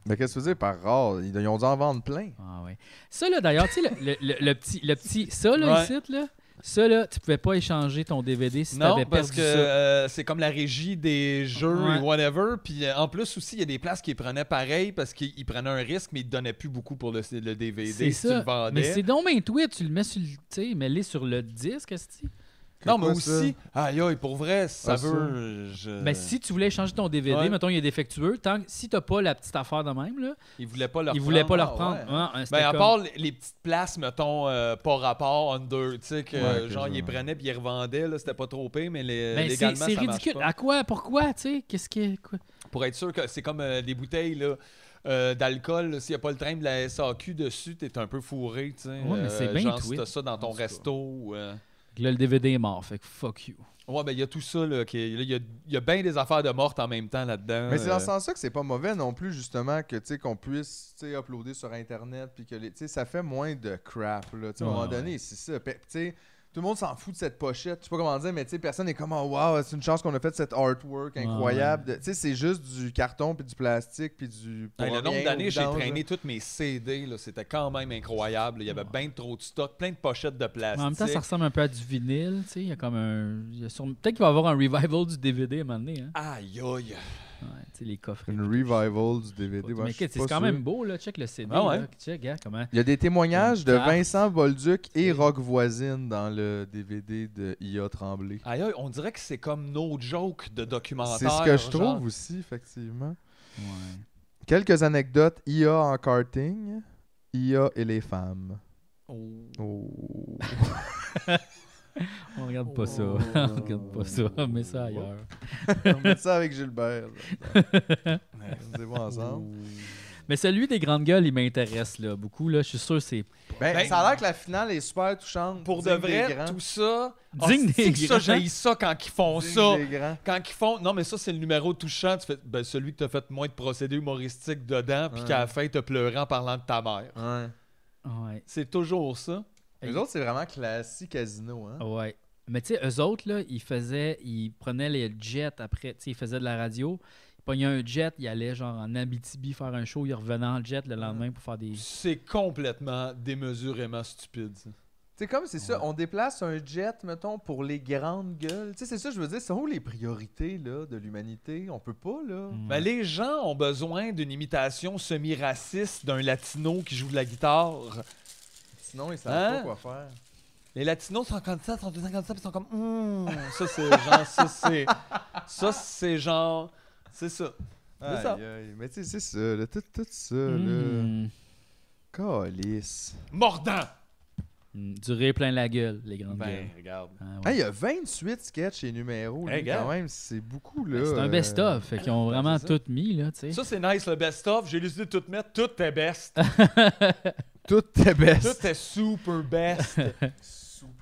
Speaker 1: Mais qu'est-ce que tu veux dire par rare? Ils ils ont dû en vendre plein.
Speaker 2: Ah ouais. Ça, là, d'ailleurs, tu sais, le, le- le- le petit, le petit... Ça, là,
Speaker 3: Ouais.
Speaker 2: ici, là, ça, là, tu pouvais pas échanger ton DVD si
Speaker 3: Non,
Speaker 2: t'avais
Speaker 3: parce
Speaker 2: perdu
Speaker 3: que
Speaker 2: ça.
Speaker 3: euh, c'est comme la régie des jeux
Speaker 2: Ouais.
Speaker 3: et whatever. Puis euh, en plus aussi, il y a des places qui prenaient pareil parce qu'ils prenaient un risque, mais ils ne donnaient plus beaucoup pour le, le DVD
Speaker 2: C'est
Speaker 3: si tu le
Speaker 2: ça.
Speaker 3: vendais.
Speaker 2: mais c'est donc bien tweet, tu le mets sur le... Tu sais, mets-les sur le disque, est
Speaker 3: non, mais
Speaker 1: quoi,
Speaker 3: aussi, aïe aïe, pour vrai, ça
Speaker 1: Ah, ça.
Speaker 3: veut. je-
Speaker 2: Mais Ben, si tu voulais échanger ton DVD,
Speaker 3: Euh. Ouais.
Speaker 2: mettons, il est défectueux, tant que... Si t'as pas la petite affaire de même, là,
Speaker 3: Ils voulaient pas leur
Speaker 2: ils voulaient pas le reprendre.
Speaker 3: prendre.
Speaker 2: Non, c'était
Speaker 3: Ben, à
Speaker 2: comme-
Speaker 3: part les- les petites places, mettons, euh, pas rapport, under, tu sais, que
Speaker 1: Ouais, que
Speaker 3: genre,
Speaker 1: je-
Speaker 3: ils les prenaient puis ils les revendaient, là, c'était pas trop payé, mais les,
Speaker 2: Ben, c'est
Speaker 3: légalement,
Speaker 2: c'est
Speaker 3: ça marche
Speaker 2: ridicule.
Speaker 3: pas.
Speaker 2: À quoi? Pourquoi? Tu sais, qu'est-ce qui... Quoi?
Speaker 3: Pour être sûr que c'est comme euh, des bouteilles, là. euh, d'alcool, là, s'il n'y a pas le train de la SAQ dessus, t'es un peu fourré, tu sais.
Speaker 2: Ouais, mais c'est
Speaker 3: Euh,
Speaker 2: bien
Speaker 3: Genre, si
Speaker 2: tweet.
Speaker 3: t'as ça dans ton resto. ou, euh,
Speaker 2: Là, le DVD est mort, fait que fuck you.
Speaker 3: Ouais, ben il y a tout ça, là. qui est- là, Il y a, il y a bien des affaires de mortes en même temps là-dedans.
Speaker 1: Mais c'est dans
Speaker 3: euh.
Speaker 1: ce sens-là que c'est pas mauvais non plus, justement, que tu sais, qu'on puisse tu sais, uploader sur Internet, puis que les- tu sais, ça fait moins de crap. Là, Tu sais, à un
Speaker 2: Ouais,
Speaker 1: moment
Speaker 2: ouais.
Speaker 1: donné, c'est ça. Pe- tu sais, tout le monde s'en fout de cette pochette. Je sais pas comment dire, mais tu sais, personne n'est comme, oh, wow, c'est une chance qu'on a fait cet artwork
Speaker 2: Ouais,
Speaker 1: incroyable. de- Tu sais, c'est juste du carton, puis du plastique, puis du.
Speaker 3: Hey, le
Speaker 1: pour
Speaker 3: nombre
Speaker 1: rien,
Speaker 3: d'années
Speaker 1: au
Speaker 3: que j'ai
Speaker 1: vidange,
Speaker 3: traîné toutes mes CD, là, c'était quand même incroyable. Il y avait bien trop de stock, plein de pochettes de plastique.
Speaker 2: Mais en même temps, ça ressemble un peu à du vinyle, tu sais. Il y a comme un. il y a sûrement- Peut-être qu'il va y avoir un revival du DVD à un moment donné, hein.
Speaker 3: Aïe, aïe.
Speaker 2: Ouais, tu sais, les coffrets.
Speaker 1: Une revival du DVD. ouais,
Speaker 2: mais
Speaker 1: je suis
Speaker 2: écoute, c'est
Speaker 1: pas
Speaker 2: quand
Speaker 1: sûr.
Speaker 2: même beau, là. Check le CD.
Speaker 3: Ah ouais.
Speaker 2: là. Check, regarde comment.
Speaker 1: Il y a des témoignages de
Speaker 2: Une carte.
Speaker 1: Vincent Bolduc et Rock Voisine dans le DVD de IA Tremblay.
Speaker 3: Aïe, aïe, on dirait que c'est comme nos jokes de documentaire.
Speaker 1: C'est ce que je
Speaker 3: genre.
Speaker 1: trouve aussi, effectivement.
Speaker 2: Ouais.
Speaker 1: Quelques anecdotes IA en karting, IA et les femmes.
Speaker 3: Oh.
Speaker 1: Oh.
Speaker 2: On regarde pas ça.
Speaker 3: Oh.
Speaker 2: On regarde pas ça. On met ça ailleurs.
Speaker 1: On met ça avec Gilbert. là. On les voit ensemble.
Speaker 2: Mais celui des grandes gueules, il m'intéresse, là, beaucoup, là. Je suis sûr, que c'est.
Speaker 1: Ben,
Speaker 3: Ben-
Speaker 1: ça a l'air que la finale est super touchante.
Speaker 3: Pour de
Speaker 1: digne des
Speaker 3: vrai,
Speaker 1: grands.
Speaker 3: tout ça.
Speaker 2: Digne
Speaker 3: hostie
Speaker 2: des
Speaker 3: Ah, que ça,
Speaker 2: grands.
Speaker 3: j'haïs ça quand ils font
Speaker 1: Digne
Speaker 3: ça.
Speaker 1: des grands.
Speaker 3: Quand ils font. Non, mais ça, c'est le numéro touchant. Tu fais... ben, celui que t'as fait moins de procédés humoristiques dedans, puis
Speaker 1: Ouais.
Speaker 3: qu'à la fin, t'as pleuré en parlant de ta mère.
Speaker 1: Ouais.
Speaker 2: Ouais.
Speaker 3: C'est toujours ça.
Speaker 1: Les autres, c'est vraiment classique casino,
Speaker 3: Oh.
Speaker 1: hein?
Speaker 2: Ouais. Mais tu sais, eux autres, là, ils faisaient, ils prenaient les jets après, tu sais, ils faisaient de la radio. Ils pognaient un jet, ils allaient genre en Abitibi faire un show, ils revenaient en jet le lendemain pour faire des.
Speaker 3: C'est complètement démesurément stupide. ça.
Speaker 1: C'est comme, c'est ça, on déplace un jet, mettons, pour les grandes gueules. Tu sais, c'est ça, je veux dire, c'est où les priorités, là, de l'humanité? On peut pas, là.
Speaker 2: Mm.
Speaker 3: Ben, les gens ont besoin d'une imitation semi-raciste d'un latino qui joue de la guitare.
Speaker 1: Sinon, ils savent
Speaker 3: Hein?
Speaker 1: pas quoi faire.
Speaker 3: Les latinos sont comme ça, sont tous comme ça, puis ils sont comme Hum, ça c'est genre ça c'est ça c'est genre c'est ça. C'est ça.
Speaker 1: Aïe, aïe. Mais tu sais, c'est ça, là, tout, tout ça,
Speaker 3: Hmm.
Speaker 1: là. Calice.
Speaker 3: Mordant.
Speaker 2: Mm, Du riz plein la gueule, les grandes
Speaker 3: Ben.
Speaker 2: gueules.
Speaker 3: regarde.
Speaker 2: Ah,
Speaker 1: Hey,
Speaker 2: ouais.
Speaker 1: il y a 28 sketchs et numéros, là,
Speaker 3: Hey, gars.
Speaker 1: quand même, c'est beaucoup, là.
Speaker 2: Ben, c'est un
Speaker 1: euh,
Speaker 2: best-of, fait qu'ils ont vraiment
Speaker 1: c'est ça.
Speaker 2: tout mis, là, tu sais.
Speaker 3: Ça c'est nice le best of, j'ai décidé de tout mettre, tout est best.
Speaker 1: Tout est best.
Speaker 3: tout est super best.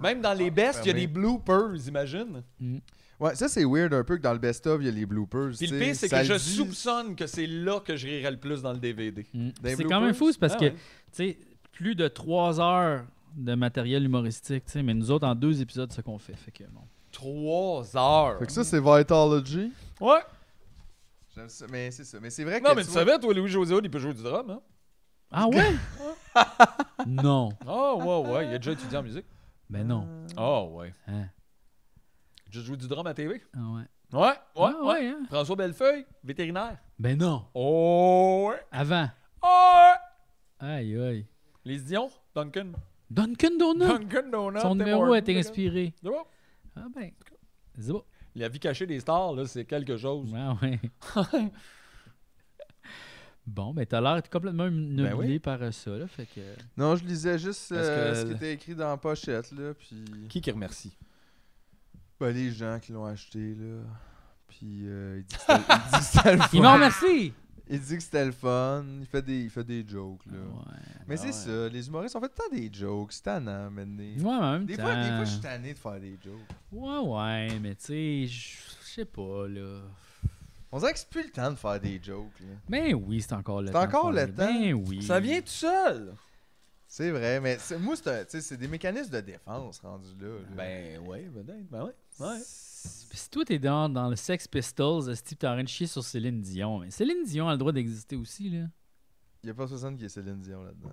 Speaker 3: Même dans
Speaker 1: Ah,
Speaker 3: les best,
Speaker 1: ben
Speaker 3: il y a des bloopers, imagine.
Speaker 1: Ouais, ça, c'est weird un peu que dans le best-of, il y a les bloopers.
Speaker 3: Puis
Speaker 1: tu
Speaker 3: le
Speaker 1: sais,
Speaker 3: pire c'est
Speaker 1: ça
Speaker 3: que je
Speaker 1: le dit.
Speaker 3: soupçonne que c'est là que je rirais le plus dans le DVD.
Speaker 2: Mm.
Speaker 1: Des
Speaker 2: C'est quand même
Speaker 1: bloopers?
Speaker 2: fou, c'est parce
Speaker 3: Ah
Speaker 2: que,
Speaker 3: ouais.
Speaker 2: tu sais, plus de trois heures de matériel humoristique, tu sais, mais nous autres, en deux épisodes, c'est ce qu'on fait. Fait que, bon.
Speaker 3: Trois heures.
Speaker 1: Fait que ça, c'est Vitalogy.
Speaker 3: Ouais.
Speaker 1: J'aime ça, mais c'est ça. Mais c'est vrai que.
Speaker 3: Non mais
Speaker 1: tu
Speaker 3: tu
Speaker 1: vois-
Speaker 3: savais toi Louis José, il peut jouer du drum hein.
Speaker 2: Ah ouais? non.
Speaker 3: Ah ouais ouais, il a déjà étudié en musique.
Speaker 2: Ben non.
Speaker 3: Ah ouais.
Speaker 2: Hein.
Speaker 3: Je joue du drum à TV.
Speaker 2: Ah ouais.
Speaker 3: Ouais, ouais, ouais.
Speaker 2: Ah ouais, hein?
Speaker 3: François Bellefeuille, vétérinaire.
Speaker 2: Ben non.
Speaker 3: Oh, ouais.
Speaker 2: Avant.
Speaker 3: Oh, ouais.
Speaker 2: Aïe, aïe.
Speaker 3: Les Dion, Duncan.
Speaker 2: Dunkin' Donut.
Speaker 3: Duncan Donut.
Speaker 2: Son
Speaker 3: Tim
Speaker 2: numéro
Speaker 3: Hortons,
Speaker 2: a été
Speaker 3: Duncan.
Speaker 2: inspiré.
Speaker 3: C'est bon.
Speaker 2: Ah ben. C'est bon.
Speaker 3: La vie cachée des stars, là, c'est quelque chose.
Speaker 2: Ah ouais. bon, ben t'as l'air complètement nubilé
Speaker 3: Ben oui.
Speaker 2: par euh, ça, là. Fait que.
Speaker 1: Non, je lisais juste
Speaker 3: Parce
Speaker 1: euh,
Speaker 3: que-
Speaker 1: ce qui était écrit dans la pochette, là. Puis.
Speaker 3: Qui qui remercie?
Speaker 1: Ben, les gens qui l'ont acheté, là. Puis, euh, il dit que c'était- il dit que c'était le
Speaker 2: Ah, Il m'en
Speaker 1: fun.
Speaker 2: remercie!
Speaker 1: Il dit que c'était le fun. Il fait des, il fait des jokes, là.
Speaker 2: Ouais.
Speaker 1: Mais
Speaker 3: Ah
Speaker 1: c'est
Speaker 3: ouais.
Speaker 1: ça, les humoristes ont fait tant des jokes. C'est tannant, maintenant.
Speaker 2: Ouais, mais en même
Speaker 1: Des
Speaker 2: temps.
Speaker 1: fois, des fois, je suis tanné de faire des jokes.
Speaker 2: Ouais, ouais, mais tu sais, je je sais pas, là.
Speaker 1: On dirait que c'est plus le temps de faire des jokes, là.
Speaker 2: Ben oui, c'est encore le
Speaker 1: C'est
Speaker 2: temps. de
Speaker 1: encore
Speaker 2: faire
Speaker 1: le
Speaker 2: des-
Speaker 1: temps.
Speaker 2: Ben oui.
Speaker 3: Ça vient tout seul.
Speaker 1: C'est vrai, mais c'est- moi, c'est un- tu sais, c'est des mécanismes de défense rendus là. là.
Speaker 3: Ben ouais, peut-être. Ben ouais. ouais.
Speaker 2: Puis si toi, t'es dans, dans le Sex Pistols, Steve, t'es en train de chier sur Céline Dion. Mais Céline Dion a le droit d'exister aussi, là.
Speaker 1: Il n'y a pas personne qui est Céline Dion là-dedans.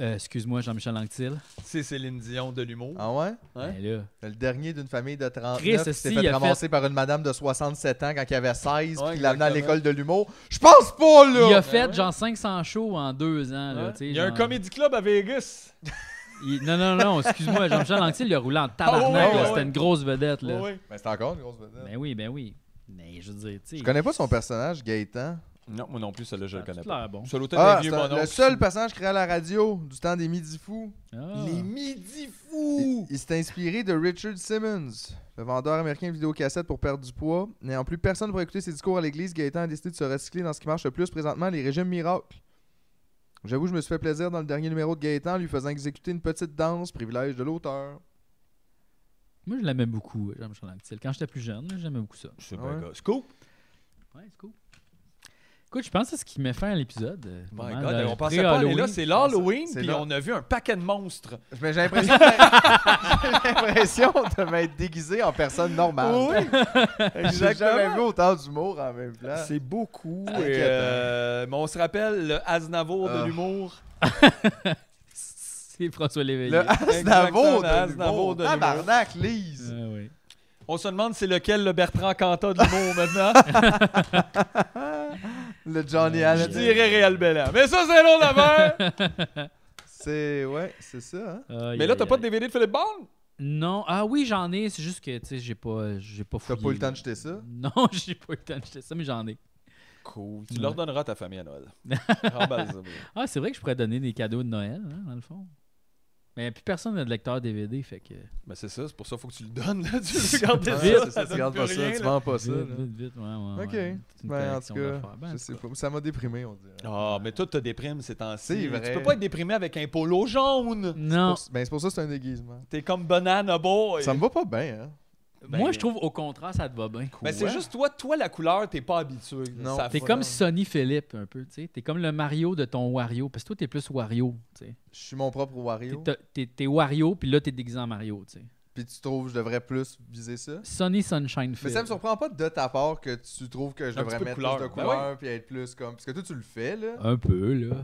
Speaker 2: Euh, excuse-moi, Jean-Michel Anctil.
Speaker 3: C'est Céline Dion de l'humour.
Speaker 1: Ah ouais?
Speaker 3: Hein?
Speaker 2: Ben là.
Speaker 1: C'est Le dernier d'une famille de 39
Speaker 2: Chris,
Speaker 1: qui s'est
Speaker 2: si, il
Speaker 1: fait
Speaker 2: a
Speaker 1: ramasser par une madame de 67 ans quand il avait 16
Speaker 3: Ouais,
Speaker 1: puis qui l'a amené à
Speaker 3: exactement.
Speaker 1: l'école de l'humour. Je pense pas, là!
Speaker 2: Il a fait
Speaker 3: ben ouais.
Speaker 2: genre 500 shows en deux ans, Ah, là.
Speaker 3: Ouais.
Speaker 2: tu sais,
Speaker 3: Il y a un
Speaker 2: genre-
Speaker 3: comedy club à Vegas.
Speaker 2: Il- Non, non, non, excuse-moi, Jean-Michel Anctil, il a roulé en tabarnak,
Speaker 3: Ah ouais,
Speaker 2: là,
Speaker 3: ouais,
Speaker 2: C'était
Speaker 3: ouais.
Speaker 2: une grosse vedette, là.
Speaker 3: Ouais, ouais.
Speaker 1: Ben, c'est encore une grosse vedette.
Speaker 2: Ben oui, ben oui. Mais je veux dire, tu sais.
Speaker 1: Je connais pas son personnage, Gaëtan.
Speaker 3: Non, moi non plus, celle-là, je
Speaker 2: ça
Speaker 3: le
Speaker 2: a
Speaker 3: connais
Speaker 2: tout
Speaker 3: pas.
Speaker 2: l'air bon.
Speaker 3: Seul hôtel
Speaker 1: Ah,
Speaker 3: des vieux
Speaker 1: c'est un-
Speaker 3: mononcles.
Speaker 1: le seul personnage créé à la radio du temps des Midi Fous.
Speaker 2: Ah.
Speaker 3: Les midi
Speaker 1: Il,
Speaker 3: fous.
Speaker 1: il s'est inspiré de Richard Simmons, le vendeur américain de vidéocassette pour perdre du poids. N'ayant plus personne pour écouter ses discours à l'église, Gaëtan a décidé de se recycler dans ce qui marche le plus présentement, les régimes miracles. J'avoue, je me suis fait plaisir dans le dernier numéro de Gaëtan, lui faisant exécuter une petite danse, privilège de l'auteur.
Speaker 2: Moi, je l'aimais beaucoup, Jean-Michel Anctil. Quand j'étais plus jeune, là, j'aimais beaucoup ça.
Speaker 3: Super
Speaker 1: Ouais.
Speaker 3: gars. Scoop.
Speaker 2: Ouais, c'est cool. Écoute, je pense que c'est ce qui met fin à l'épisode. euh,
Speaker 3: My
Speaker 2: vraiment,
Speaker 3: God,
Speaker 2: dans
Speaker 3: on
Speaker 2: le
Speaker 3: pensait pas aller là,
Speaker 2: pré-Halloween.
Speaker 3: c'est l'Halloween,
Speaker 1: C'est
Speaker 3: puis
Speaker 1: là.
Speaker 3: on a vu un paquet de monstres.
Speaker 1: Mais j'ai l'impression j'ai l'impression de m'être déguisé en personne
Speaker 3: Ah
Speaker 1: normale. J'ai jamais vu autant d'humour en même plan.
Speaker 3: C'est beaucoup.
Speaker 1: Inquiétant.
Speaker 3: et, euh, mais on se rappelle le Aznavour de
Speaker 1: Ah.
Speaker 3: l'humour.
Speaker 2: C'est François Léveillé.
Speaker 1: Le Aznavour
Speaker 3: Exactement, le Aznavour
Speaker 1: de l'humour.
Speaker 3: de l'humour.
Speaker 1: Tabarnak, Lise!
Speaker 2: Ah oui.
Speaker 3: On se demande c'est lequel le Bertrand Cantat de l'humour maintenant.
Speaker 1: Le Johnny
Speaker 3: Je
Speaker 2: Ah,
Speaker 1: Allen.
Speaker 3: dirais Réal Bellan. Mais ça, c'est l'autre affaire.
Speaker 1: C'est. Ouais, c'est ça, hein?
Speaker 2: Aïe,
Speaker 3: Mais là,
Speaker 2: aïe,
Speaker 3: t'as pas de
Speaker 2: aïe.
Speaker 3: DVD de Philippe Bond?
Speaker 2: Non, ah oui, j'en ai, c'est juste que, tu sais, j'ai pas, j'ai pas
Speaker 1: T'as
Speaker 2: fouillé.
Speaker 1: pas eu le temps de jeter ça?
Speaker 2: Non, j'ai pas eu le temps de jeter ça, mais j'en ai.
Speaker 3: Cool. Tu
Speaker 2: Ouais.
Speaker 3: leur donneras à ta famille à Noël. Remballe ça, bro.
Speaker 2: Ah, c'est vrai que je pourrais donner des cadeaux de Noël, hein, dans le fond. Mais plus personne n'a de lecteur DVD, fait que...
Speaker 3: Mais c'est ça, c'est pour ça faut que tu le donnes. Là. Tu le gardes
Speaker 1: Ah,
Speaker 3: ça,
Speaker 1: c'est ça,
Speaker 3: ça
Speaker 1: tu
Speaker 3: donne
Speaker 1: gardes
Speaker 3: plus
Speaker 1: pas ça,
Speaker 3: rien,
Speaker 1: tu
Speaker 3: là.
Speaker 1: vends pas ça.
Speaker 2: Vite,
Speaker 1: là.
Speaker 2: vite, vite, ouais, ouais,
Speaker 1: Ok.
Speaker 2: ouais. C'est une
Speaker 1: Ben, en
Speaker 2: collection
Speaker 1: tout cas,
Speaker 2: d'affaires. Ben, en
Speaker 1: je
Speaker 2: tout
Speaker 1: sais
Speaker 2: cas.
Speaker 1: pas. Ça m'a déprimé, on dirait.
Speaker 3: Ah, mais toi, t'as déprimé ces temps-ci.
Speaker 1: C'est vrai.
Speaker 3: Tu peux pas être déprimé avec un polo jaune.
Speaker 2: Non,
Speaker 1: Pour- Ben, c'est pour ça que c'est un déguisement.
Speaker 3: T'es comme Banana Boy. Ben,
Speaker 1: Ça Ben, me va pas bien, hein?
Speaker 2: Moi, je trouve au contraire, ça te va bien.
Speaker 3: Mais c'est juste toi, toi la couleur, t'es pas habitué. Non.
Speaker 1: Ah,
Speaker 2: T'es comme Sonny Philippe un peu, tu sais. T'es comme le Mario de ton Wario, parce que toi, t'es plus Wario, tu sais.
Speaker 1: Je suis mon propre Wario.
Speaker 2: T'es- T'es t'es Wario, puis là, t'es déguisé en Mario, tu sais.
Speaker 1: Puis tu trouves que je devrais plus viser ça?
Speaker 2: Sonny Sunshine
Speaker 1: Mais
Speaker 2: Phil.
Speaker 1: ça me surprend pas de ta part que tu trouves que je
Speaker 2: Un
Speaker 1: devrais
Speaker 2: petit peu
Speaker 1: mettre
Speaker 2: de
Speaker 1: plus de
Speaker 2: couleur. Ben
Speaker 1: couleurs puis être plus comme. Parce que toi, tu le fais, là.
Speaker 2: Un peu, là.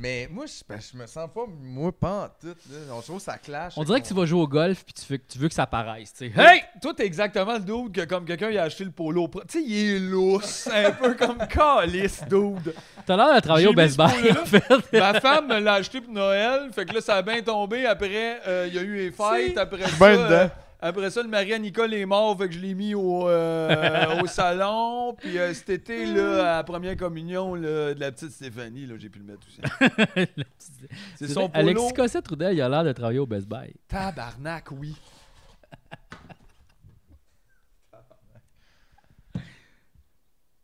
Speaker 1: Mais moi, je, ben, je me sens pas, moi, pas en tout. Là. On trouve que ça clash.
Speaker 2: On dirait que tu vas jouer au golf, puis tu veux, tu veux que ça paraisse, tu sais.
Speaker 3: Hey! Toi, t'es exactement le dude que comme quelqu'un il a acheté le polo. au pro- Tu sais, il est lousse, un peu comme calice, dude.
Speaker 2: T'as l'air de travailler au
Speaker 3: J'ai
Speaker 2: Best
Speaker 3: mis ce
Speaker 2: Buy,
Speaker 3: polo-là.
Speaker 2: en fait.
Speaker 3: Ma femme me l'a acheté pour Noël, fait que là, ça a bien tombé. Après, euh, il y a eu les fêtes. Après ça,
Speaker 1: Ben dedans.
Speaker 3: euh, après ça, le mari à Nicole est mort, fait que je l'ai mis au, euh, au salon. Puis euh, cet été, là, à la première communion là, de la petite Stéphanie, là, j'ai pu le mettre aussi. C'est
Speaker 2: C'est
Speaker 3: son
Speaker 2: vrai, Alexis
Speaker 3: polo.
Speaker 2: Cossette Trudel, il a l'air de travailler au Best Buy.
Speaker 3: Tabarnak, oui.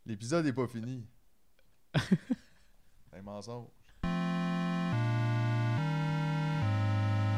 Speaker 1: L'épisode est pas fini. C'est un mensonge.